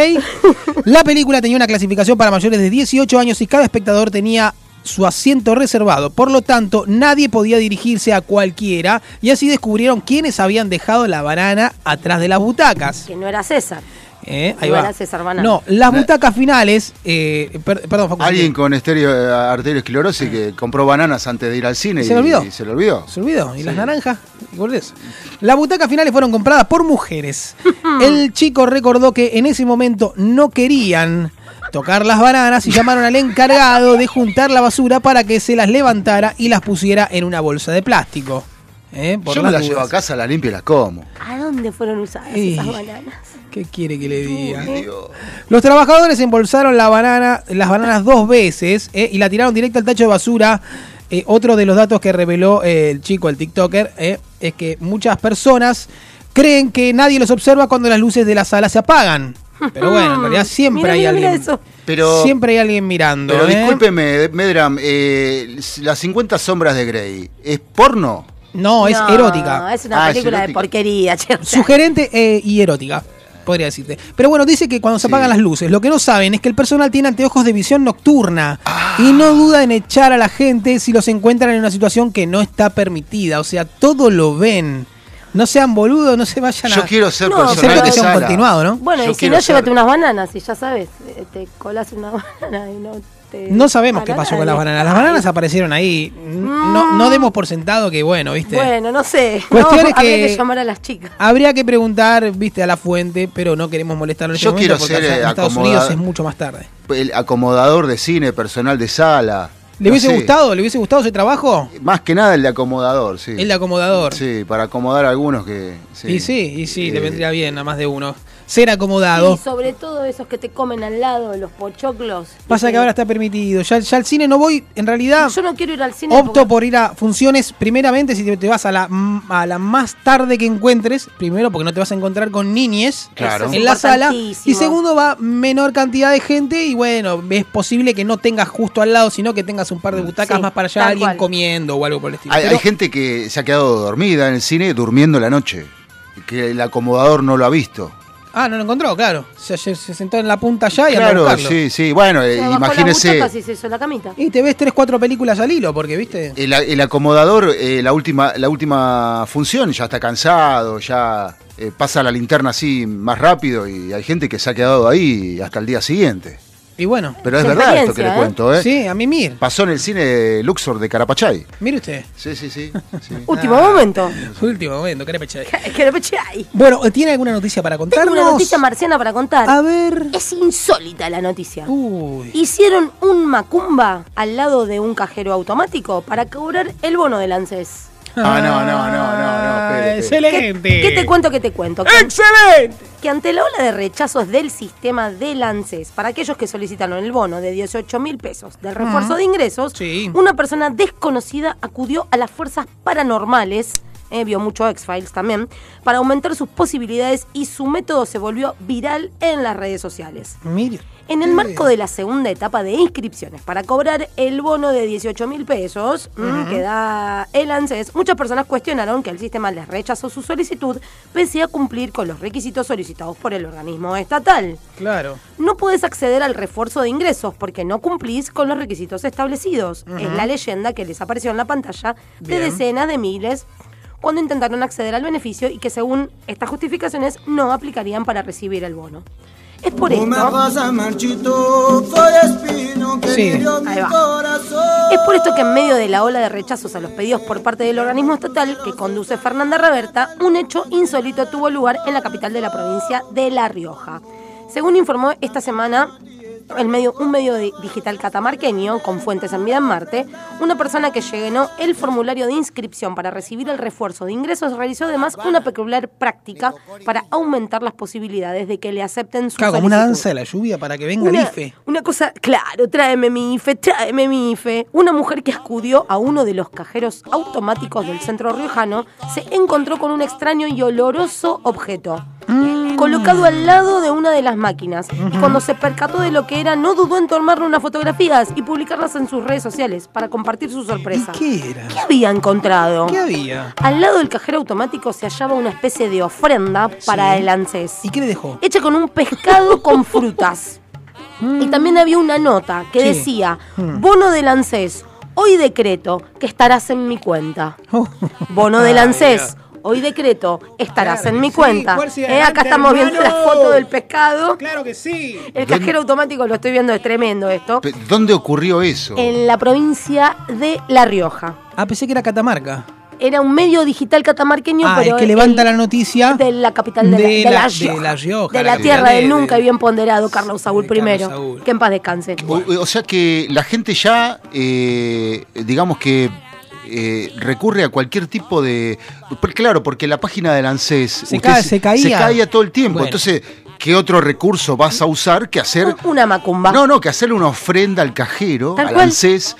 Speaker 3: La película tenía una clasificación para mayores de 18 años y cada espectador tenía su asiento reservado. Por lo tanto, nadie podía dirigirse a cualquiera y así descubrieron quiénes habían dejado la banana atrás de las butacas.
Speaker 4: Que no era César.
Speaker 3: ¿Eh? Ahí
Speaker 4: no
Speaker 3: va.
Speaker 4: era César Banana.
Speaker 3: No, las butacas finales. eh, per- perdón, Facu,
Speaker 7: Alguien con estéreo, eh, arteriosclerosis que compró bananas antes de ir al cine
Speaker 3: ¿Se le olvidó?
Speaker 7: y se le olvidó.
Speaker 3: Se olvidó. Y las
Speaker 7: Sí.
Speaker 3: naranjas, ¿Y por eso? Las butacas finales fueron compradas por mujeres. El chico recordó que en ese momento no querían tocar las bananas y llamaron al encargado de juntar la basura para que se las levantara y las pusiera en una bolsa de plástico. ¿Eh? Por
Speaker 7: Yo me
Speaker 3: las
Speaker 7: las llevo a
Speaker 3: dudas.
Speaker 7: casa, las limpio y las como.
Speaker 4: ¿A dónde fueron usadas
Speaker 3: Ey.
Speaker 4: esas bananas? ¿Eh?
Speaker 3: ¿Qué quiere que le diga? Los trabajadores embolsaron la banana, las bananas dos veces eh, y la tiraron directo al tacho de basura. Eh, otro de los datos que reveló eh, el chico, el TikToker, eh, es que muchas personas creen que nadie los observa cuando las luces de la sala se apagan. Pero bueno, en realidad siempre
Speaker 4: Mira,
Speaker 3: hay
Speaker 4: mira, mira
Speaker 3: alguien.
Speaker 4: eso.
Speaker 7: Pero-
Speaker 3: siempre hay alguien mirando.
Speaker 7: Pero
Speaker 3: eh.
Speaker 7: discúlpeme, Medram, eh, las 50 sombras de Grey, ¿es porno?
Speaker 3: No, es erótica.
Speaker 4: No, es una
Speaker 7: Ah, es
Speaker 4: película de
Speaker 7: erótica.
Speaker 4: porquería, che, o sea,
Speaker 3: Sugerente eh, y erótica, podría decirte. Pero bueno, dice que cuando se apagan las luces, lo que no saben es que el personal tiene anteojos de visión nocturna y
Speaker 7: Ah.
Speaker 3: no duda en echar a la gente si los encuentran en una situación que no está permitida. O sea, todo lo ven. No sean boludos, no se vayan
Speaker 7: Yo
Speaker 3: a.
Speaker 7: quiero ser
Speaker 3: no,
Speaker 7: personal
Speaker 3: será
Speaker 7: de
Speaker 3: que sea un
Speaker 7: sala.
Speaker 3: continuado, ¿no?
Speaker 4: Bueno,
Speaker 7: Yo
Speaker 4: y si
Speaker 7: quiero
Speaker 4: no,
Speaker 7: ser-
Speaker 4: llévate unas bananas y ya sabes, eh, te colas una banana y no te.
Speaker 3: No sabemos qué
Speaker 4: para
Speaker 3: pasó con las
Speaker 4: nadie.
Speaker 3: bananas. Las bananas aparecieron ahí. No, no demos por sentado que, bueno, ¿viste?
Speaker 4: Ah. Mm, Bueno, no sé.
Speaker 3: Cuestiones
Speaker 4: no, habría
Speaker 3: que-
Speaker 4: que llamar a las chicas.
Speaker 3: Habría que preguntar, viste, a la fuente, pero no queremos molestarlo en este
Speaker 7: Yo
Speaker 3: momento
Speaker 7: quiero
Speaker 3: porque
Speaker 7: ser,
Speaker 3: allá en
Speaker 7: eh,
Speaker 3: Estados
Speaker 7: acomodado.
Speaker 3: Unidos es mucho más tarde.
Speaker 7: El acomodador de cine, personal de sala. no
Speaker 3: ¿Le hubiese
Speaker 7: sé.
Speaker 3: gustado? ¿Le hubiese gustado ese trabajo?
Speaker 7: Más que nada el de acomodador, sí.
Speaker 3: El de acomodador.
Speaker 7: Sí, para acomodar a algunos que. Sí.
Speaker 3: Y sí, y sí, le
Speaker 7: Eh,
Speaker 3: vendría bien a más de uno. Ser acomodado.
Speaker 4: Y sobre todo esos que te comen al lado, los pochoclos.
Speaker 3: Pasa
Speaker 7: eh.
Speaker 3: que ahora está permitido. Ya, ya al cine no voy, en realidad.
Speaker 4: Yo no quiero ir al cine.
Speaker 3: Opto
Speaker 4: porque-
Speaker 3: por ir a funciones, primeramente, si te, te vas a la, m- a la más tarde que encuentres, primero porque no te vas a encontrar con niñes
Speaker 7: Claro. Eso es
Speaker 3: en la sala, y
Speaker 4: importantísimo.
Speaker 3: segundo va menor cantidad de gente y bueno, es posible que no tengas justo al lado, sino que tengas un par de butacas
Speaker 4: Sí,
Speaker 3: más para allá,
Speaker 4: tal
Speaker 3: alguien
Speaker 4: cual.
Speaker 3: comiendo o algo por el estilo.
Speaker 7: Hay, hay
Speaker 3: Pero-
Speaker 7: gente que se ha quedado dormida en el cine durmiendo la noche. Que el acomodador no lo ha visto.
Speaker 3: ah, no lo encontró, claro. Se, se- se sentó en la punta allá y andó a
Speaker 7: Claro,
Speaker 3: buscarlo.
Speaker 7: sí, sí. Bueno, eh,
Speaker 4: Se bajó las
Speaker 7: imagínese.
Speaker 4: butacas y se hizo la camita.
Speaker 3: Y te ves tres, cuatro películas al hilo, porque, viste.
Speaker 7: El, el acomodador, eh, la, última, la última función, ya está cansado, ya eh, pasa la linterna así más rápido y hay gente que se ha quedado ahí hasta el día siguiente.
Speaker 3: Y bueno.
Speaker 7: Pero es
Speaker 4: Su
Speaker 7: verdad esto que le
Speaker 4: experiencia, ¿eh?
Speaker 7: cuento, ¿eh?
Speaker 3: Sí, a mí mir.
Speaker 7: Pasó en el cine Luxor de Carapachay.
Speaker 3: Mire usted.
Speaker 7: Sí, sí, sí. sí.
Speaker 4: Último momento.
Speaker 3: Último momento, carapachay.
Speaker 4: Es que lo peché ahí.
Speaker 3: Bueno, ¿tiene alguna noticia para
Speaker 4: Tengo
Speaker 3: contarnos?
Speaker 4: una noticia marciana para contar.
Speaker 3: A ver.
Speaker 4: Es insólita la noticia.
Speaker 3: Uy.
Speaker 4: Hicieron un macumba al lado de un cajero automático para cobrar el bono del ANSES.
Speaker 7: Ah, no, no, no, no, no.
Speaker 4: Ah,
Speaker 7: espere, espere.
Speaker 3: Excelente.
Speaker 4: ¿Qué te cuento que te cuento? Que,
Speaker 3: ¡Excelente!
Speaker 4: que ante la ola de rechazos del sistema del ANSES, para aquellos que solicitaron el bono de 18 mil pesos del refuerzo de ingresos,
Speaker 3: Sí.
Speaker 4: una persona desconocida acudió a las fuerzas paranormales, eh, vio mucho X-Files también, para aumentar sus posibilidades y su método se volvió viral en las redes sociales.
Speaker 3: Mire.
Speaker 4: En el marco de la segunda etapa de inscripciones para cobrar el bono de 18 mil pesos mm, que da el ANSES, muchas personas cuestionaron que el sistema les rechazó su solicitud pese a cumplir con los requisitos solicitados por el organismo estatal.
Speaker 3: Claro.
Speaker 4: No puedes acceder al refuerzo de ingresos porque no cumplís con los requisitos establecidos. Es la leyenda que les apareció en la pantalla de
Speaker 3: Bien.
Speaker 4: decenas de miles cuando intentaron acceder al beneficio y que según estas justificaciones no aplicarían para recibir el bono. Es por
Speaker 12: Tú me
Speaker 4: esto...
Speaker 12: pasas marchito, soy espino que
Speaker 3: Sí.
Speaker 12: hirió mi
Speaker 4: Ahí va.
Speaker 12: corazón.
Speaker 4: Es por esto que en medio de la ola de rechazos a los pedidos por parte del organismo estatal que conduce Fernanda Raberta, un hecho insólito tuvo lugar en la capital de la provincia de La Rioja. Según informó esta semana el medio, un medio di- digital catamarqueño con fuentes en vida en Marte, una persona que llenó el formulario de inscripción para recibir el refuerzo de ingresos realizó además una peculiar práctica para aumentar las posibilidades de que le acepten su
Speaker 3: Claro, como una
Speaker 4: solicitud.
Speaker 3: danza de la lluvia para que venga
Speaker 4: Una-
Speaker 3: el IFE.
Speaker 4: Una cosa, claro, tráeme mi IFE, tráeme mi IFE. Una mujer que acudió a uno de los cajeros automáticos del centro riojano se encontró con un extraño y oloroso objeto. Mm. Colocado al lado de una de las máquinas. Y cuando se percató de lo que era, no dudó en tomarle unas fotografías y publicarlas en sus redes sociales para compartir su sorpresa.
Speaker 3: ¿Qué era?
Speaker 4: ¿Qué había encontrado?
Speaker 3: ¿Qué había?
Speaker 4: Al lado del cajero automático se hallaba una especie de ofrenda para el ANSES. ¿Y
Speaker 3: qué le dejó?
Speaker 4: Hecha con un pescado con frutas. Y también había una nota que
Speaker 3: Mm. Sí.
Speaker 4: decía,
Speaker 3: Mm.
Speaker 4: bono del ANSES, hoy decreto que estarás en mi cuenta.
Speaker 3: Oh.
Speaker 4: Bono del
Speaker 3: Ay,
Speaker 4: ANSES, hoy decreto estarás en mi
Speaker 3: sí,
Speaker 4: cuenta.
Speaker 3: fuerza y
Speaker 4: Eh,
Speaker 3: adelante,
Speaker 4: acá estamos viendo la
Speaker 3: hermano.
Speaker 4: foto del pescado.
Speaker 3: Claro que sí.
Speaker 4: El cajero automático, lo estoy viendo, es tremendo esto.
Speaker 7: Pe- ¿Dónde ocurrió eso?
Speaker 4: En la provincia de La Rioja.
Speaker 3: Ah, pensé que era Catamarca.
Speaker 4: Era un medio digital catamarqueño,
Speaker 3: Ah,
Speaker 4: pero
Speaker 3: el que levanta la noticia
Speaker 4: de la capital de, la, de la Rioja.
Speaker 3: de la Rioja,
Speaker 4: de la
Speaker 7: la
Speaker 4: tierra
Speaker 7: ciudad
Speaker 4: del
Speaker 7: de-
Speaker 4: nunca y bien ponderado Carlos Saúl primero. Que en paz descanse.
Speaker 7: O, o sea que la gente ya, eh, digamos que eh, recurre a cualquier tipo de... por- Claro, porque la página del ANSES usted
Speaker 3: cae- se caía.
Speaker 7: se caía todo el tiempo.
Speaker 3: Bueno.
Speaker 7: Entonces, ¿qué otro recurso vas a usar que hacer...
Speaker 4: Una macumba.
Speaker 7: No, no, que hacerle una ofrenda al cajero,
Speaker 3: Tal
Speaker 7: al
Speaker 3: cual.
Speaker 7: ANSES,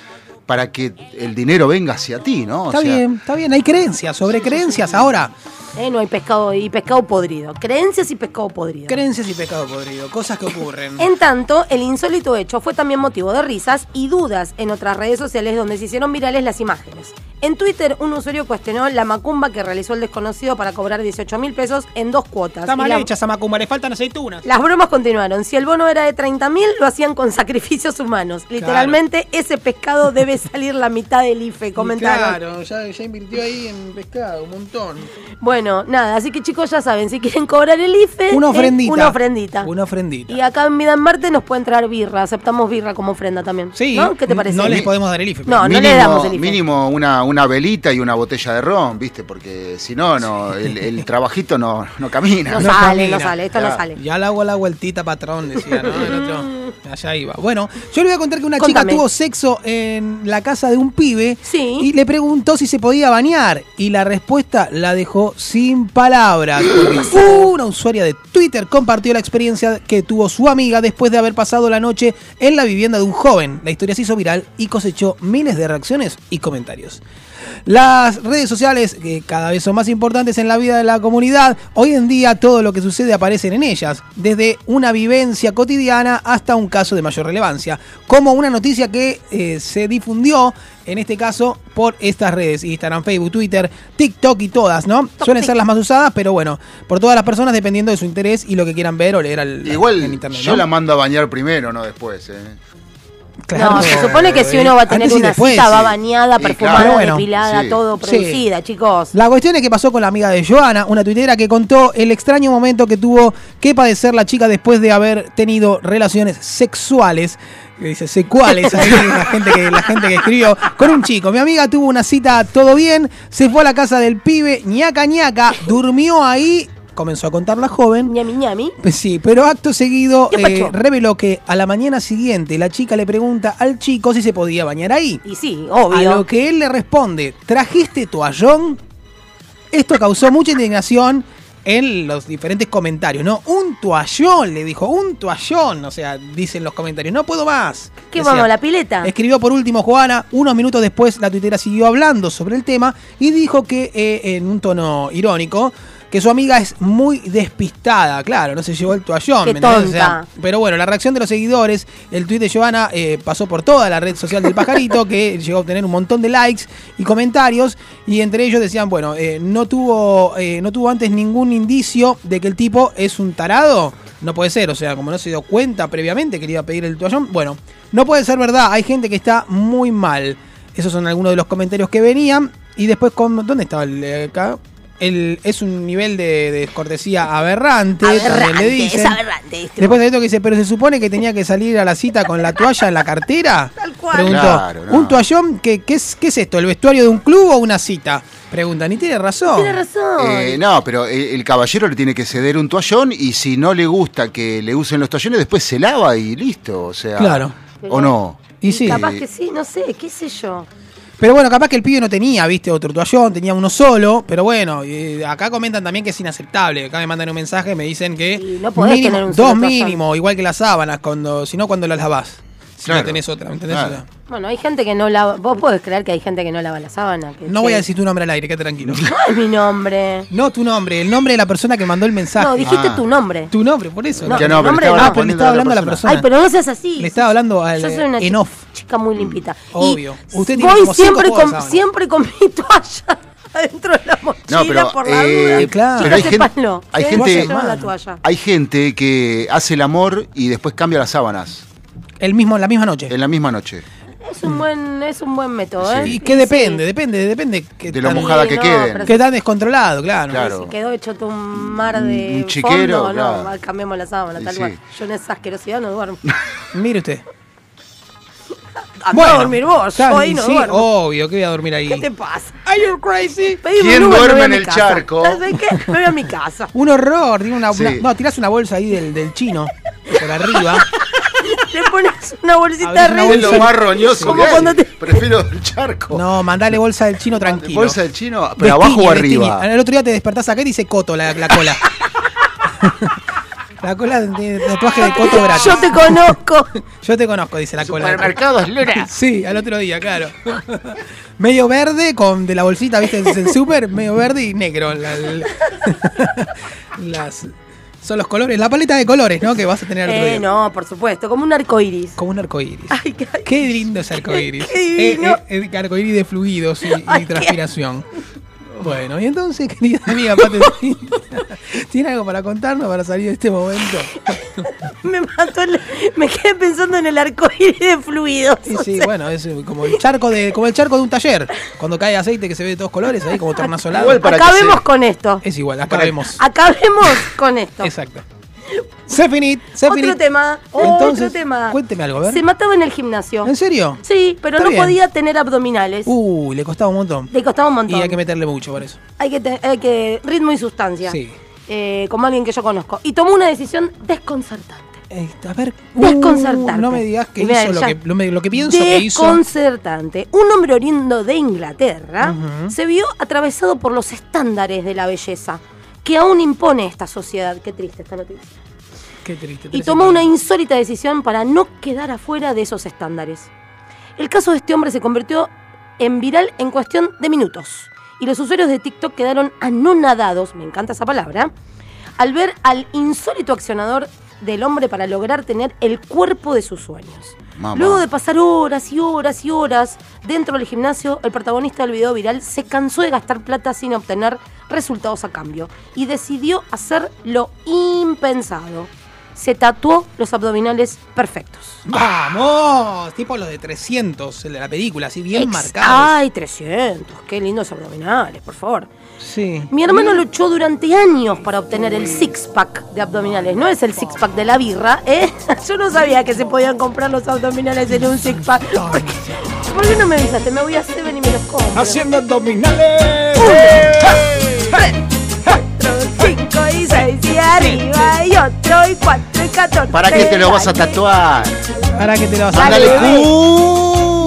Speaker 7: para que el dinero venga hacia ti, ¿no? O
Speaker 3: Está
Speaker 7: sea,
Speaker 3: bien, está bien, hay creencias, sobre creencias ahora.
Speaker 4: Eh, no hay pescado y pescado podrido. Creencias y pescado podrido.
Speaker 3: Creencias y pecado podrido, cosas que ocurren.
Speaker 4: En tanto, el insólito hecho fue también motivo de risas y dudas en otras redes sociales donde se hicieron virales las imágenes. En Twitter, un usuario cuestionó la macumba que realizó el desconocido para cobrar 18 mil pesos en dos cuotas.
Speaker 3: Está
Speaker 4: Y
Speaker 3: mal
Speaker 4: la-
Speaker 3: hecha esa macumba, le faltan aceitunas.
Speaker 4: Las bromas continuaron. Si el bono era de 30 mil, lo hacían con sacrificios humanos. Literalmente, ese pescado debe salir la mitad del IFE, comentaron.
Speaker 3: Claro, ya, ya invirtió ahí en pescado, un montón.
Speaker 4: Bueno, nada, así que chicos ya saben, si quieren cobrar el IFE,
Speaker 3: Una
Speaker 4: eh,
Speaker 3: ofrendita.
Speaker 4: una ofrendita.
Speaker 3: Una ofrendita.
Speaker 4: Y acá en Vida en Marte nos puede entrar birra, aceptamos birra como ofrenda también.
Speaker 3: Sí,
Speaker 4: ¿No? ¿Qué te parece?
Speaker 3: No les podemos dar el IFE.
Speaker 4: No, no le damos el IFE.
Speaker 7: Mínimo una, una velita y una botella de ron, ¿viste? Porque si no, no el, el trabajito no, no camina.
Speaker 4: No sale, no sale, esto no
Speaker 7: Claro.
Speaker 4: sale.
Speaker 3: Ya la hago la vueltita, patrón, decía, ¿no? El otro. Allá iba. Bueno, yo le voy a contar que una
Speaker 4: Contame.
Speaker 3: chica tuvo sexo en la casa de un pibe
Speaker 4: sí.
Speaker 3: y le preguntó si se podía bañar. Y la respuesta la dejó sin palabras. porque Una usuaria de Twitter compartió la experiencia que tuvo su amiga después de haber pasado la noche en la vivienda de un joven. La historia se hizo viral y cosechó miles de reacciones y comentarios. Las redes sociales, que cada vez son más importantes en la vida de la comunidad, hoy en día todo lo que sucede aparecen en ellas, desde una vivencia cotidiana hasta un caso de mayor relevancia, como una noticia que eh, se difundió, en este caso, por estas redes, Instagram, Facebook, Twitter, TikTok y todas, ¿no? Suelen ser las más usadas, pero bueno, por todas las personas dependiendo de su interés y lo que quieran ver o leer al,
Speaker 7: Igual
Speaker 3: en internet.
Speaker 7: yo
Speaker 3: ¿no?
Speaker 7: la mando a bañar primero, no después. ¿eh?
Speaker 4: No, se supone que si uno va a tener
Speaker 3: Antes y
Speaker 4: una
Speaker 3: después,
Speaker 4: cita, va
Speaker 3: sí.
Speaker 4: bañada,
Speaker 3: Y
Speaker 4: perfumada,
Speaker 3: claro, bueno,
Speaker 4: depilada,
Speaker 3: sí.
Speaker 4: todo
Speaker 3: Sí.
Speaker 4: producida, chicos.
Speaker 3: La cuestión es que pasó con la amiga de Joana, una tuitera que contó el extraño momento que tuvo que padecer la chica después de haber tenido relaciones sexuales. que Dice secuales, así que la gente que la gente que escribió con un chico. Mi amiga tuvo una cita, todo bien, se fue a la casa del pibe, ñaca ñaca, durmió ahí, comenzó a contar la joven.
Speaker 4: Ñami ñami.
Speaker 3: Pues Sí, pero acto seguido
Speaker 4: ¿Qué
Speaker 3: eh,
Speaker 4: pasó?
Speaker 3: reveló que a la mañana siguiente la chica le pregunta al chico si se podía bañar ahí.
Speaker 4: Y sí, obvio.
Speaker 3: A lo que él le responde, ¿trajiste toallón? Esto causó mucha indignación en los diferentes comentarios, ¿no? Un toallón, le dijo, un toallón, o sea, dicen los comentarios, no puedo más.
Speaker 4: ¿Qué
Speaker 3: Decía.
Speaker 4: vamos, la pileta?
Speaker 3: Escribió por último Juana, unos minutos después la tuitera siguió hablando sobre el tema y dijo que eh, en un tono irónico que su amiga es muy despistada, claro, no se llevó el toallón.
Speaker 4: Qué
Speaker 3: ¿me entendés? O sea,
Speaker 4: tonta.
Speaker 3: pero bueno, la reacción de los seguidores, el tuit de Giovanna eh, pasó por toda la red social del pajarito, que llegó a obtener un montón de likes y comentarios, y entre ellos decían, bueno, eh, no, tuvo, eh, no tuvo antes ningún indicio de que el tipo es un tarado. No puede ser, o sea, como no se dio cuenta previamente que le iba a pedir el toallón, bueno, no puede ser verdad, hay gente que está muy mal. Esos son algunos de los comentarios que venían. Y después, con, ¿dónde estaba el de acá? el- es un nivel de, de descortesía aberrante. también le
Speaker 13: Aberrante,
Speaker 3: dicen.
Speaker 13: es aberrante. este
Speaker 3: Después hay otro que dice, pero se supone que tenía que salir a la cita con la toalla en la cartera. Tal
Speaker 13: cual.
Speaker 3: Preguntó,
Speaker 13: Claro, no.
Speaker 3: ¿un toallón? ¿Qué, qué es, ¿Qué es esto? ¿El vestuario de un club o una cita? Preguntan, y tiene razón.
Speaker 4: Tiene razón.
Speaker 7: Eh, no, pero eh, el caballero le tiene que ceder un toallón y si no le gusta que le usen los toallones, después se lava y listo. O sea.
Speaker 3: Claro.
Speaker 7: ¿O no?
Speaker 3: Y sí.
Speaker 4: Capaz que sí, no sé, qué sé yo.
Speaker 3: Pero bueno, capaz que el pibe no tenía, viste, otro toallón, tenía uno solo. Pero bueno, eh, acá comentan también que es inaceptable. Acá me mandan un mensaje, me dicen que
Speaker 4: podés
Speaker 3: mínimo-
Speaker 4: tener un solo
Speaker 3: dos
Speaker 4: toallón.
Speaker 3: mínimo, igual que las sábanas, cuando, si no cuando las lavás. Si
Speaker 7: Claro,
Speaker 3: no tenés otra, ¿me entendés?
Speaker 7: claro.
Speaker 3: O sea,
Speaker 4: Bueno, hay gente que no lava. Vos podés creer que hay gente que no lava la sábana. que-
Speaker 3: No
Speaker 4: que-
Speaker 3: voy a decir tu nombre al aire, quédate tranquilo.
Speaker 4: No es mi nombre.
Speaker 3: No tu nombre, el nombre de la persona que mandó el mensaje. Ah.
Speaker 4: No, dijiste tu nombre.
Speaker 3: Tu nombre, por eso.
Speaker 4: No, Ya no, mi pero nombre estaba no.
Speaker 3: Ah, pero le estaba hablando a la persona.
Speaker 4: Ay, pero no seas así.
Speaker 3: Le estaba hablando al,
Speaker 4: Yo soy una
Speaker 3: en
Speaker 4: chi-
Speaker 3: off.
Speaker 4: chica muy limpita.
Speaker 3: Obvio.
Speaker 4: Y
Speaker 3: Usted tiene
Speaker 4: voy
Speaker 3: como cinco
Speaker 4: siempre
Speaker 3: juegos
Speaker 4: con,
Speaker 3: de sábana.
Speaker 4: siempre con mi toalla adentro de la mochila
Speaker 7: No, pero,
Speaker 4: por la
Speaker 7: eh, claro.
Speaker 4: duda. Chicas,
Speaker 7: pero hay gente-
Speaker 4: sépanlo.
Speaker 7: hay
Speaker 4: Eh,
Speaker 7: gente-
Speaker 4: llevan la toalla.
Speaker 7: Hay gente que hace el amor y después cambia las sábanas.
Speaker 3: El mismo, la misma noche.
Speaker 7: En la misma noche.
Speaker 4: Es un buen, es un buen método, ¿eh?
Speaker 3: Y que depende, depende, depende. Que
Speaker 7: De lo mojada que
Speaker 4: no,
Speaker 7: queden.
Speaker 4: pero-
Speaker 3: Qué tan descontrolado, claro.
Speaker 7: Claro.
Speaker 4: Si quedó hecho todo un mar de
Speaker 3: Un chiquero,
Speaker 4: fondo, no, Ah,
Speaker 3: claro.
Speaker 4: cambiamos la sábana,
Speaker 3: Y
Speaker 4: tal
Speaker 3: sí.
Speaker 4: cual. Yo en esa asquerosidad no duermo.
Speaker 3: Mire usted.
Speaker 4: Andá a dormir vos, yo
Speaker 3: claro,
Speaker 4: ahí no
Speaker 3: sí,
Speaker 4: duermo.
Speaker 3: obvio, que voy a dormir ahí.
Speaker 4: ¿Qué te pasa? Are you crazy?
Speaker 3: ¿Quién duerme en el charco?
Speaker 4: ¿Sabes qué? Me voy a mi casa.
Speaker 3: Un horror, tiene una,
Speaker 4: Sí.
Speaker 3: una- No, tirás una bolsa ahí del, del chino, por arriba.
Speaker 4: Le pones una bolsita de
Speaker 3: Abrís una bolsa-
Speaker 4: Como cuando te-
Speaker 7: Prefiero el charco.
Speaker 3: No, mandale bolsa del chino tranquilo.
Speaker 7: Bolsa del chino, pero abajo o
Speaker 3: Vestini,
Speaker 7: arriba.
Speaker 3: vestini. El otro día te despertás acá y dice coto la, la cola. la cola de de tatuaje de coto gratis.
Speaker 4: Yo te conozco.
Speaker 3: Yo te conozco, dice la cola.
Speaker 7: Supermercados Luna.
Speaker 3: Sí, al otro día, claro. medio verde con de la bolsita, ¿viste? Es el súper, medio verde y negro. la- la- las, son los colores, la paleta de colores, ¿no? Que vas a tener el otro
Speaker 4: Eh,
Speaker 3: día.
Speaker 4: no, por supuesto, como un arco iris.
Speaker 3: Como un arcoíris. Qué lindo es arcoíris.
Speaker 4: qué divino.
Speaker 3: Eh, eh, eh, arcoíris de fluidos y, y
Speaker 4: Ay, qué-
Speaker 3: transpiración. Bueno, y entonces, querida amiga Patentina, ¿tiene algo para contarnos para salir de este momento?
Speaker 4: Me mató, el- me quedé pensando en el arco iris de fluidos.
Speaker 3: Y
Speaker 4: o
Speaker 3: sí,
Speaker 4: sea,
Speaker 3: bueno, es eh, como el charco de, como el charco de un taller. Cuando cae aceite que se ve de todos colores, ahí como tornasolado.
Speaker 4: acabemos con esto.
Speaker 3: Es igual, acabemos.
Speaker 4: Acabemos con esto.
Speaker 3: Exacto. Se finit, se
Speaker 4: Otro
Speaker 3: finit.
Speaker 4: tema, otro
Speaker 3: Entonces,
Speaker 4: tema.
Speaker 3: Cuénteme algo, a ver.
Speaker 4: Se mataba en el gimnasio.
Speaker 3: ¿En serio?
Speaker 4: Sí, pero
Speaker 3: Está
Speaker 4: no
Speaker 3: bien. Uh.
Speaker 4: podía tener abdominales.
Speaker 3: Uy, le costaba un montón.
Speaker 4: Le costaba un montón.
Speaker 3: Y hay que meterle mucho por eso.
Speaker 4: Hay que, te- hay que- ritmo y sustancia.
Speaker 3: Sí.
Speaker 4: Eh, como alguien que yo conozco. Y tomó una decisión desconcertante.
Speaker 3: Eh, a ver,
Speaker 4: Desconcertante.
Speaker 3: uh, no me digas que
Speaker 4: Y mira,
Speaker 3: hizo lo
Speaker 4: ya-
Speaker 3: que, lo, me- lo que pienso que hizo.
Speaker 4: Desconcertante. Un hombre oriundo de Inglaterra
Speaker 3: Ujú.
Speaker 4: se vio atravesado por los estándares de la belleza que aún impone esta sociedad. Qué triste esta noticia.
Speaker 3: Qué triste.
Speaker 4: y
Speaker 3: Teresa.
Speaker 4: tomó una insólita decisión para no quedar afuera de esos estándares. El caso de este hombre se convirtió en viral en cuestión de minutos y los usuarios de TikTok quedaron anonadados, me encanta esa palabra, al ver al insólito accionador del hombre para lograr tener el cuerpo de sus sueños.
Speaker 7: Mamá.
Speaker 4: Luego de pasar horas y horas y horas dentro del gimnasio, el protagonista del video viral se cansó de gastar plata sin obtener resultados a cambio y decidió hacer lo impensado. Se tatuó los abdominales perfectos.
Speaker 3: ¡Vamos! Tipo los de 300, el de la película, así bien
Speaker 4: Ex-
Speaker 3: marcados.
Speaker 4: ¡Ay, 300! ¡Qué lindos abdominales, por favor!
Speaker 3: Sí.
Speaker 4: Mi hermano luchó durante años para obtener el six-pack de abdominales. No es el six-pack de la birra, ¿eh? Yo no sabía que se podían comprar los abdominales en un six-pack. ¿Por, qué- por qué no me avisaste? Me voy a Seven y me los compro.
Speaker 2: Haciendo abdominales.
Speaker 4: Cinco y seis y arriba y otro y cuatro y catorce.
Speaker 7: ¿Para qué te lo vas a tatuar?
Speaker 3: Ahora que te lo vas a
Speaker 7: Ándale,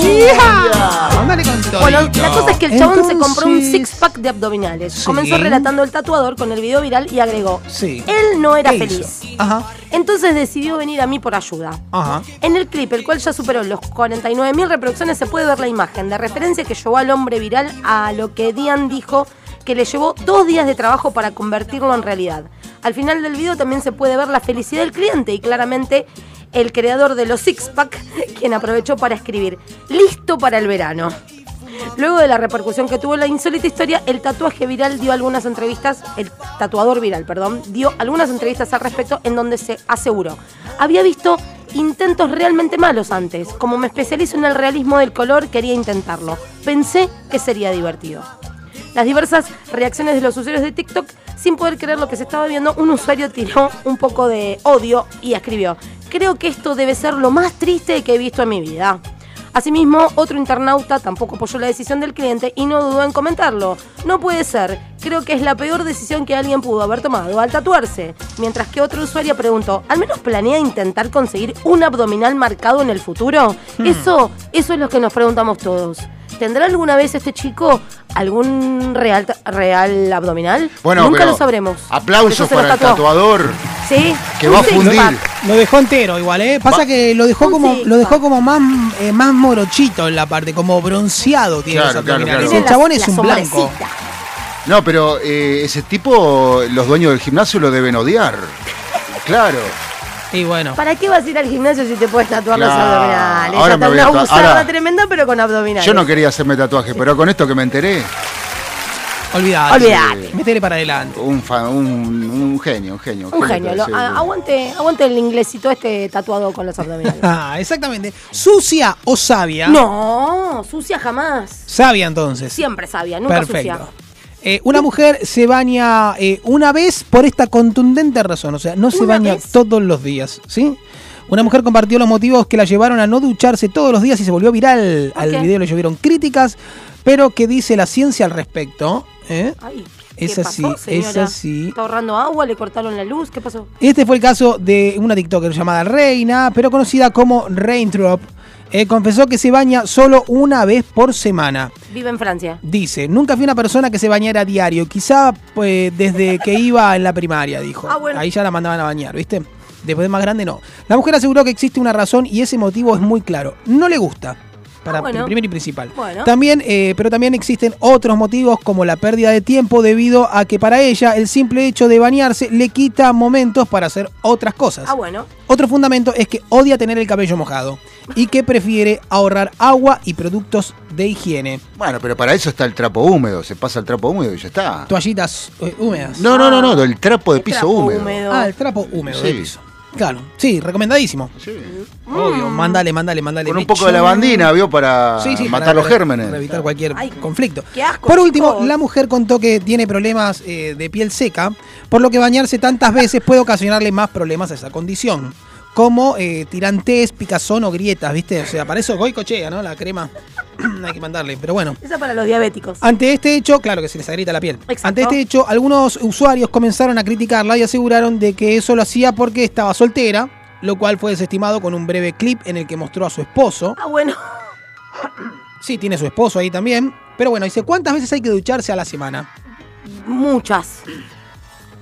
Speaker 4: ¡Hija!
Speaker 3: Ándale con todo.
Speaker 4: Bueno, la cosa es que el chabón se compró un
Speaker 3: Entonces-
Speaker 4: six-pack de abdominales. Comenzó relatando el tatuador con el video viral y agregó,
Speaker 3: Sí.
Speaker 4: él no era
Speaker 3: ¿Qué
Speaker 4: feliz.
Speaker 3: hizo? Ajá.
Speaker 4: Entonces decidió venir a mí por ayuda.
Speaker 3: Ajá.
Speaker 4: En el clip, el cual ya superó los 49.000 reproducciones, se puede ver la imagen de referencia que llevó al hombre viral a lo que Dian dijo que le llevó dos días de trabajo para convertirlo en realidad. Al final del video también se puede ver la felicidad del cliente y claramente el creador de los Six Pack, quien aprovechó para escribir, listo para el verano. Luego de la repercusión que tuvo la insólita historia, el tatuaje viral dio algunas entrevistas, el tatuador viral, perdón, dio algunas entrevistas al respecto en donde se aseguró. Había visto intentos realmente malos antes. Como me especializo en el realismo del color, quería intentarlo. Pensé que sería divertido. las diversas reacciones de los usuarios de TikTok. Sin poder creer lo que se estaba viendo, un usuario tiró un poco de odio y escribió, creo que esto debe ser lo más triste que he visto en mi vida. Asimismo, otro internauta tampoco apoyó la decisión del cliente y no dudó en comentarlo. No puede ser, creo que es la peor decisión que alguien pudo haber tomado al tatuarse. Mientras que otro usuario preguntó, ¿al menos planea intentar conseguir un abdominal marcado en el futuro?
Speaker 13: Hmm.
Speaker 4: Eso, eso es lo que nos preguntamos todos. ¿Tendrá alguna vez este chico algún real, real abdominal?
Speaker 7: Bueno,
Speaker 4: Nunca
Speaker 7: pero
Speaker 4: lo sabremos. Porque
Speaker 7: Aplausos
Speaker 4: se lo
Speaker 7: para el
Speaker 4: tatuó.
Speaker 7: tatuador.
Speaker 4: Sí.
Speaker 7: Que va a
Speaker 4: Un six
Speaker 7: fundir.
Speaker 4: pack.
Speaker 3: Lo dejó entero igual, ¿eh? Pasa que lo dejó como lo dejó como más, eh, más morochito en la parte, como bronceado tiene
Speaker 7: Claro,
Speaker 3: los
Speaker 7: claro,
Speaker 3: abdominales.
Speaker 7: claro.
Speaker 3: El chabón
Speaker 7: La-
Speaker 3: es
Speaker 7: la
Speaker 3: un blanco.
Speaker 7: No, pero eh, ese tipo, los dueños del gimnasio lo deben odiar. Claro.
Speaker 3: Y bueno.
Speaker 4: ¿Para qué vas a ir al gimnasio si te puedes tatuar los
Speaker 7: Claro.
Speaker 4: abdominales?
Speaker 7: Ahora
Speaker 4: Ahora
Speaker 7: me voy a
Speaker 4: una
Speaker 7: tatuar.
Speaker 4: gusarda
Speaker 7: Ahora-
Speaker 4: tremenda, pero con abdominales.
Speaker 7: Yo no quería hacerme tatuaje, pero con esto que me enteré.
Speaker 3: Olvidate.
Speaker 4: Olvidate.
Speaker 3: Métele para adelante.
Speaker 7: Un, fa- un, un genio, un genio.
Speaker 4: Un genio. lo-
Speaker 7: sí,
Speaker 4: a-
Speaker 7: sí.
Speaker 4: aguante, aguante el inglesito este tatuado con los abdominales.
Speaker 3: Ah, exactamente. ¿Sucia o sabia?
Speaker 4: no, sucia jamás.
Speaker 3: Sabia entonces.
Speaker 4: Siempre sabia, nunca
Speaker 3: Perfecto.
Speaker 4: sucia.
Speaker 3: Eh, una mujer se baña eh, una vez por esta contundente razón, o sea, no se baña todos los días, ¿sí? Una mujer compartió los motivos que la llevaron a no ducharse todos los días y se volvió viral. Al
Speaker 4: Ok.
Speaker 3: video le llovieron críticas, pero ¿qué dice la ciencia al respecto? ¿Eh?
Speaker 4: Ay, ¿qué
Speaker 3: Es
Speaker 4: pasó,
Speaker 3: así,
Speaker 4: Oh, señora?
Speaker 3: es así.
Speaker 4: Está ahorrando agua, le cortaron la luz, ¿qué pasó?
Speaker 3: Este fue el caso de una TikToker llamada Reina, pero conocida como Raindrop. Eh, confesó que se baña solo una vez por semana.
Speaker 4: Vive en Francia.
Speaker 3: Dice, nunca fui una persona que se bañara a diario, quizá pues, desde que iba en la primaria, dijo.
Speaker 4: Ah, bueno.
Speaker 3: Ahí ya la mandaban a bañar, ¿viste? Después de más grande no. La mujer aseguró que existe una razón y ese motivo es muy claro. No le gusta. Para
Speaker 4: Ah, bueno.
Speaker 3: primero y principal.
Speaker 4: Bueno.
Speaker 3: También, eh, pero también existen otros motivos como la pérdida de tiempo debido a que para ella el simple hecho de bañarse le quita momentos para hacer otras cosas.
Speaker 4: Ah, bueno.
Speaker 3: Otro fundamento es que odia tener el cabello mojado y que prefiere ahorrar agua y productos de higiene.
Speaker 7: Bueno, pero para eso está el trapo húmedo. Se pasa el trapo húmedo y ya está.
Speaker 3: Toallitas eh, húmedas.
Speaker 7: No, no, no, no, el trapo de piso húmedo.
Speaker 3: Ah, el trapo húmedo
Speaker 7: Sí.
Speaker 3: de piso. Claro, sí, recomendadísimo. Obvio, mándale, mándale, mándale.
Speaker 7: Con un poco de lavandina, vio, para
Speaker 3: Sí, sí,
Speaker 7: matar
Speaker 3: para-
Speaker 7: los
Speaker 3: para-
Speaker 7: gérmenes.
Speaker 3: para evitar cualquier conflicto.
Speaker 4: Qué asco.
Speaker 3: Por último, la mujer contó que tiene problemas eh, de piel seca, por lo que bañarse tantas veces puede ocasionarle más problemas a esa condición. Como eh, tirantes, picazón o grietas, ¿viste? O sea, para eso goicochea, ¿no? La crema hay que mandarle, pero bueno.
Speaker 4: Esa para los diabéticos.
Speaker 3: Ante este hecho, claro que se les agrieta la piel.
Speaker 4: Exacto.
Speaker 3: Ante este hecho, algunos usuarios comenzaron a criticarla y aseguraron de que eso lo hacía porque estaba soltera, lo cual fue desestimado con un breve clip en el que mostró a su esposo.
Speaker 4: Ah, bueno.
Speaker 3: Sí, tiene su esposo ahí también. Pero bueno, dice, ¿cuántas veces hay que ducharse a la semana?
Speaker 4: Muchas.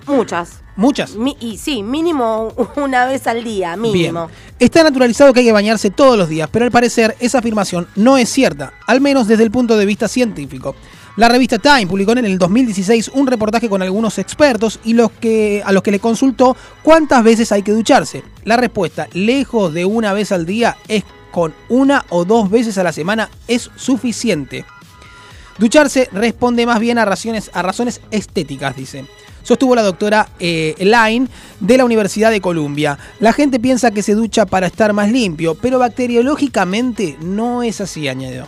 Speaker 4: Muchas.
Speaker 3: Muchas.
Speaker 4: Mi- y sí, mínimo una vez al día, mínimo.
Speaker 3: Bien. Está naturalizado que hay que bañarse todos los días, pero al parecer esa afirmación no es cierta, al menos desde el punto de vista científico. La revista Time publicó en el 2016 un reportaje con algunos expertos y los que, a los que le consultó cuántas veces hay que ducharse. La respuesta, lejos de una vez al día, es con una o dos veces a la semana es suficiente. Ducharse responde más bien a razones, a razones estéticas, dice. Sostuvo la doctora eh, Line de la Universidad de Columbia. La gente piensa que se ducha para estar más limpio, pero bacteriológicamente no es así, añadió.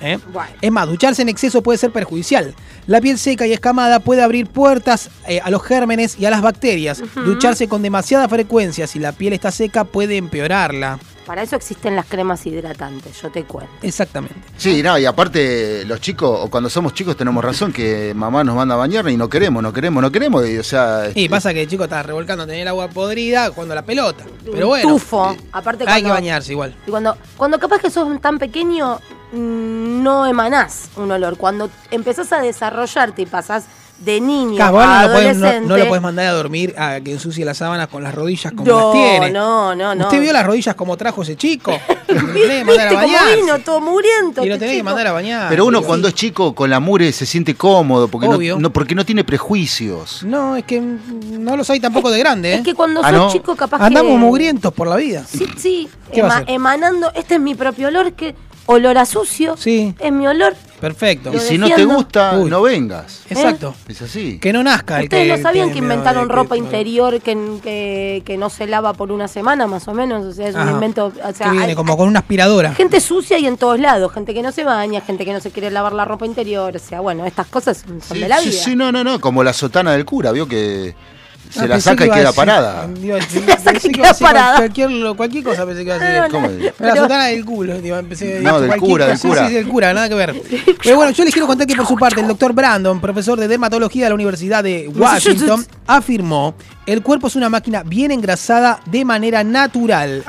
Speaker 3: ¿Eh? Es más, ducharse en exceso puede ser perjudicial. La piel seca y escamada puede abrir puertas eh, a los gérmenes y a las bacterias.
Speaker 4: Ujú.
Speaker 3: Ducharse con demasiada frecuencia si la piel está seca puede empeorarla.
Speaker 4: Para eso existen las cremas hidratantes, yo te cuento.
Speaker 3: Exactamente.
Speaker 7: Sí, no, y aparte los chicos, o cuando somos chicos tenemos razón que mamá nos manda a bañar y no queremos, no queremos, no queremos, y o sea,
Speaker 3: Y
Speaker 7: este,
Speaker 3: pasa que, chico, estás revolcándote en el agua podrida cuando la pelota. Pero bueno. eh,
Speaker 4: Tufo. Aparte
Speaker 3: Hay
Speaker 4: cuando-
Speaker 3: que bañarse igual.
Speaker 4: Y cuando, cuando capaz que sos tan pequeño, mm, no emanás un olor. Cuando empezás a desarrollarte y pasás de niño
Speaker 3: Cas, vos no,
Speaker 4: a
Speaker 3: lo podés, no-
Speaker 4: adolescente...
Speaker 3: no lo podés mandar a dormir a que ensucie las sábanas con las rodillas como
Speaker 4: No,
Speaker 3: las tiene.
Speaker 4: no, no, no.
Speaker 3: ¿Usted vio las rodillas como trajo ese chico? Lo tenés que mandar a
Speaker 4: ¿Viste cómo
Speaker 3: bañarse.
Speaker 4: vino todo muriendo?
Speaker 3: Y lo tenés que mandar a bañar.
Speaker 7: pero uno
Speaker 3: Ah, Sí,
Speaker 7: cuando
Speaker 3: sí.
Speaker 7: es chico con la mure se siente cómodo porque
Speaker 3: Obvio.
Speaker 7: no, no- porque no tiene prejuicios.
Speaker 3: No, es que no lo soy tampoco de grande, ¿eh?
Speaker 4: Es que cuando
Speaker 7: Ah,
Speaker 4: sos
Speaker 7: ¿no?
Speaker 4: chico capaz
Speaker 3: Andamos
Speaker 4: que...
Speaker 3: mugrientos por la vida.
Speaker 4: Sí, sí.
Speaker 3: ¿Qué va a
Speaker 4: ema-
Speaker 3: hacer?
Speaker 4: emanando. Este es mi propio olor, que olor a sucio.
Speaker 3: Sí.
Speaker 4: Es mi olor.
Speaker 3: Perfecto.
Speaker 7: Y si no te gusta, no vengas.
Speaker 3: Eh, Exacto.
Speaker 7: Es así.
Speaker 3: Que no nazca el
Speaker 4: Ustedes
Speaker 3: que-
Speaker 4: no
Speaker 3: el
Speaker 4: sabían
Speaker 3: tiene
Speaker 4: que
Speaker 3: miedo
Speaker 4: inventaron
Speaker 3: de que-
Speaker 4: ropa interior que, que, que no se lava por una semana más o menos. O sea, es
Speaker 3: Ajá.
Speaker 4: un invento. O
Speaker 3: que
Speaker 4: sea,
Speaker 3: viene
Speaker 4: hay-
Speaker 3: como con una aspiradora.
Speaker 4: gente sucia y en todos lados. Gente que no se baña, gente que no se quiere lavar la ropa interior. O sea, bueno, estas cosas son
Speaker 7: Sí,
Speaker 4: de la
Speaker 7: sí,
Speaker 4: vida.
Speaker 7: sí, no, no, no. Como la sotana del cura, vio que se
Speaker 3: Ah,
Speaker 7: la
Speaker 3: pensé
Speaker 7: saca
Speaker 3: que
Speaker 7: y
Speaker 3: iba a
Speaker 7: queda
Speaker 3: decir- eh,
Speaker 7: parada.
Speaker 3: iba a decir- pensé que iba a decir Cualquier, lo- cualquier cosa pensé que iba a decir.
Speaker 7: No, no, ¿Cómo?
Speaker 3: La
Speaker 7: pero-
Speaker 3: sotana del culo. digo, empecé-
Speaker 7: No, del
Speaker 3: Eh, cualquier
Speaker 7: cura, del
Speaker 3: cosa,
Speaker 7: cura.
Speaker 3: sí, sí, del cura, nada que ver. Pero bueno, yo les quiero contar que por su parte el doctor Brandon, profesor de dermatología de la Universidad de Washington, afirmó, el cuerpo es una máquina bien engrasada de manera natural.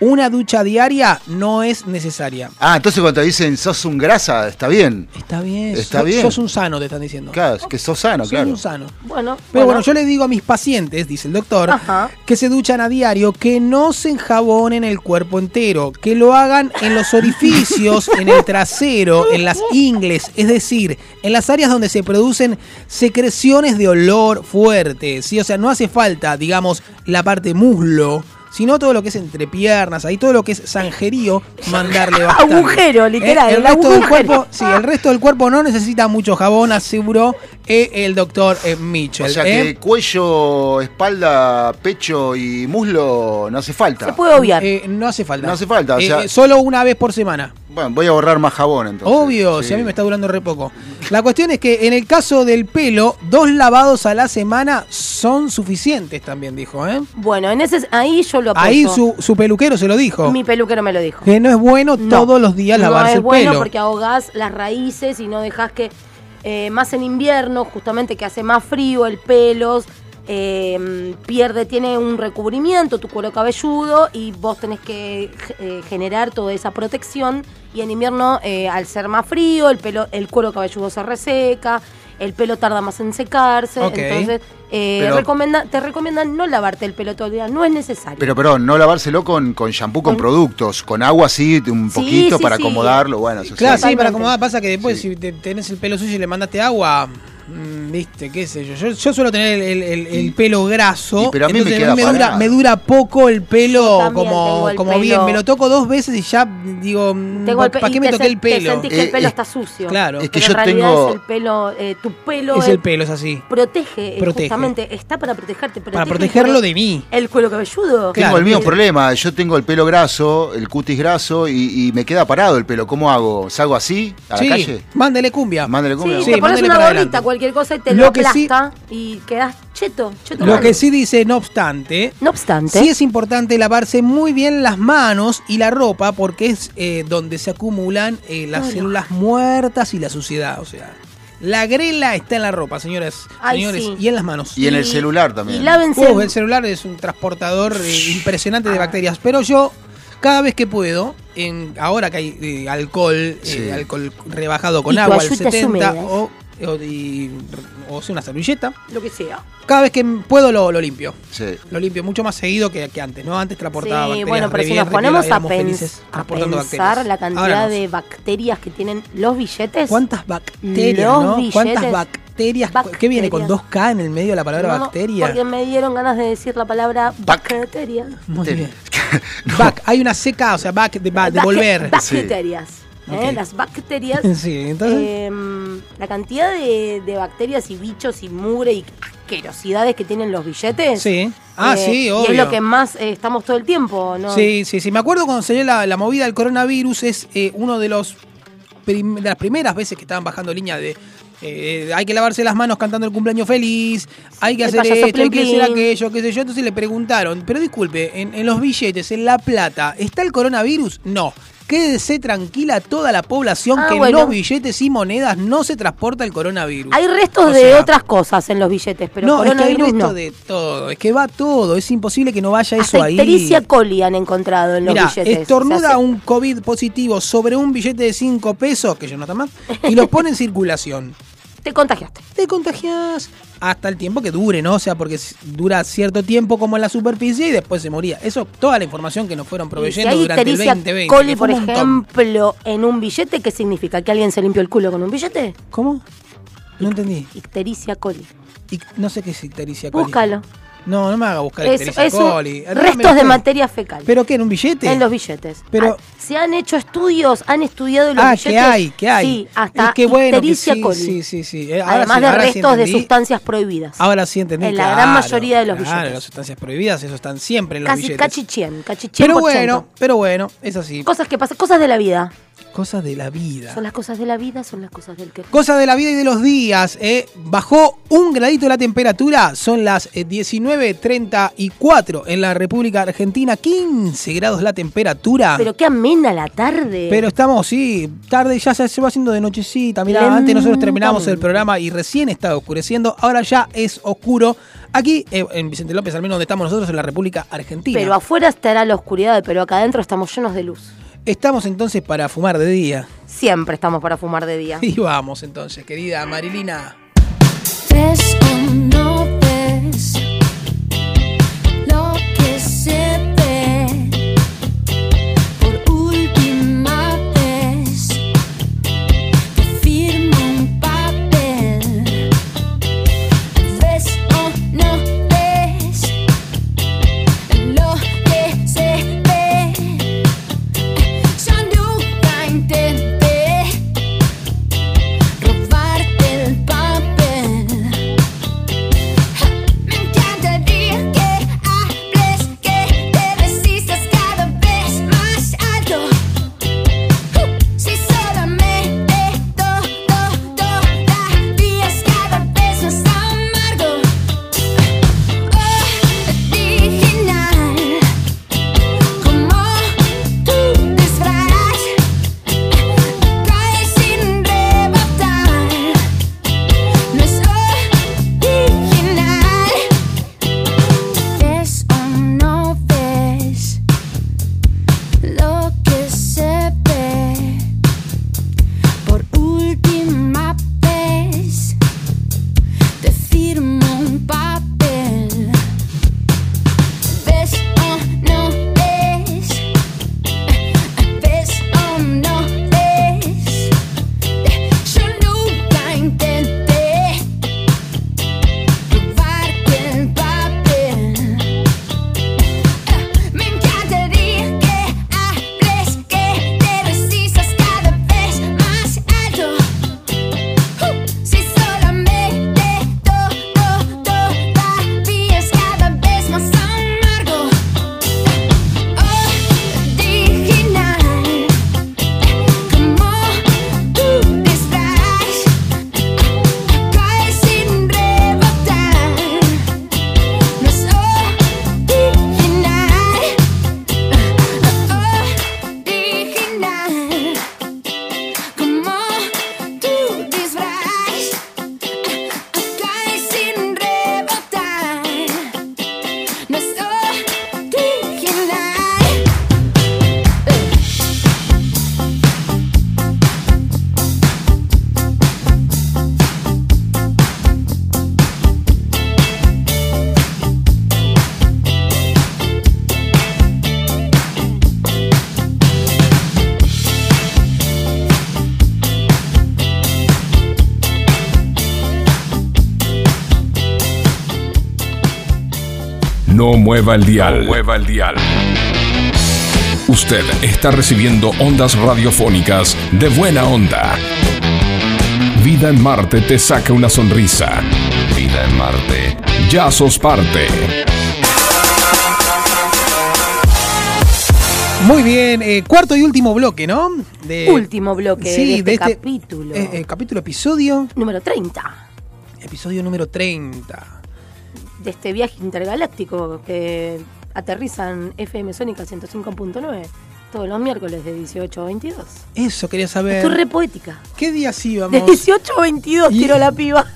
Speaker 3: Una ducha diaria no es necesaria.
Speaker 7: Ah, entonces cuando te dicen sos un grasa, está bien.
Speaker 3: Está bien.
Speaker 7: Está
Speaker 3: sos-
Speaker 7: bien.
Speaker 3: Sos un sano, te están diciendo.
Speaker 7: Claro, es que sos sano,
Speaker 3: Sos
Speaker 7: claro.
Speaker 3: un sano.
Speaker 4: Bueno,
Speaker 3: Pero bueno, yo les digo a mis pacientes, dice el doctor, que se duchan a diario, que no se enjabonen el cuerpo entero, que lo hagan en los orificios, en el trasero, en las ingles, es decir, en las áreas donde se producen secreciones de olor fuerte, ¿sí? O sea, no hace falta, digamos, la parte muslo, sino todo lo que es entrepiernas, ahí todo lo que es sanjerío, mandarle bastante.
Speaker 4: Agujero,
Speaker 3: Eh,
Speaker 4: literal,
Speaker 3: El,
Speaker 4: el
Speaker 3: resto del
Speaker 4: agujero.
Speaker 3: cuerpo, sí, el resto del cuerpo no necesita mucho jabón, aseguró eh, el doctor eh, Mitchell.
Speaker 7: O sea
Speaker 3: ¿eh?
Speaker 7: que cuello, espalda, pecho y muslo no hace falta.
Speaker 3: Eh, no hace falta.
Speaker 7: No hace falta, o
Speaker 3: Eh,
Speaker 7: sea-
Speaker 3: eh, solo una vez por semana.
Speaker 7: Bueno, voy a ahorrar más jabón entonces.
Speaker 3: Obvio,
Speaker 7: Sí.
Speaker 3: si a mí me está durando re poco. La cuestión es que en el caso del pelo, dos lavados a la semana son suficientes también, dijo. ¿eh?
Speaker 4: Bueno, en ese, ahí yo lo apoyo.
Speaker 3: Ahí su, su peluquero se lo dijo.
Speaker 4: Mi peluquero me lo dijo.
Speaker 3: Que no es bueno
Speaker 4: No.
Speaker 3: todos los días lavarse
Speaker 4: no es
Speaker 3: el
Speaker 4: bueno
Speaker 3: pelo.
Speaker 4: porque ahogás las raíces y no dejas que eh, más en invierno justamente que hace más frío el pelo eh, pierde tiene un recubrimiento tu cuero cabelludo y vos tenés que eh, generar toda esa protección y en invierno eh, al ser más frío el pelo el cuero cabelludo se reseca el pelo tarda más en secarse
Speaker 7: Ok.
Speaker 4: entonces eh,
Speaker 7: Pero-
Speaker 4: recomienda- te recomiendan no lavarte el pelo todo el día no es necesario
Speaker 7: Pero perdón, no lavárselo con, con shampoo, con productos, con agua así, un
Speaker 4: Sí,
Speaker 7: poquito
Speaker 4: sí,
Speaker 7: para
Speaker 4: sí.
Speaker 7: acomodarlo. Bueno, eso
Speaker 3: Claro, sí,
Speaker 7: sí.
Speaker 3: para acomodar pasa que después si te- tenés el pelo sucio y le mandaste agua, mm, viste, qué sé yo. Yo, yo suelo tener el, el- el- el pelo graso,
Speaker 7: y pero a mí me
Speaker 3: entonces
Speaker 7: queda
Speaker 3: dura,
Speaker 7: parado.
Speaker 3: me dura poco el
Speaker 4: Yo
Speaker 3: pelo
Speaker 4: también
Speaker 3: como,
Speaker 4: tengo el
Speaker 3: como bien.
Speaker 4: pelo-
Speaker 3: Me lo toco dos veces y ya mm, digo, mm,
Speaker 4: Tengo el pe-
Speaker 3: ¿para
Speaker 4: y
Speaker 3: qué me
Speaker 4: te
Speaker 3: toqué
Speaker 4: sen-
Speaker 3: el pelo?
Speaker 4: Te sentís que el
Speaker 7: Eh,
Speaker 4: pelo
Speaker 7: eh,
Speaker 4: está sucio.
Speaker 3: claro.
Speaker 7: es que
Speaker 4: Pero
Speaker 7: yo
Speaker 4: en realidad
Speaker 7: tengo-
Speaker 4: es el pelo, eh, tu pelo
Speaker 3: es el pelo, es así.
Speaker 4: Protege, eh,
Speaker 3: Protege.
Speaker 4: justamente, está para protegerte. protege
Speaker 3: Para
Speaker 4: el
Speaker 3: protegerlo
Speaker 4: cuero-
Speaker 3: de mí.
Speaker 4: El cuero cabelludo.
Speaker 7: Tengo el mismo problema, yo tengo el pelo graso, el cutis graso y, y me queda parado el pelo. ¿Cómo hago? ¿Salgo así a
Speaker 3: Sí,
Speaker 7: la calle?
Speaker 3: mándele cumbia.
Speaker 7: Mándale cómo
Speaker 4: Sí,
Speaker 7: me-
Speaker 4: te pones
Speaker 3: mándale
Speaker 4: una
Speaker 3: para
Speaker 4: gorrita,
Speaker 3: adelante.
Speaker 4: cualquier cosa y te
Speaker 3: Lo
Speaker 4: lo,
Speaker 3: que sí-
Speaker 4: aplasta y quedás cheto, cheto
Speaker 3: Lo
Speaker 4: mal.
Speaker 3: que sí dice, no obstante,
Speaker 4: No obstante.
Speaker 3: sí es importante lavarse muy bien las manos y la ropa porque es eh, donde se acumulan eh, las
Speaker 4: Claro.
Speaker 3: células muertas y la suciedad. O sea, la grela está en la ropa, señores,
Speaker 4: Ay,
Speaker 3: señores
Speaker 4: sí.
Speaker 3: y en las manos.
Speaker 7: Y en el celular también.
Speaker 4: y lávense- Ah.
Speaker 3: Uh, el celular es un transportador eh, impresionante de bacterias, pero yo cada vez que puedo, en, ahora que hay eh, alcohol, eh,
Speaker 7: Sí.
Speaker 3: alcohúmido rebajado con
Speaker 4: Y
Speaker 3: agua al
Speaker 4: toallitas
Speaker 3: 70
Speaker 4: húmedas.
Speaker 3: o, eh, o, y- o sea, una servilleta,
Speaker 4: ¿eh? Lo que sea.
Speaker 3: cada vez que puedo lo- lo limpio.
Speaker 7: Sí.
Speaker 3: Lo limpio mucho más seguido que, que antes, ¿no? Antes transportaba
Speaker 4: Sí,
Speaker 3: bacterias.
Speaker 4: bueno, pero
Speaker 3: re
Speaker 4: si
Speaker 3: bien,
Speaker 4: nos
Speaker 3: re piola,
Speaker 4: ponemos a,
Speaker 3: éramos
Speaker 4: pens-
Speaker 3: felices
Speaker 4: a
Speaker 3: transportando
Speaker 4: pensar
Speaker 3: bacterias.
Speaker 4: la
Speaker 3: Ahora
Speaker 4: cantidad
Speaker 3: no.
Speaker 4: de bacterias que tienen los billetes.
Speaker 3: ¿Cuántas bacterias,
Speaker 4: Los
Speaker 3: no?
Speaker 4: billetes.
Speaker 3: ¿Cuántas bacterias? ¿Qué viene con 2K en el medio de la palabra
Speaker 4: No,
Speaker 3: bacteria?
Speaker 4: Porque me dieron ganas de decir la palabra bacteria.
Speaker 3: Muy bien. Back, hay una CK, o sea, back de, back, Ah, de
Speaker 4: Bac-
Speaker 3: volver.
Speaker 4: Bacterias. ¿eh?
Speaker 3: Ok.
Speaker 4: Las bacterias.
Speaker 3: Sí, entonces.
Speaker 4: em, la cantidad de, de bacterias y bichos y mugre y asquerosidades que tienen los billetes. eh,
Speaker 3: Sí. Ah, sí,
Speaker 4: Y
Speaker 3: obvio.
Speaker 4: es lo que más eh, estamos todo el tiempo, ¿no?
Speaker 3: Sí, sí, sí. Me acuerdo cuando salió la, la movida del coronavirus, es eh, uno de los prim- de las primeras veces que estaban bajando línea de eh, hay que lavarse las manos cantando el cumpleaños feliz, hay que
Speaker 4: El
Speaker 3: hacer
Speaker 4: payaso
Speaker 3: esto, hay que
Speaker 4: Plin
Speaker 3: hacer
Speaker 4: Plin.
Speaker 3: aquello, qué sé yo. Entonces le preguntaron, pero disculpe, en, en los billetes, en la plata, ¿está el coronavirus? No. Quédese tranquila toda la población
Speaker 4: Ah,
Speaker 3: que
Speaker 4: bueno.
Speaker 3: en los billetes y monedas no se transporta el coronavirus.
Speaker 4: Hay restos
Speaker 3: O
Speaker 4: de
Speaker 3: sea,
Speaker 4: otras cosas en los billetes, pero
Speaker 3: no, es que hay
Speaker 4: coronavirus
Speaker 3: resto
Speaker 4: no.
Speaker 3: de todo, es que va todo, es imposible que no vaya eso ahí.
Speaker 4: Ictericia coli han encontrado en los
Speaker 3: Mirá,
Speaker 4: billetes.
Speaker 3: estornuda
Speaker 4: O sea, se-
Speaker 3: un COVID positivo sobre un billete de 5 pesos, que yo no está más, y lo pone en circulación.
Speaker 4: Te contagiaste.
Speaker 3: Te contagias hasta el tiempo que dure, ¿no? O sea, porque s- dura cierto tiempo como en la superficie y después se moría. Eso, toda la información que nos fueron
Speaker 4: Y Si
Speaker 3: proveyendo
Speaker 4: hay
Speaker 3: durante el
Speaker 4: ictericia
Speaker 3: 2020.
Speaker 4: coli,
Speaker 3: que
Speaker 4: por
Speaker 3: fue un montón.
Speaker 4: ejemplo, en un billete, ¿qué significa? ¿Que alguien se limpió el culo con un billete?
Speaker 3: ¿Cómo? No entendí.
Speaker 4: Ictericia coli.
Speaker 3: Ic- no sé qué es ictericia coli.
Speaker 4: Búscalo.
Speaker 3: No, no me haga buscar
Speaker 4: Es-
Speaker 3: Esterilla
Speaker 4: es un-
Speaker 3: Coli. Arreglame
Speaker 4: restos de
Speaker 3: todo.
Speaker 4: materia fecal.
Speaker 3: ¿Pero qué? ¿En un billete?
Speaker 4: En los billetes.
Speaker 3: Pero-
Speaker 4: Ah, se han hecho estudios, han estudiado los
Speaker 3: Ah,
Speaker 4: billetes.
Speaker 3: que hay, que hay.
Speaker 4: Sí, hasta
Speaker 3: Es que bueno, que
Speaker 4: Esterilla
Speaker 3: sí,
Speaker 4: coli.
Speaker 3: sí, sí, sí. Eh, ahora
Speaker 4: Además
Speaker 3: sí,
Speaker 4: de
Speaker 3: ahora sí
Speaker 4: restos de
Speaker 3: entendí.
Speaker 4: sustancias prohibidas.
Speaker 3: Ahora sí entendí.
Speaker 4: En la
Speaker 3: claro,
Speaker 4: gran mayoría de los
Speaker 3: claro,
Speaker 4: billetes.
Speaker 3: las sustancias prohibidas, eso están siempre en los
Speaker 4: Casi,
Speaker 3: billetes.
Speaker 4: casi 100, casi 100%.
Speaker 3: pero bueno, pero bueno, es así.
Speaker 4: Cosas que pasan, cosas de la vida.
Speaker 3: Cosas de la vida.
Speaker 4: Son las cosas de la vida, son las cosas del que.
Speaker 3: Cosas de la vida y de los días. eh. Bajó un gradito la temperatura. Son las eh, 19.34 en la República Argentina. 15 grados la temperatura.
Speaker 4: Pero qué amena la tarde.
Speaker 3: Pero estamos, sí, tarde ya se se va haciendo de nochecita. Mirá, antes nosotros terminamos el programa y recién estaba oscureciendo. Ahora ya es oscuro. Aquí, eh, en Vicente López, al menos donde estamos nosotros, en la República Argentina.
Speaker 4: Pero afuera estará la oscuridad, pero acá adentro estamos llenos de luz.
Speaker 3: estamos entonces para fumar de día.
Speaker 4: Siempre estamos para fumar de día.
Speaker 3: Y vamos entonces, querida Marilina.
Speaker 14: ¿Ves o no ves lo que se ve? Por última vez te firmo un papel. ¿Ves o no ves lo que se ve? Ya nunca intenté robarte el papel. Ja, Me encantaría que hables, que te resistas cada vez más alto. Uh, Si solamente todo, todavía es cada vez más amargo. Oh, original, como tú disfraz. Cae sin rebotar, no es original. ¿Ves o no ves lo que se ve? Por última vez te firmo un papel. ¿Ves o no ves? ¿Ves o no ves? Yo nunca intenté robarte el papel. Me encantaría que hables, que te resistas cada vez más alto. Uh, Si solamente todo, todavía es cada vez más amargo. Oh, Original, como tú estás, cae sin rebotar. No es original, original, como tú estás, cae sin rebotar. No es original.
Speaker 1: No mueva el dial. mueva el dial. Usted está recibiendo ondas radiofónicas de buena onda. Vida en Marte te saca una sonrisa. Vida en Marte. Ya sos parte.
Speaker 3: Muy bien, eh, cuarto y último bloque, ¿no? De-
Speaker 4: Último bloque
Speaker 3: eh, Sí,
Speaker 4: de este
Speaker 3: de este-
Speaker 4: capítulo.
Speaker 3: eh, eh, capítulo, episodio.
Speaker 4: Número 30.
Speaker 3: Episodio número 30.
Speaker 4: De este viaje intergaláctico que aterrizan FM Sónica 105.9 todos los miércoles de 18 a 22.
Speaker 3: Eso quería saber.
Speaker 4: Estoy re poética.
Speaker 3: ¿Qué días
Speaker 4: De
Speaker 3: íbamos?
Speaker 4: 18 a 22 tiró la piba.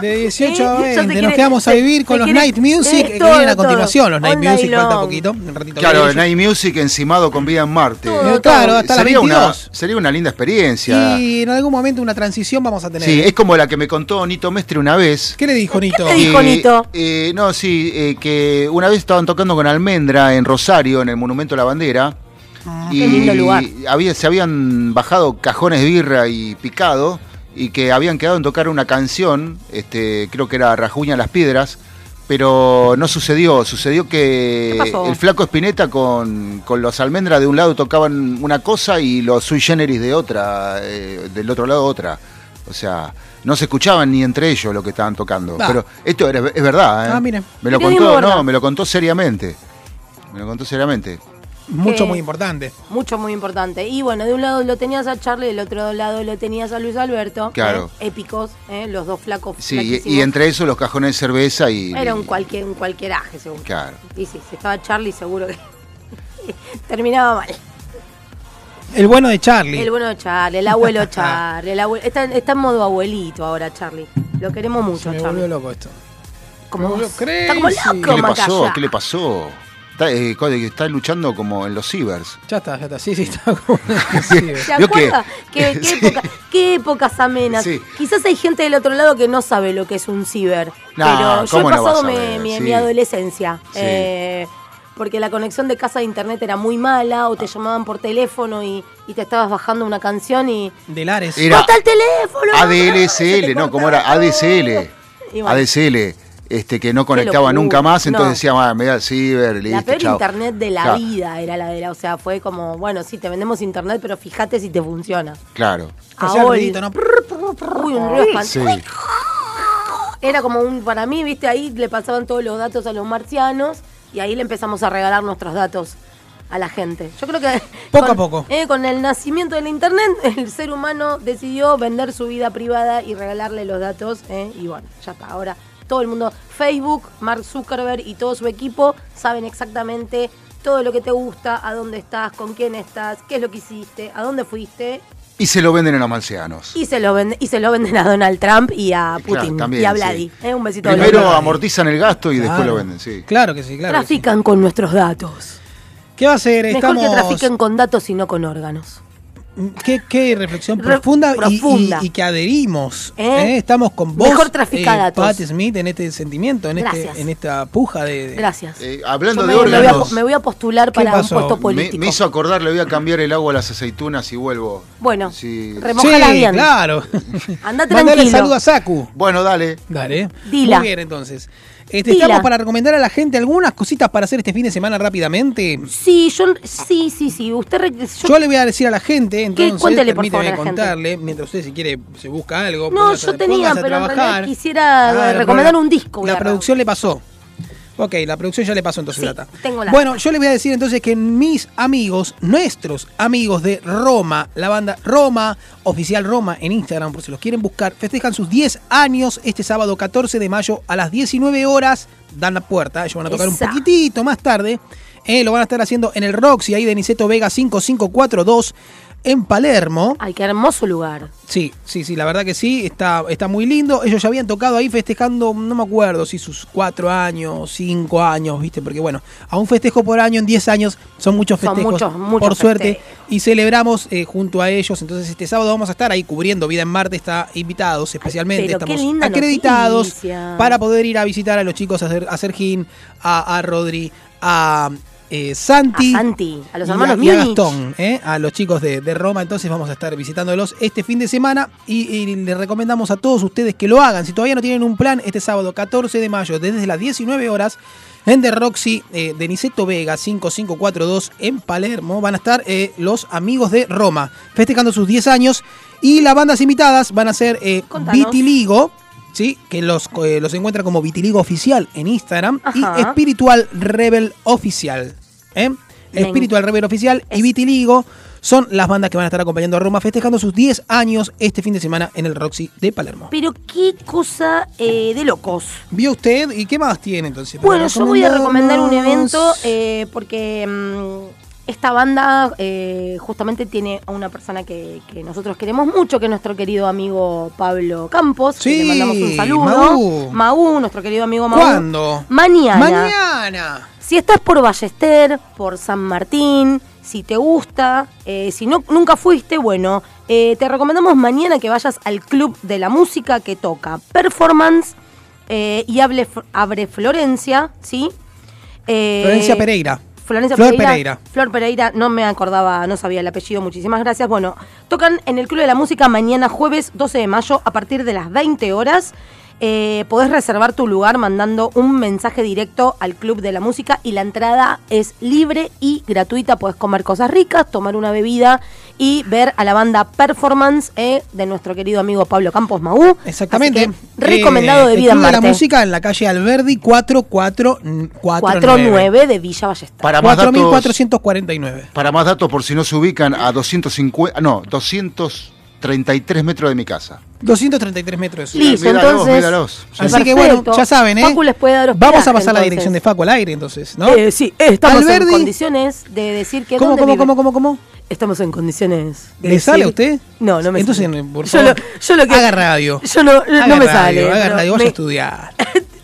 Speaker 3: De 18 a
Speaker 4: Sí, ya se
Speaker 3: 20. Nos
Speaker 4: quiere-
Speaker 3: quedamos a
Speaker 4: se-
Speaker 3: vivir con
Speaker 4: se
Speaker 3: los
Speaker 4: quiere-
Speaker 3: Night Music.
Speaker 4: eh,
Speaker 3: que
Speaker 4: todo,
Speaker 3: vienen a
Speaker 4: todo.
Speaker 3: continuación los Night
Speaker 4: Onda y
Speaker 3: Music. Falta
Speaker 4: long.
Speaker 3: poquito. Un ratito
Speaker 7: Claro,
Speaker 3: viene.
Speaker 7: Night Music encimado con Vida en Marte.
Speaker 3: Todo, Eh, claro, todo. hasta las
Speaker 7: sería una,
Speaker 3: 22.
Speaker 7: sería una linda experiencia.
Speaker 3: Y en algún momento una transición vamos a tener.
Speaker 7: ah. Sí, es como la que me contó Nito Mestre una vez.
Speaker 3: ¿Qué le dijo Nito?
Speaker 7: Eh, eh, no, sí, eh, que una vez estaban tocando con Almendra en Rosario, en el Monumento a la Bandera.
Speaker 4: Ah, qué lindo lugar.
Speaker 7: había- se habían bajado cajones de birra y picado y que habían quedado en tocar una canción, este, creo que era Rajuña las Piedras, pero no sucedió. Sucedió que
Speaker 4: ¿Qué pasó?
Speaker 7: el flaco Espineta con, con los almendras de un lado tocaban una cosa y los sui generis de otra, eh, del otro lado otra. O sea, no se escuchaban ni entre ellos lo que estaban tocando.
Speaker 3: Ah.
Speaker 7: Pero esto era- es verdad, ¿eh?
Speaker 3: Ah, mire.
Speaker 7: Me lo
Speaker 4: Periodismo
Speaker 7: contó,
Speaker 4: verdad.
Speaker 7: no, me lo contó seriamente. Me lo contó seriamente.
Speaker 3: Mucho
Speaker 4: Eh,
Speaker 3: muy importante.
Speaker 4: Mucho, muy importante. Y bueno, de un lado lo tenías a Charlie, del otro lado lo tenías a Luis Alberto.
Speaker 7: Claro.
Speaker 4: ¿eh? Épicos, ¿eh? los dos flacos.
Speaker 7: Sí, y- y,
Speaker 4: flaquísimos.
Speaker 7: entre eso los cajones de cerveza y.
Speaker 4: Era un, cualquier, un cualquieraje, seguro.
Speaker 7: Claro.
Speaker 4: Y sí, si estaba Charlie, seguro que terminaba mal.
Speaker 3: El bueno de Charlie.
Speaker 4: El bueno de Charlie, el abuelo Charlie. El abue- está, está en modo abuelito ahora, Charlie. Lo queremos mucho,
Speaker 3: Me
Speaker 4: Charlie.
Speaker 3: volvió loco esto.
Speaker 4: Como
Speaker 3: Me volvió
Speaker 4: vos. Está como
Speaker 3: crazy.
Speaker 7: ¿Qué
Speaker 4: loco,
Speaker 7: le pasó?
Speaker 4: Macaya.
Speaker 7: ¿Qué le pasó? Está, eh, co- está luchando como en los cibers.
Speaker 3: Ya está, ya está. Sí, sí, está como una-
Speaker 4: ¿Se
Speaker 7: Vio que-
Speaker 4: acuerda? ¿Qué, qué época- qué épocas amenas.
Speaker 7: Sí.
Speaker 4: Quizás hay gente del otro lado que no sabe lo que es un ciber.
Speaker 7: Nah,
Speaker 4: pero yo he
Speaker 7: ¿cómo no
Speaker 4: pasado
Speaker 7: vas a
Speaker 4: mi,
Speaker 7: ver?
Speaker 4: mi-
Speaker 7: Sí.
Speaker 4: mi adolescencia.
Speaker 7: Sí.
Speaker 4: eh, porque la conexión de casa de internet era muy mala
Speaker 7: Ah.
Speaker 4: o te llamaban por teléfono y, y te estabas bajando una canción y...
Speaker 3: De Lares.
Speaker 7: Era-
Speaker 4: ¡Corta el teléfono!
Speaker 7: ADLSL, no, ¿cómo era? ADCL.
Speaker 4: Y bueno,
Speaker 7: ADCL, este, que no conectaba
Speaker 4: locura.
Speaker 7: nunca más, entonces
Speaker 4: No.
Speaker 7: decía, ah, me da ciber, listo,
Speaker 4: la peor
Speaker 7: chao".
Speaker 4: internet de la
Speaker 7: Claro,
Speaker 4: vida era la de la... O sea, fue como, bueno, sí, te vendemos internet, pero fíjate si te funciona.
Speaker 7: Claro.
Speaker 3: Hacía el
Speaker 4: Ahora-
Speaker 3: ruidito, ¿no?
Speaker 4: Uy, un ruido espantoso.
Speaker 7: Sí.
Speaker 4: Era como un, para mí, viste, ahí le pasaban todos los datos a los marcianos y ahí le empezamos a regalar nuestros datos a la gente. Yo creo que...
Speaker 3: Poco a
Speaker 4: con-
Speaker 3: poco.
Speaker 4: eh, con el nacimiento del Internet, el ser humano decidió vender su vida privada y regalarle los datos. eh, y bueno, ya está. Ahora todo el mundo, Facebook, Mark Zuckerberg y todo su equipo saben exactamente todo lo que te gusta, a dónde estás, con quién estás, qué es lo que hiciste, a dónde fuiste
Speaker 7: Y se lo venden a los marcianos.
Speaker 4: y se lo, vende, y se lo venden a Donald Trump y a Putin
Speaker 7: Claro, también,
Speaker 4: y a
Speaker 7: sí.
Speaker 4: Vladi. ¿eh? Un besito a
Speaker 7: Primero
Speaker 4: Vladi.
Speaker 7: amortizan el gasto y después
Speaker 3: Claro.
Speaker 7: lo venden, sí.
Speaker 3: Claro que sí, claro. que sí.
Speaker 4: Trafican con nuestros datos.
Speaker 3: ¿Qué va a ser?
Speaker 4: Mejor que
Speaker 3: Estamos.
Speaker 4: trafiquen con datos y no con órganos.
Speaker 3: Qué, qué reflexión
Speaker 4: Re-
Speaker 3: profunda, y-
Speaker 4: profunda.
Speaker 3: Y, y que adherimos.
Speaker 4: ¿Eh?
Speaker 3: ¿eh? Estamos con vos,
Speaker 4: Mejor trafica datos.
Speaker 3: Pat Smith, en este sentimiento, en, este,
Speaker 4: Gracias.
Speaker 3: en esta puja de. de-
Speaker 4: Gracias.
Speaker 7: Eh, hablando
Speaker 4: Yo
Speaker 7: de
Speaker 4: me, me voy a,
Speaker 7: órganos,
Speaker 4: po- me voy a postular
Speaker 3: ¿Qué
Speaker 4: para un
Speaker 3: pasó?
Speaker 4: puesto
Speaker 7: me,
Speaker 4: político.
Speaker 7: me hizo acordar, le voy a cambiar el agua a las aceitunas y vuelvo.
Speaker 4: Bueno,
Speaker 7: Sí.
Speaker 4: remoja la
Speaker 3: Sí,
Speaker 4: bien.
Speaker 3: claro.
Speaker 4: Andá
Speaker 3: Mandale
Speaker 4: tranquilo.
Speaker 3: saludo a Saku.
Speaker 7: Bueno, dale.
Speaker 3: Dale.
Speaker 4: Dila.
Speaker 3: Muy bien, entonces. Este,
Speaker 4: Dila.
Speaker 3: Estamos para recomendar a la gente algunas cositas para hacer este fin de semana rápidamente.
Speaker 4: Sí, yo, sí, sí, sí. Usted, re- yo-
Speaker 3: Yo le voy a decir a la gente, entonces,
Speaker 4: Cuéntele, por
Speaker 3: permítame
Speaker 4: favor, a la gente.
Speaker 3: contarle, mientras usted si quiere se busca algo.
Speaker 4: No,
Speaker 3: póngase-
Speaker 4: yo tenía,
Speaker 3: póngase a
Speaker 4: pero en
Speaker 3: trabajar.
Speaker 4: realidad quisiera
Speaker 3: Ah,
Speaker 4: eh, recomendar
Speaker 3: la-
Speaker 4: un disco. voy a
Speaker 3: La producción le pasó. Ok, la producción ya le pasó entonces
Speaker 4: Sí,
Speaker 3: la data.
Speaker 4: tengo la
Speaker 3: Bueno, yo le voy a decir entonces que mis amigos, nuestros amigos de Roma, la banda Roma, oficial Roma en Instagram, por si los quieren buscar, festejan sus 10 años este sábado 14 de mayo a las 19 horas. Dan la puerta, ellos van a tocar
Speaker 4: Esa.
Speaker 3: un poquitito más tarde. eh, lo van a estar haciendo en el Roxy, ahí de Niceto Vega 5542 en Palermo.
Speaker 4: Ay, qué hermoso lugar.
Speaker 3: Sí, sí, sí, la verdad que sí, está, está muy lindo. Ellos ya habían tocado ahí festejando, no me acuerdo si sus cuatro años, cinco años, ¿viste? Porque bueno, a un festejo por año en 10 años son muchos
Speaker 4: Son
Speaker 3: festejos,
Speaker 4: muchos, muchos
Speaker 3: por suerte,
Speaker 4: festejos.
Speaker 3: y celebramos eh, junto a ellos. Entonces este sábado vamos a estar ahí cubriendo Vida en Marte, está invitados especialmente,
Speaker 4: pero qué
Speaker 3: estamos
Speaker 4: linda
Speaker 3: acreditados
Speaker 4: noticia.
Speaker 3: para poder ir a visitar a los chicos, a, Ser- a Sergín, a, a Rodri, a... eh, Santi,
Speaker 4: A Santi, a los
Speaker 3: y
Speaker 4: hermanos
Speaker 3: y a
Speaker 4: Múnich.
Speaker 3: Gastón, ¿eh? a los chicos de, de Roma, entonces vamos a estar visitándolos este fin de semana y, y les recomendamos a todos ustedes que lo hagan. Si todavía no tienen un plan, este sábado 14 de mayo, desde las 19 horas, en The Roxy eh, de Niceto Vega 5542 en Palermo, van a estar eh, los amigos de Roma festejando sus 10 años y las bandas invitadas van a ser eh,
Speaker 4: Contanos.
Speaker 3: Vitiligo. Sí, que los, eh, los encuentra como Vitiligo Oficial en Instagram
Speaker 4: Ajá.
Speaker 3: y Espiritual Rebel Oficial. ¿eh?
Speaker 4: Me
Speaker 3: Espiritual Rebel Oficial y Vitiligo son las bandas que van a estar acompañando a Roma festejando sus 10 años este fin de semana en el Roxy de Palermo.
Speaker 4: Pero qué cosa eh, de locos.
Speaker 3: ¿Vio usted? ¿Y qué más tiene entonces? para
Speaker 4: Bueno, yo voy a recomendar un
Speaker 3: recomendarnos?
Speaker 4: evento eh, porque mm, esta banda eh, justamente tiene a una persona que, que nosotros queremos mucho, que es nuestro querido amigo Pablo Campos. que
Speaker 3: Sí,
Speaker 4: le mandamos un saludo.
Speaker 3: Maú.
Speaker 4: Maú, nuestro querido amigo Maú.
Speaker 3: ¿Cuándo?
Speaker 4: Mañana.
Speaker 3: Mañana.
Speaker 4: Si estás por Ballester, por San Martín, si te gusta, eh, si no, nunca fuiste, bueno, eh, te recomendamos mañana que vayas al Club de la Música que toca Performance eh, y hable, abre Florencia, ¿sí? Eh,
Speaker 3: Florencia Pereira.
Speaker 4: Florencia
Speaker 3: Flor
Speaker 4: Pereira,
Speaker 3: Pereira.
Speaker 4: Flor Pereira, no me acordaba, no sabía el apellido, muchísimas gracias. Bueno, tocan en el Club de la Música mañana jueves 12 de mayo a partir de las 20 horas. Eh, podés reservar tu lugar mandando un mensaje directo al Club de la Música y la entrada es libre y gratuita. Podés comer cosas ricas, tomar una bebida y ver a la banda Performance eh, de nuestro querido amigo Pablo Campos Maú.
Speaker 3: Exactamente.
Speaker 4: Así que, recomendado de
Speaker 3: Eh,
Speaker 4: vida en
Speaker 3: Club de la
Speaker 4: Marte.
Speaker 3: música en la calle Alberdi 4449.
Speaker 4: 49 de Villa Ballester.
Speaker 7: Para más datos-
Speaker 3: 4449.
Speaker 7: Para más datos, por si no se ubican, a 250, no, 233 metros de mi casa.
Speaker 3: 233 metros.
Speaker 7: Listo, Míralos, entonces- míralos.
Speaker 3: Así
Speaker 7: Sí.
Speaker 3: que bueno,
Speaker 4: Perfecto.
Speaker 3: ya saben, ¿eh?
Speaker 4: Facu les puede dar
Speaker 3: Vamos a pasar
Speaker 4: hospedaje,
Speaker 3: la
Speaker 4: entonces.
Speaker 3: dirección de Facu al aire, entonces, ¿no?
Speaker 4: Eh, sí, eh, estamos
Speaker 3: Alberdi.
Speaker 4: en condiciones de decir que
Speaker 3: ¿Cómo,
Speaker 4: dónde
Speaker 3: cómo,
Speaker 4: vive.
Speaker 3: cómo, cómo, cómo?
Speaker 4: Estamos en condiciones. de
Speaker 3: ¿Le
Speaker 4: decir-
Speaker 3: sale a usted?
Speaker 4: No, no me
Speaker 3: Entonces,
Speaker 4: sale.
Speaker 3: por
Speaker 4: Yo
Speaker 3: favor,
Speaker 4: lo- yo lo que-
Speaker 3: haga radio.
Speaker 4: Yo no, no
Speaker 3: Haga
Speaker 4: me
Speaker 3: radio,
Speaker 4: sale.
Speaker 3: Haga
Speaker 4: pero
Speaker 3: radio, vaya
Speaker 4: me-
Speaker 3: a estudiar.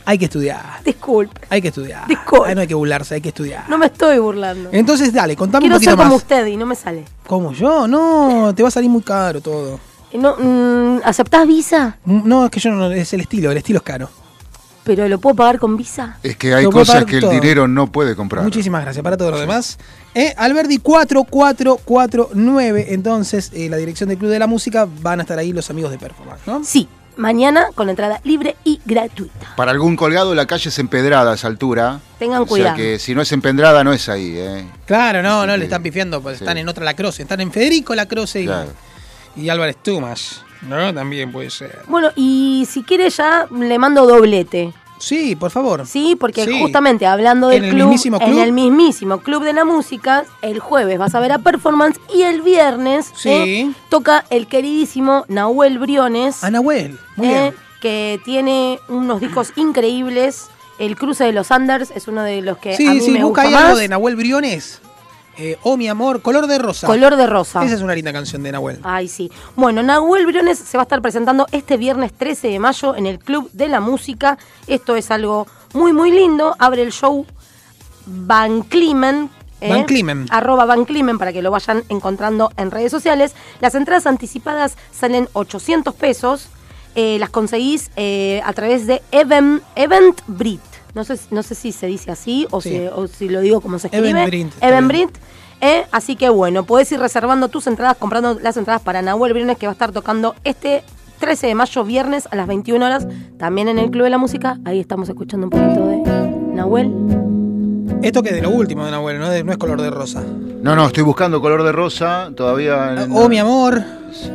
Speaker 3: Hay que estudiar.
Speaker 4: Disculpe,
Speaker 3: Hay que estudiar.
Speaker 4: Disculpe.
Speaker 3: Ay, no hay que burlarse, hay que estudiar.
Speaker 4: no me estoy burlando.
Speaker 3: Entonces, dale, Eh, contame
Speaker 4: Quiero
Speaker 3: un poquito
Speaker 4: ser como
Speaker 3: más.
Speaker 4: usted y no me sale.
Speaker 3: ¿Cómo yo? No, te va a salir muy caro todo.
Speaker 4: Eh, No, mm, ¿Aceptás visa?
Speaker 3: Mm, No, es que yo no, es el estilo, el estilo es caro.
Speaker 4: ¿Pero lo puedo pagar con visa?
Speaker 7: Es que hay
Speaker 3: Lo puedo
Speaker 7: cosas
Speaker 3: pagar
Speaker 7: que el
Speaker 3: todo.
Speaker 7: dinero no puede comprar.
Speaker 3: Muchísimas gracias para todo lo demás. Eh, Alberdi 4449, entonces eh, la dirección del Club de la Música van a estar ahí los amigos de Performance, ¿no?
Speaker 4: Sí, mañana con entrada libre y gratuita.
Speaker 7: Para algún colgado, la calle es empedrada a esa altura.
Speaker 4: Tengan
Speaker 7: O
Speaker 4: cuidado.
Speaker 7: sea que si no es empedrada, no es ahí. ¿eh?
Speaker 3: Claro, no, no, le están pifiando, pues, están en otra Lacroce, están en Federico Lacroce y,
Speaker 7: Claro.
Speaker 3: y Álvarez Tumas, ¿no? También puede ser.
Speaker 4: Bueno, y si quiere ya le mando doblete.
Speaker 3: Sí, por favor.
Speaker 4: Sí, porque
Speaker 3: Sí.
Speaker 4: justamente hablando del
Speaker 3: ¿En el
Speaker 4: club,
Speaker 3: mismísimo
Speaker 4: en
Speaker 3: club?
Speaker 4: el mismísimo club de la música, el jueves vas a ver a Performance y el viernes
Speaker 3: Sí.
Speaker 4: eh, toca el queridísimo Nahuel Briones,
Speaker 3: A Ah, Nahuel, muy
Speaker 4: eh,
Speaker 3: bien.
Speaker 4: que tiene unos discos increíbles. El cruce de los Anders es uno de los que Eh, a
Speaker 3: Sí,
Speaker 4: mí
Speaker 3: sí,
Speaker 4: me
Speaker 3: busca
Speaker 4: gusta
Speaker 3: ahí
Speaker 4: más.
Speaker 3: algo de Nahuel Briones. Eh, oh, mi amor, color de rosa.
Speaker 4: Color de rosa.
Speaker 3: Esa es una linda canción de Nahuel.
Speaker 4: Ay, sí. Bueno, Nahuel Briones se va a estar presentando este viernes 13 de mayo en el Club de la Música. Esto es algo muy, muy lindo. Abre el show Van Climen.
Speaker 3: Van Climen.
Speaker 4: Arroba Van Climen para que lo vayan encontrando en redes sociales. Las entradas anticipadas salen 800 pesos. Eh, las conseguís eh, a través de Event, Eventbrite. No sé, no sé si se dice así o,
Speaker 3: Sí.
Speaker 4: si, o si lo digo como se escribe.
Speaker 3: Eventbrite, está
Speaker 4: Eventbrite. Eh, así que bueno, podés ir reservando tus entradas, comprando las entradas para Nahuel Briones que va a estar tocando este 13 de mayo, viernes a las 21 horas, también en el Club de la Música. Ahí estamos escuchando un poquito de Nahuel.
Speaker 3: Esto que es de lo último de Nahuel, no, De- no es color de rosa.
Speaker 7: No, no, estoy buscando color de rosa. Todavía. en-
Speaker 3: Oh, mi amor.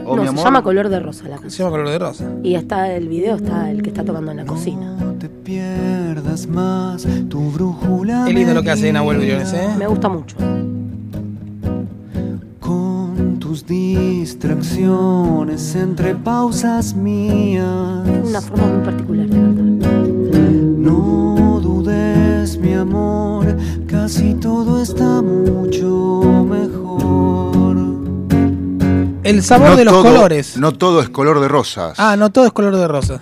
Speaker 7: Oh,
Speaker 4: no,
Speaker 7: mi
Speaker 4: se
Speaker 7: amor.
Speaker 4: llama Color de Rosa la
Speaker 3: Se llama color de rosa.
Speaker 4: Y está el video, está el que está tocando en la cocina.
Speaker 10: pierdas más tu brújula.
Speaker 3: Qué lindo lo que hace Nahuel Briones, ¿eh?
Speaker 4: Me gusta mucho.
Speaker 10: Con tus distracciones entre pausas mías.
Speaker 4: Una forma muy particular de cantar.
Speaker 10: No dudes, mi amor, casi todo está mucho mejor.
Speaker 3: El sabor
Speaker 7: No
Speaker 3: de los
Speaker 7: todo-
Speaker 3: colores.
Speaker 7: No todo es color de rosas.
Speaker 3: Ah, no todo es color de rosa.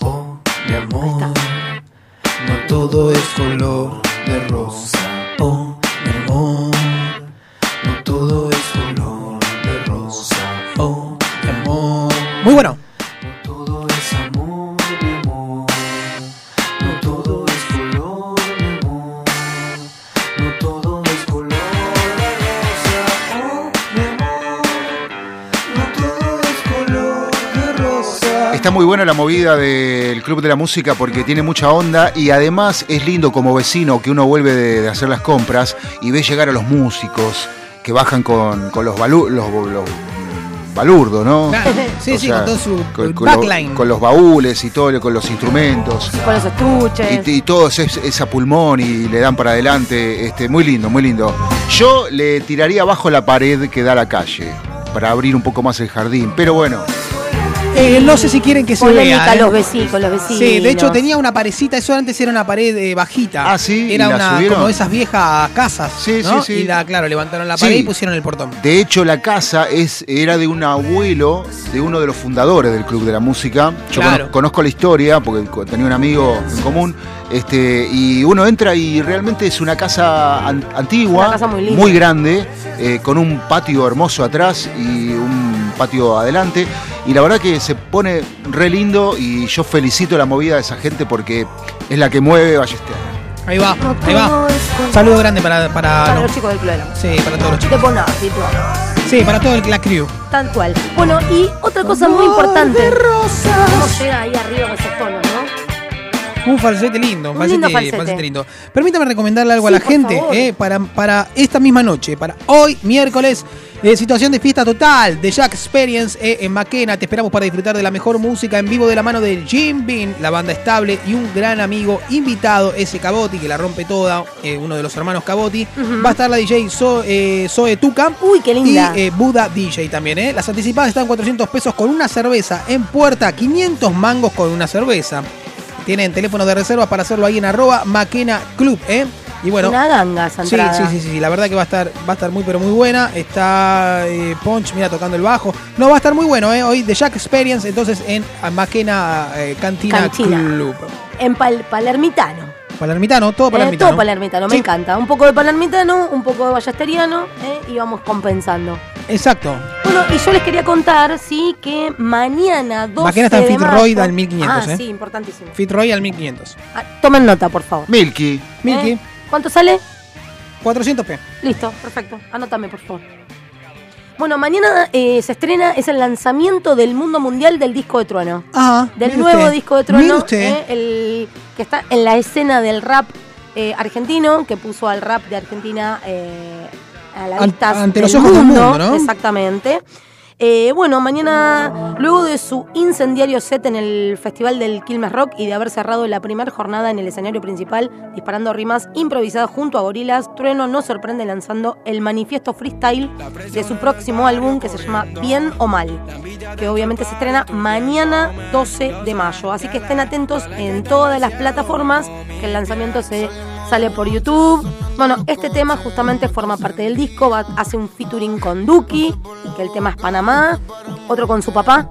Speaker 10: Oh, Mi amor, no todo es color de rosa. Oh, mi amor, no todo es color de rosa. Oh, mi amor,
Speaker 3: Muy bueno.
Speaker 10: no todo es amor, mi amor. No todo es color, mi amor. No todo es color de rosa. Oh, mi amor, no todo es color de rosa.
Speaker 7: Está muy buena la movida del Club de la Música porque tiene mucha onda y además es lindo como vecino que uno vuelve de, de hacer las compras y ve llegar a los músicos que bajan con, con los, balu- los, los balurdos, ¿no?
Speaker 3: Claro. Sí,
Speaker 7: O
Speaker 3: sí,
Speaker 7: sea,
Speaker 3: con todo su
Speaker 7: con- con
Speaker 3: backline.
Speaker 7: lo- con los baúles y todo, con los instrumentos.
Speaker 4: Con los estuches.
Speaker 7: Y, y todo es, es a pulmón y le dan para adelante. Este, muy lindo, muy lindo. Yo le tiraría abajo la pared que da a la calle para abrir un poco más el jardín. Pero bueno,
Speaker 3: Eh, no sé si quieren que se
Speaker 4: Polémica
Speaker 3: vea. ¿eh?
Speaker 4: los vecinos, con los vecinos.
Speaker 3: Sí, de hecho tenía una parecita, eso antes era una pared eh, bajita.
Speaker 7: Ah, sí,
Speaker 3: Era
Speaker 7: ¿y la
Speaker 3: una
Speaker 7: subieron?
Speaker 3: como esas viejas casas.
Speaker 7: Sí,
Speaker 3: ¿no?
Speaker 7: sí, sí.
Speaker 3: Y la, claro, levantaron la
Speaker 7: Sí.
Speaker 3: pared y pusieron el portón.
Speaker 7: de hecho la casa es, era de un abuelo de uno de los fundadores del Club de la Música. Yo
Speaker 3: Claro.
Speaker 7: cono- conozco la historia porque co- tenía un amigo en común. Este, y uno entra y realmente es una casa an- antigua,
Speaker 4: Una casa muy linda.
Speaker 7: grande, eh, con un patio hermoso atrás y un patio adelante. Y la verdad que se pone re lindo y yo felicito la movida de esa gente porque es la que mueve Ballester.
Speaker 3: Ahí va, ahí va. Saludo grande para, para,
Speaker 4: Para
Speaker 3: no,
Speaker 4: los chicos del club de la música.
Speaker 3: sí, para todos los chicos.
Speaker 4: De Bonafide.
Speaker 3: Sí, para todo el, la crew.
Speaker 4: Tal cual. Bueno, y otra cosa muy importante. ¿Cómo llega ahí arriba con esos tonos, no?
Speaker 3: Un falsete lindo, un,
Speaker 4: Un
Speaker 3: falsete,
Speaker 4: lindo falsete.
Speaker 3: falsete lindo. Permítame recomendarle algo a
Speaker 4: Sí,
Speaker 3: la
Speaker 4: por
Speaker 3: gente
Speaker 4: favor.
Speaker 3: eh, para, para esta misma noche, para hoy, miércoles. eh, situación de fiesta total de Jack Experience eh, en Maquena. Te esperamos para disfrutar de la mejor música en vivo de la mano de Jim Bean, la banda estable y un gran amigo invitado, ese Caboti, que la rompe toda, eh, uno de los hermanos Caboti. Va a estar la DJ Zo- eh, Zoe Tuca.
Speaker 4: Uy, qué linda.
Speaker 3: Y eh, Buda DJ también, ¿eh? Las anticipadas están 400 pesos con una cerveza en puerta, 500 mangos con una cerveza. Tienen teléfono de reservas para hacerlo ahí en arroba Maquena Club, ¿eh? Y bueno.
Speaker 4: Una ganga esa
Speaker 3: sí,
Speaker 4: entrada.
Speaker 3: sí, sí, sí, sí, la verdad que va a estar, va a estar muy pero muy buena. Está eh, Punch, mira, tocando el bajo. No, va a estar muy bueno, ¿eh? Hoy de Jack Experience, entonces en Maquena eh, Cantina,
Speaker 4: Cantina.
Speaker 3: Club.
Speaker 4: En Pal- Palermitano.
Speaker 3: Palermitano, todo
Speaker 4: Eh,
Speaker 3: palermitano.
Speaker 4: todo palermitano, me
Speaker 3: Sí.
Speaker 4: encanta. Un poco de palermitano, un poco de ballesteriano eh, y vamos compensando.
Speaker 3: Exacto.
Speaker 4: Bueno, y yo les quería contar, sí, que mañana 12
Speaker 3: Mañana está en
Speaker 4: de
Speaker 3: Fitzroy
Speaker 4: marzo-
Speaker 3: al 1500,
Speaker 4: Ah,
Speaker 3: eh.
Speaker 4: sí, importantísimo.
Speaker 3: Fit Royal 1500.
Speaker 4: Ah, tomen nota, por favor.
Speaker 7: Milky.
Speaker 3: Milky,
Speaker 4: ¿Eh? ¿Cuánto sale?
Speaker 3: 400 p.
Speaker 4: Listo, perfecto. Anótame, por favor. Bueno, mañana eh, se estrena, es el lanzamiento del mundo mundial del disco de Trueno.
Speaker 3: Ah,
Speaker 4: Del
Speaker 3: mire
Speaker 4: nuevo
Speaker 3: usted.
Speaker 4: disco de
Speaker 3: Mire
Speaker 4: Trueno,
Speaker 3: usted.
Speaker 4: eh, el que está en la escena del rap eh, argentino, que puso al rap de Argentina eh, a la
Speaker 3: Al-
Speaker 4: vista
Speaker 3: ante los ojos del mundo, ¿no?
Speaker 4: Exactamente. Eh, bueno, mañana, luego de su incendiario set en el Festival del Quilmes Rock y de haber cerrado la primera jornada en el escenario principal, disparando rimas improvisadas junto a gorilas, Trueno nos sorprende lanzando el manifiesto freestyle de su próximo álbum que se llama Bien o Mal, que obviamente se estrena mañana 12 de mayo. Así que estén atentos en todas las plataformas, que el lanzamiento se sale por YouTube. Bueno, este tema justamente forma parte del disco, va- hace un featuring con Duki, que el tema es Panamá, otro con su papá,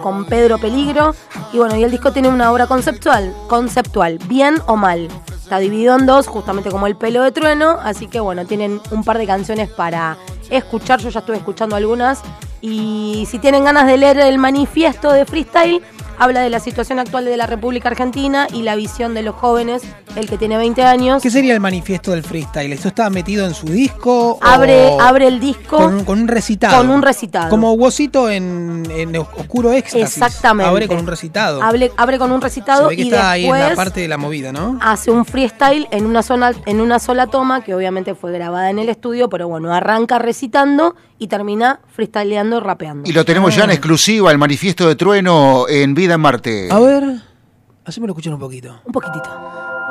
Speaker 4: con Pedro Peligro, y bueno, y el disco tiene una obra conceptual, conceptual, bien o mal. Está dividido en dos, justamente como el pelo de trueno, así que bueno, tienen un par de canciones para escuchar, yo ya estuve escuchando algunas, y si tienen ganas de leer el manifiesto de freestyle, habla de la situación actual de la República Argentina y la visión de los jóvenes, el que tiene 20 años.
Speaker 3: ¿Qué sería el manifiesto del freestyle? ¿Esto está metido en su disco?
Speaker 4: Abre,
Speaker 3: o
Speaker 4: abre el disco
Speaker 3: Oh. Con, un- con un recitado.
Speaker 4: con un recitado.
Speaker 3: Como Huesito en, en Os- Oscuro Éxtasis.
Speaker 4: Exactamente.
Speaker 3: Abre con un recitado.
Speaker 4: Abre, abre con un recitado
Speaker 3: Se ve que
Speaker 4: y
Speaker 3: está ahí en la
Speaker 4: después
Speaker 3: parte de la movida, ¿no?
Speaker 4: hace un freestyle en una, zona, en una sola toma, que obviamente fue grabada en el estudio, pero bueno, arranca recitando y termina freestyleando y rapeando.
Speaker 7: Y lo tenemos
Speaker 4: Ah.
Speaker 7: ya en exclusiva, el manifiesto de trueno en Vida en Marte.
Speaker 3: A ver, hacémelo escuchar un poquito.
Speaker 4: Un poquitito.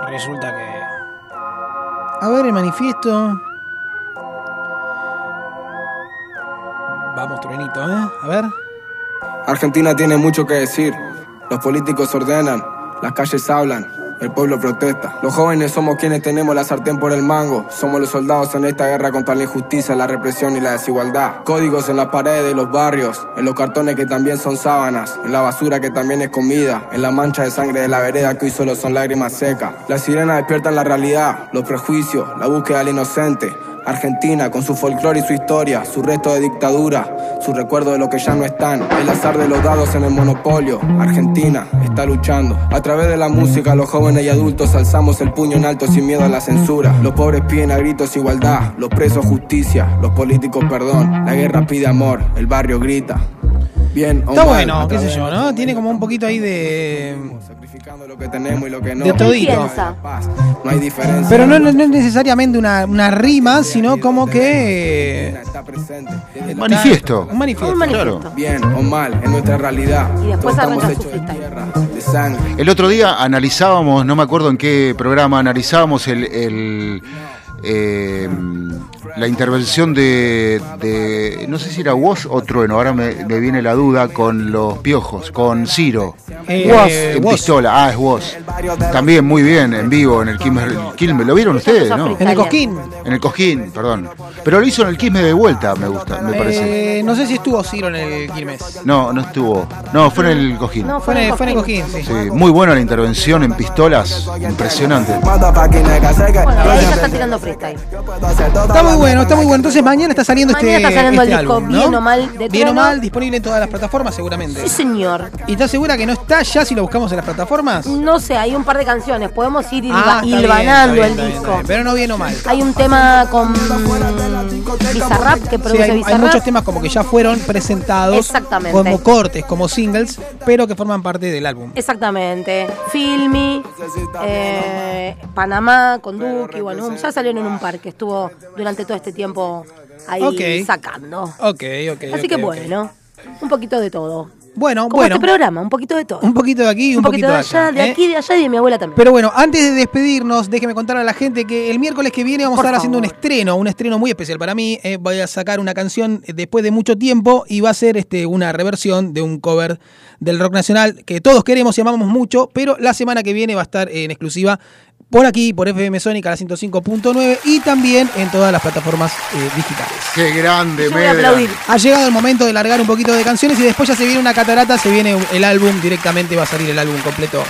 Speaker 3: Resulta que. A ver el manifiesto. Vamos, Truenito, ¿eh? A ver.
Speaker 13: Argentina tiene mucho que decir. Los políticos ordenan, las calles hablan, el pueblo protesta. Los jóvenes somos quienes tenemos la sartén por el mango. Somos los soldados en esta guerra contra la injusticia, la represión y la desigualdad. Códigos en las paredes de los barrios, en los cartones que también son sábanas, en la basura que también es comida, en la mancha de sangre de la vereda que hoy solo son lágrimas secas. Las sirenas despiertan la realidad, los prejuicios, la búsqueda del inocente. Argentina, con su folclore y su historia, su resto de dictadura, su recuerdo de lo que ya no están, el azar de los dados en el monopolio. Argentina está luchando. A través de la música, los jóvenes y adultos alzamos el puño en alto sin miedo a la censura. Los pobres piden a gritos igualdad, los presos justicia, los políticos perdón. La guerra pide amor, el barrio grita. Bien, o
Speaker 3: Está
Speaker 13: mal,
Speaker 3: bueno,
Speaker 13: a
Speaker 3: qué sé
Speaker 13: través
Speaker 3: yo, ¿no? Tiene como un poquito ahí de.
Speaker 13: de lo que tenemos y lo que no.
Speaker 3: De todito.
Speaker 13: No hay diferencia.
Speaker 3: Pero no, no- no es necesariamente una, una rima, sino como que. eh,
Speaker 7: Manifiesto.
Speaker 3: Un manifiesto.
Speaker 13: Bien o mal, en nuestra realidad. Y después estamos hechos de tierra, de sangre.
Speaker 7: El otro día analizábamos, no me acuerdo en qué programa, analizábamos el, el, eh, la intervención de, de- no sé si era Wash o Trueno, ahora me, me viene la duda, con los piojos, con Ciro.
Speaker 13: Eh,
Speaker 7: en
Speaker 13: Woz.
Speaker 7: pistola, ah, es Wash. También muy bien, en vivo, en el Quilmes. Quilmes. ¿Lo vieron ustedes? ¿no?
Speaker 3: En el Cosquín.
Speaker 7: En el Cosquín, perdón. Pero lo hizo en el Quilmes de vuelta, me gusta, me parece.
Speaker 3: Eh, no sé si estuvo Ciro en el Quilmes.
Speaker 7: No, no estuvo. No, fue en el Cosquín.
Speaker 3: No, fue en el, fue en el Cosquín, sí.
Speaker 7: Sí, muy buena la intervención en pistolas, impresionante.
Speaker 4: Bueno, ahí ya está tirando freestyle.
Speaker 3: Está muy bueno, está muy bueno. Entonces mañana está saliendo
Speaker 4: Mañana
Speaker 3: este.
Speaker 4: está saliendo
Speaker 3: este
Speaker 4: el disco
Speaker 3: álbum, ¿no?
Speaker 4: Bien o Mal de
Speaker 3: Bien o
Speaker 4: Trueno.
Speaker 3: mal, disponible en todas las plataformas seguramente.
Speaker 4: Sí, señor. Mm,
Speaker 3: ¿Y estás segura que no está ya si lo buscamos en las plataformas?
Speaker 4: No sé, hay un par de canciones, podemos ir hilva-
Speaker 3: Ah, está bien, está
Speaker 4: hilvanando
Speaker 3: bien,
Speaker 4: el
Speaker 3: está bien,
Speaker 4: disco.
Speaker 3: está bien. Pero no bien o mal.
Speaker 4: Hay un tema con Bizarrap, que
Speaker 3: Sí,
Speaker 4: produce
Speaker 3: hay, hay
Speaker 4: Bizarrap.
Speaker 3: muchos temas como que ya fueron presentados
Speaker 4: Exactamente.
Speaker 3: como cortes, como singles, pero que forman parte del álbum.
Speaker 4: Exactamente. Filmi, eh, Panamá, con Duki, bueno, ya salieron en un parque, estuvo durante todo este tiempo ahí
Speaker 3: Ok.
Speaker 4: sacando.
Speaker 3: Ok, ok.
Speaker 4: Así que
Speaker 3: ok, ok.
Speaker 4: bueno, un poquito de todo.
Speaker 3: Bueno,
Speaker 4: Como
Speaker 3: bueno.
Speaker 4: este programa, un poquito de todo.
Speaker 3: Un poquito de aquí y un, poquito, de allá.
Speaker 4: de
Speaker 3: ¿eh?
Speaker 4: aquí, de allá y de mi abuela también.
Speaker 3: Pero bueno, antes de despedirnos, déjeme contar a la gente que el miércoles que viene vamos
Speaker 4: Por
Speaker 3: a estar haciendo un
Speaker 4: favor.
Speaker 3: estreno, un estreno muy especial para mí. Eh, voy a sacar una canción eh, después de mucho tiempo y va a ser este, una reversión de un cover del rock nacional que todos queremos y amamos mucho, pero la semana que viene va a estar en exclusiva por aquí, por FM Sónica, la 105.9 y también en todas las plataformas eh, digitales.
Speaker 7: Qué grande,
Speaker 3: Yo voy a
Speaker 7: Medra.
Speaker 3: aplaudir. Ha llegado el momento de largar un poquito de canciones y después ya se viene una catarata, se viene eh, el álbum directamente, va a salir el álbum completo,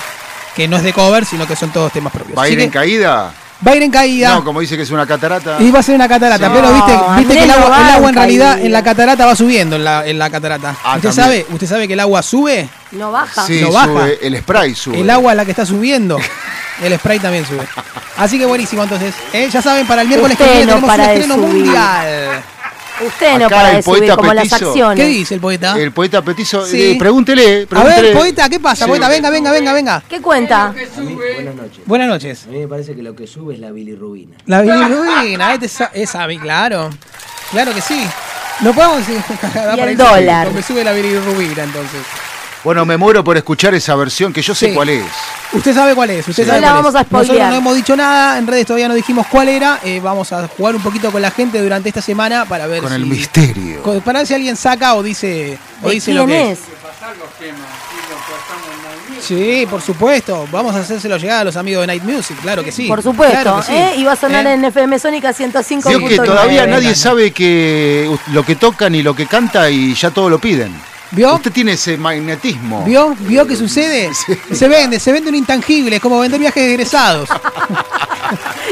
Speaker 3: que Eh, no es de cover, sino que son todos temas propios.
Speaker 7: ¿Va a
Speaker 3: Así
Speaker 7: ir
Speaker 3: que
Speaker 7: en caída?
Speaker 3: va a ir en caída.
Speaker 7: No, como dice que es una catarata.
Speaker 3: Y va a ser una catarata,
Speaker 7: Sí.
Speaker 3: pero viste,
Speaker 7: No,
Speaker 3: viste que el
Speaker 7: Andrés no
Speaker 3: agua,
Speaker 7: va
Speaker 3: el agua en
Speaker 7: en
Speaker 3: realidad
Speaker 7: caída.
Speaker 3: en la catarata va subiendo en la, en la catarata. ¿Usted
Speaker 7: Ah, también.
Speaker 3: sabe? ¿Usted sabe que el agua sube?
Speaker 4: No baja.
Speaker 7: Sí,
Speaker 3: No baja.
Speaker 7: sube, el spray sube.
Speaker 3: El agua es la que está subiendo. El spray también sube. Así que buenísimo, entonces. ¿eh? Ya saben, para el miércoles que
Speaker 4: Usted
Speaker 3: viene
Speaker 4: no
Speaker 3: tenemos un
Speaker 4: para de
Speaker 3: estreno
Speaker 4: subir.
Speaker 3: mundial.
Speaker 4: Usted no para de subir como las acciones.
Speaker 3: ¿Qué dice el poeta?
Speaker 7: El poeta Petizo,
Speaker 3: Sí.
Speaker 7: eh, pregúntele,
Speaker 3: A
Speaker 7: pregúntele.
Speaker 3: ver, poeta, ¿qué pasa?
Speaker 7: Sí.
Speaker 3: Poeta, venga, venga, venga, venga.
Speaker 4: ¿Qué cuenta?
Speaker 15: Buenas noches.
Speaker 3: Buenas noches.
Speaker 15: A mí me parece que lo que sube es la bilirrubina.
Speaker 3: La bilirrubina, este sa- es a mí, claro. Claro que sí. No podemos eh, agarrar
Speaker 15: Y
Speaker 3: para
Speaker 15: el
Speaker 3: lado,
Speaker 7: dólar.
Speaker 3: Donde sube la bilirrubina, entonces.
Speaker 7: Bueno, me muero por escuchar esa versión que yo sé
Speaker 3: Sí.
Speaker 7: cuál es.
Speaker 3: Usted sabe cuál es. Usted
Speaker 7: Sí.
Speaker 3: sabe
Speaker 7: No la
Speaker 3: cuál
Speaker 7: vamos
Speaker 3: es.
Speaker 7: a spoilear.
Speaker 3: Nosotros no hemos dicho nada, en redes todavía no dijimos cuál era. eh, vamos a jugar un poquito con la gente durante esta semana para ver
Speaker 7: Con
Speaker 3: si,
Speaker 7: el misterio.
Speaker 3: con- para ver si alguien saca o dice, o
Speaker 4: ¿De
Speaker 3: dice lo
Speaker 4: quién
Speaker 3: que
Speaker 4: es?
Speaker 3: Sí, por supuesto. Vamos a hacérselo llegar a los amigos de Night Music, claro que sí.
Speaker 4: Por supuesto,
Speaker 3: Claro que sí.
Speaker 4: ¿eh? Y va a sonar
Speaker 3: ¿Eh?
Speaker 4: en FM Sónica 105.
Speaker 7: Creo que todavía nadie sabe que lo que toca ni lo que canta y ya todo lo piden.
Speaker 3: ¿Vio?
Speaker 7: Usted tiene ese magnetismo.
Speaker 3: ¿Vio? ¿Vio qué sucede? Se vende, se vende un intangible, es como vender viajes de egresados.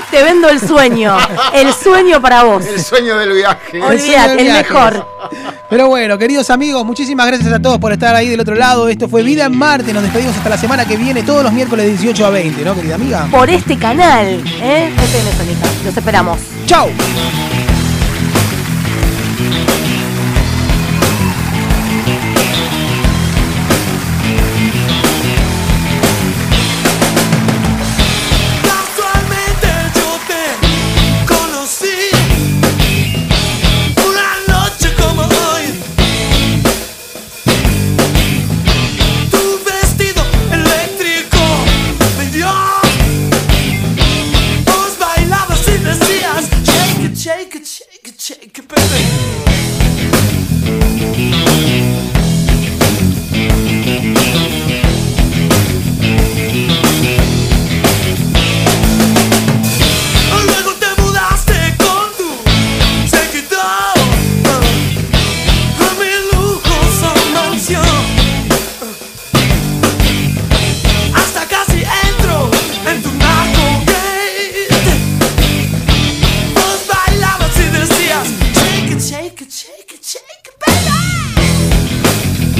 Speaker 4: Te vendo el sueño. El sueño para vos.
Speaker 7: El sueño del viaje.
Speaker 3: El sueño del
Speaker 4: Olvídate, el
Speaker 3: viaje.
Speaker 4: mejor.
Speaker 3: Pero bueno, queridos amigos, muchísimas gracias a todos por estar ahí del otro lado. Esto fue Vida en Marte. Nos despedimos hasta la semana que viene, todos los miércoles de 18 a 20, ¿no, querida amiga?
Speaker 4: Por este canal, ¿eh? FM Sónica. Los esperamos.
Speaker 3: ¡Chao!
Speaker 2: Casualmente yo te conocí Una noche como hoy Tu vestido eléctrico me dio Vos bailabas y decías Shake it, shake it, shake it, shake it, baby Luego te mudaste con tu seguidor A mi lujosa mansión Hasta casi entro en tu narco gate Vos bailabas y decías Shake it, shake it, shake it, shake it, baby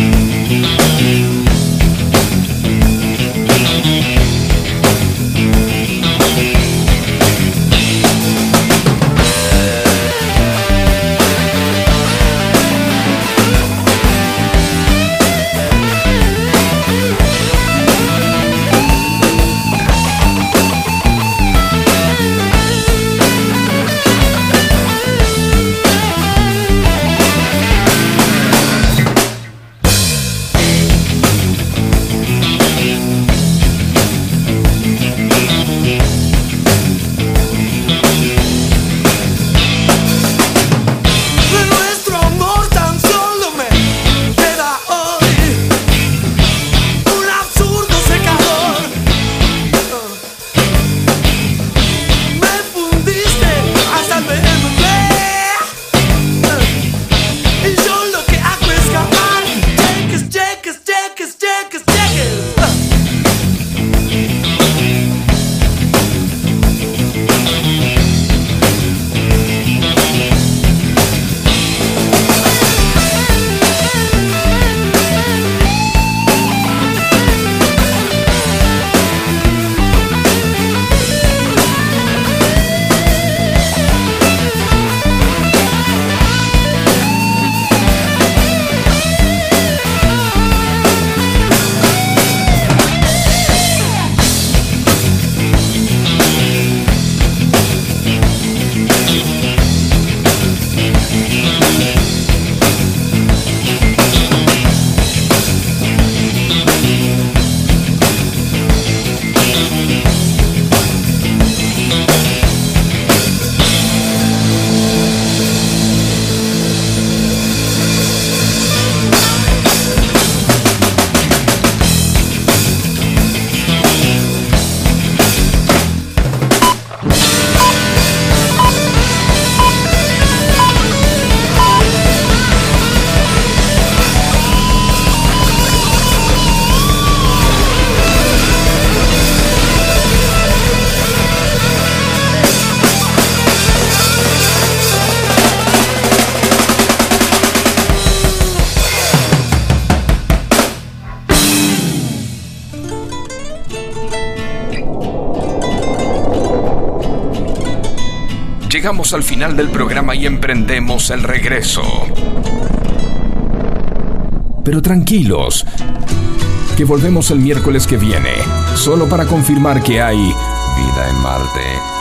Speaker 1: Llegamos al final del programa y emprendemos el regreso. Pero tranquilos, que volvemos el miércoles que viene, solo para confirmar que hay
Speaker 16: Vida en Marte.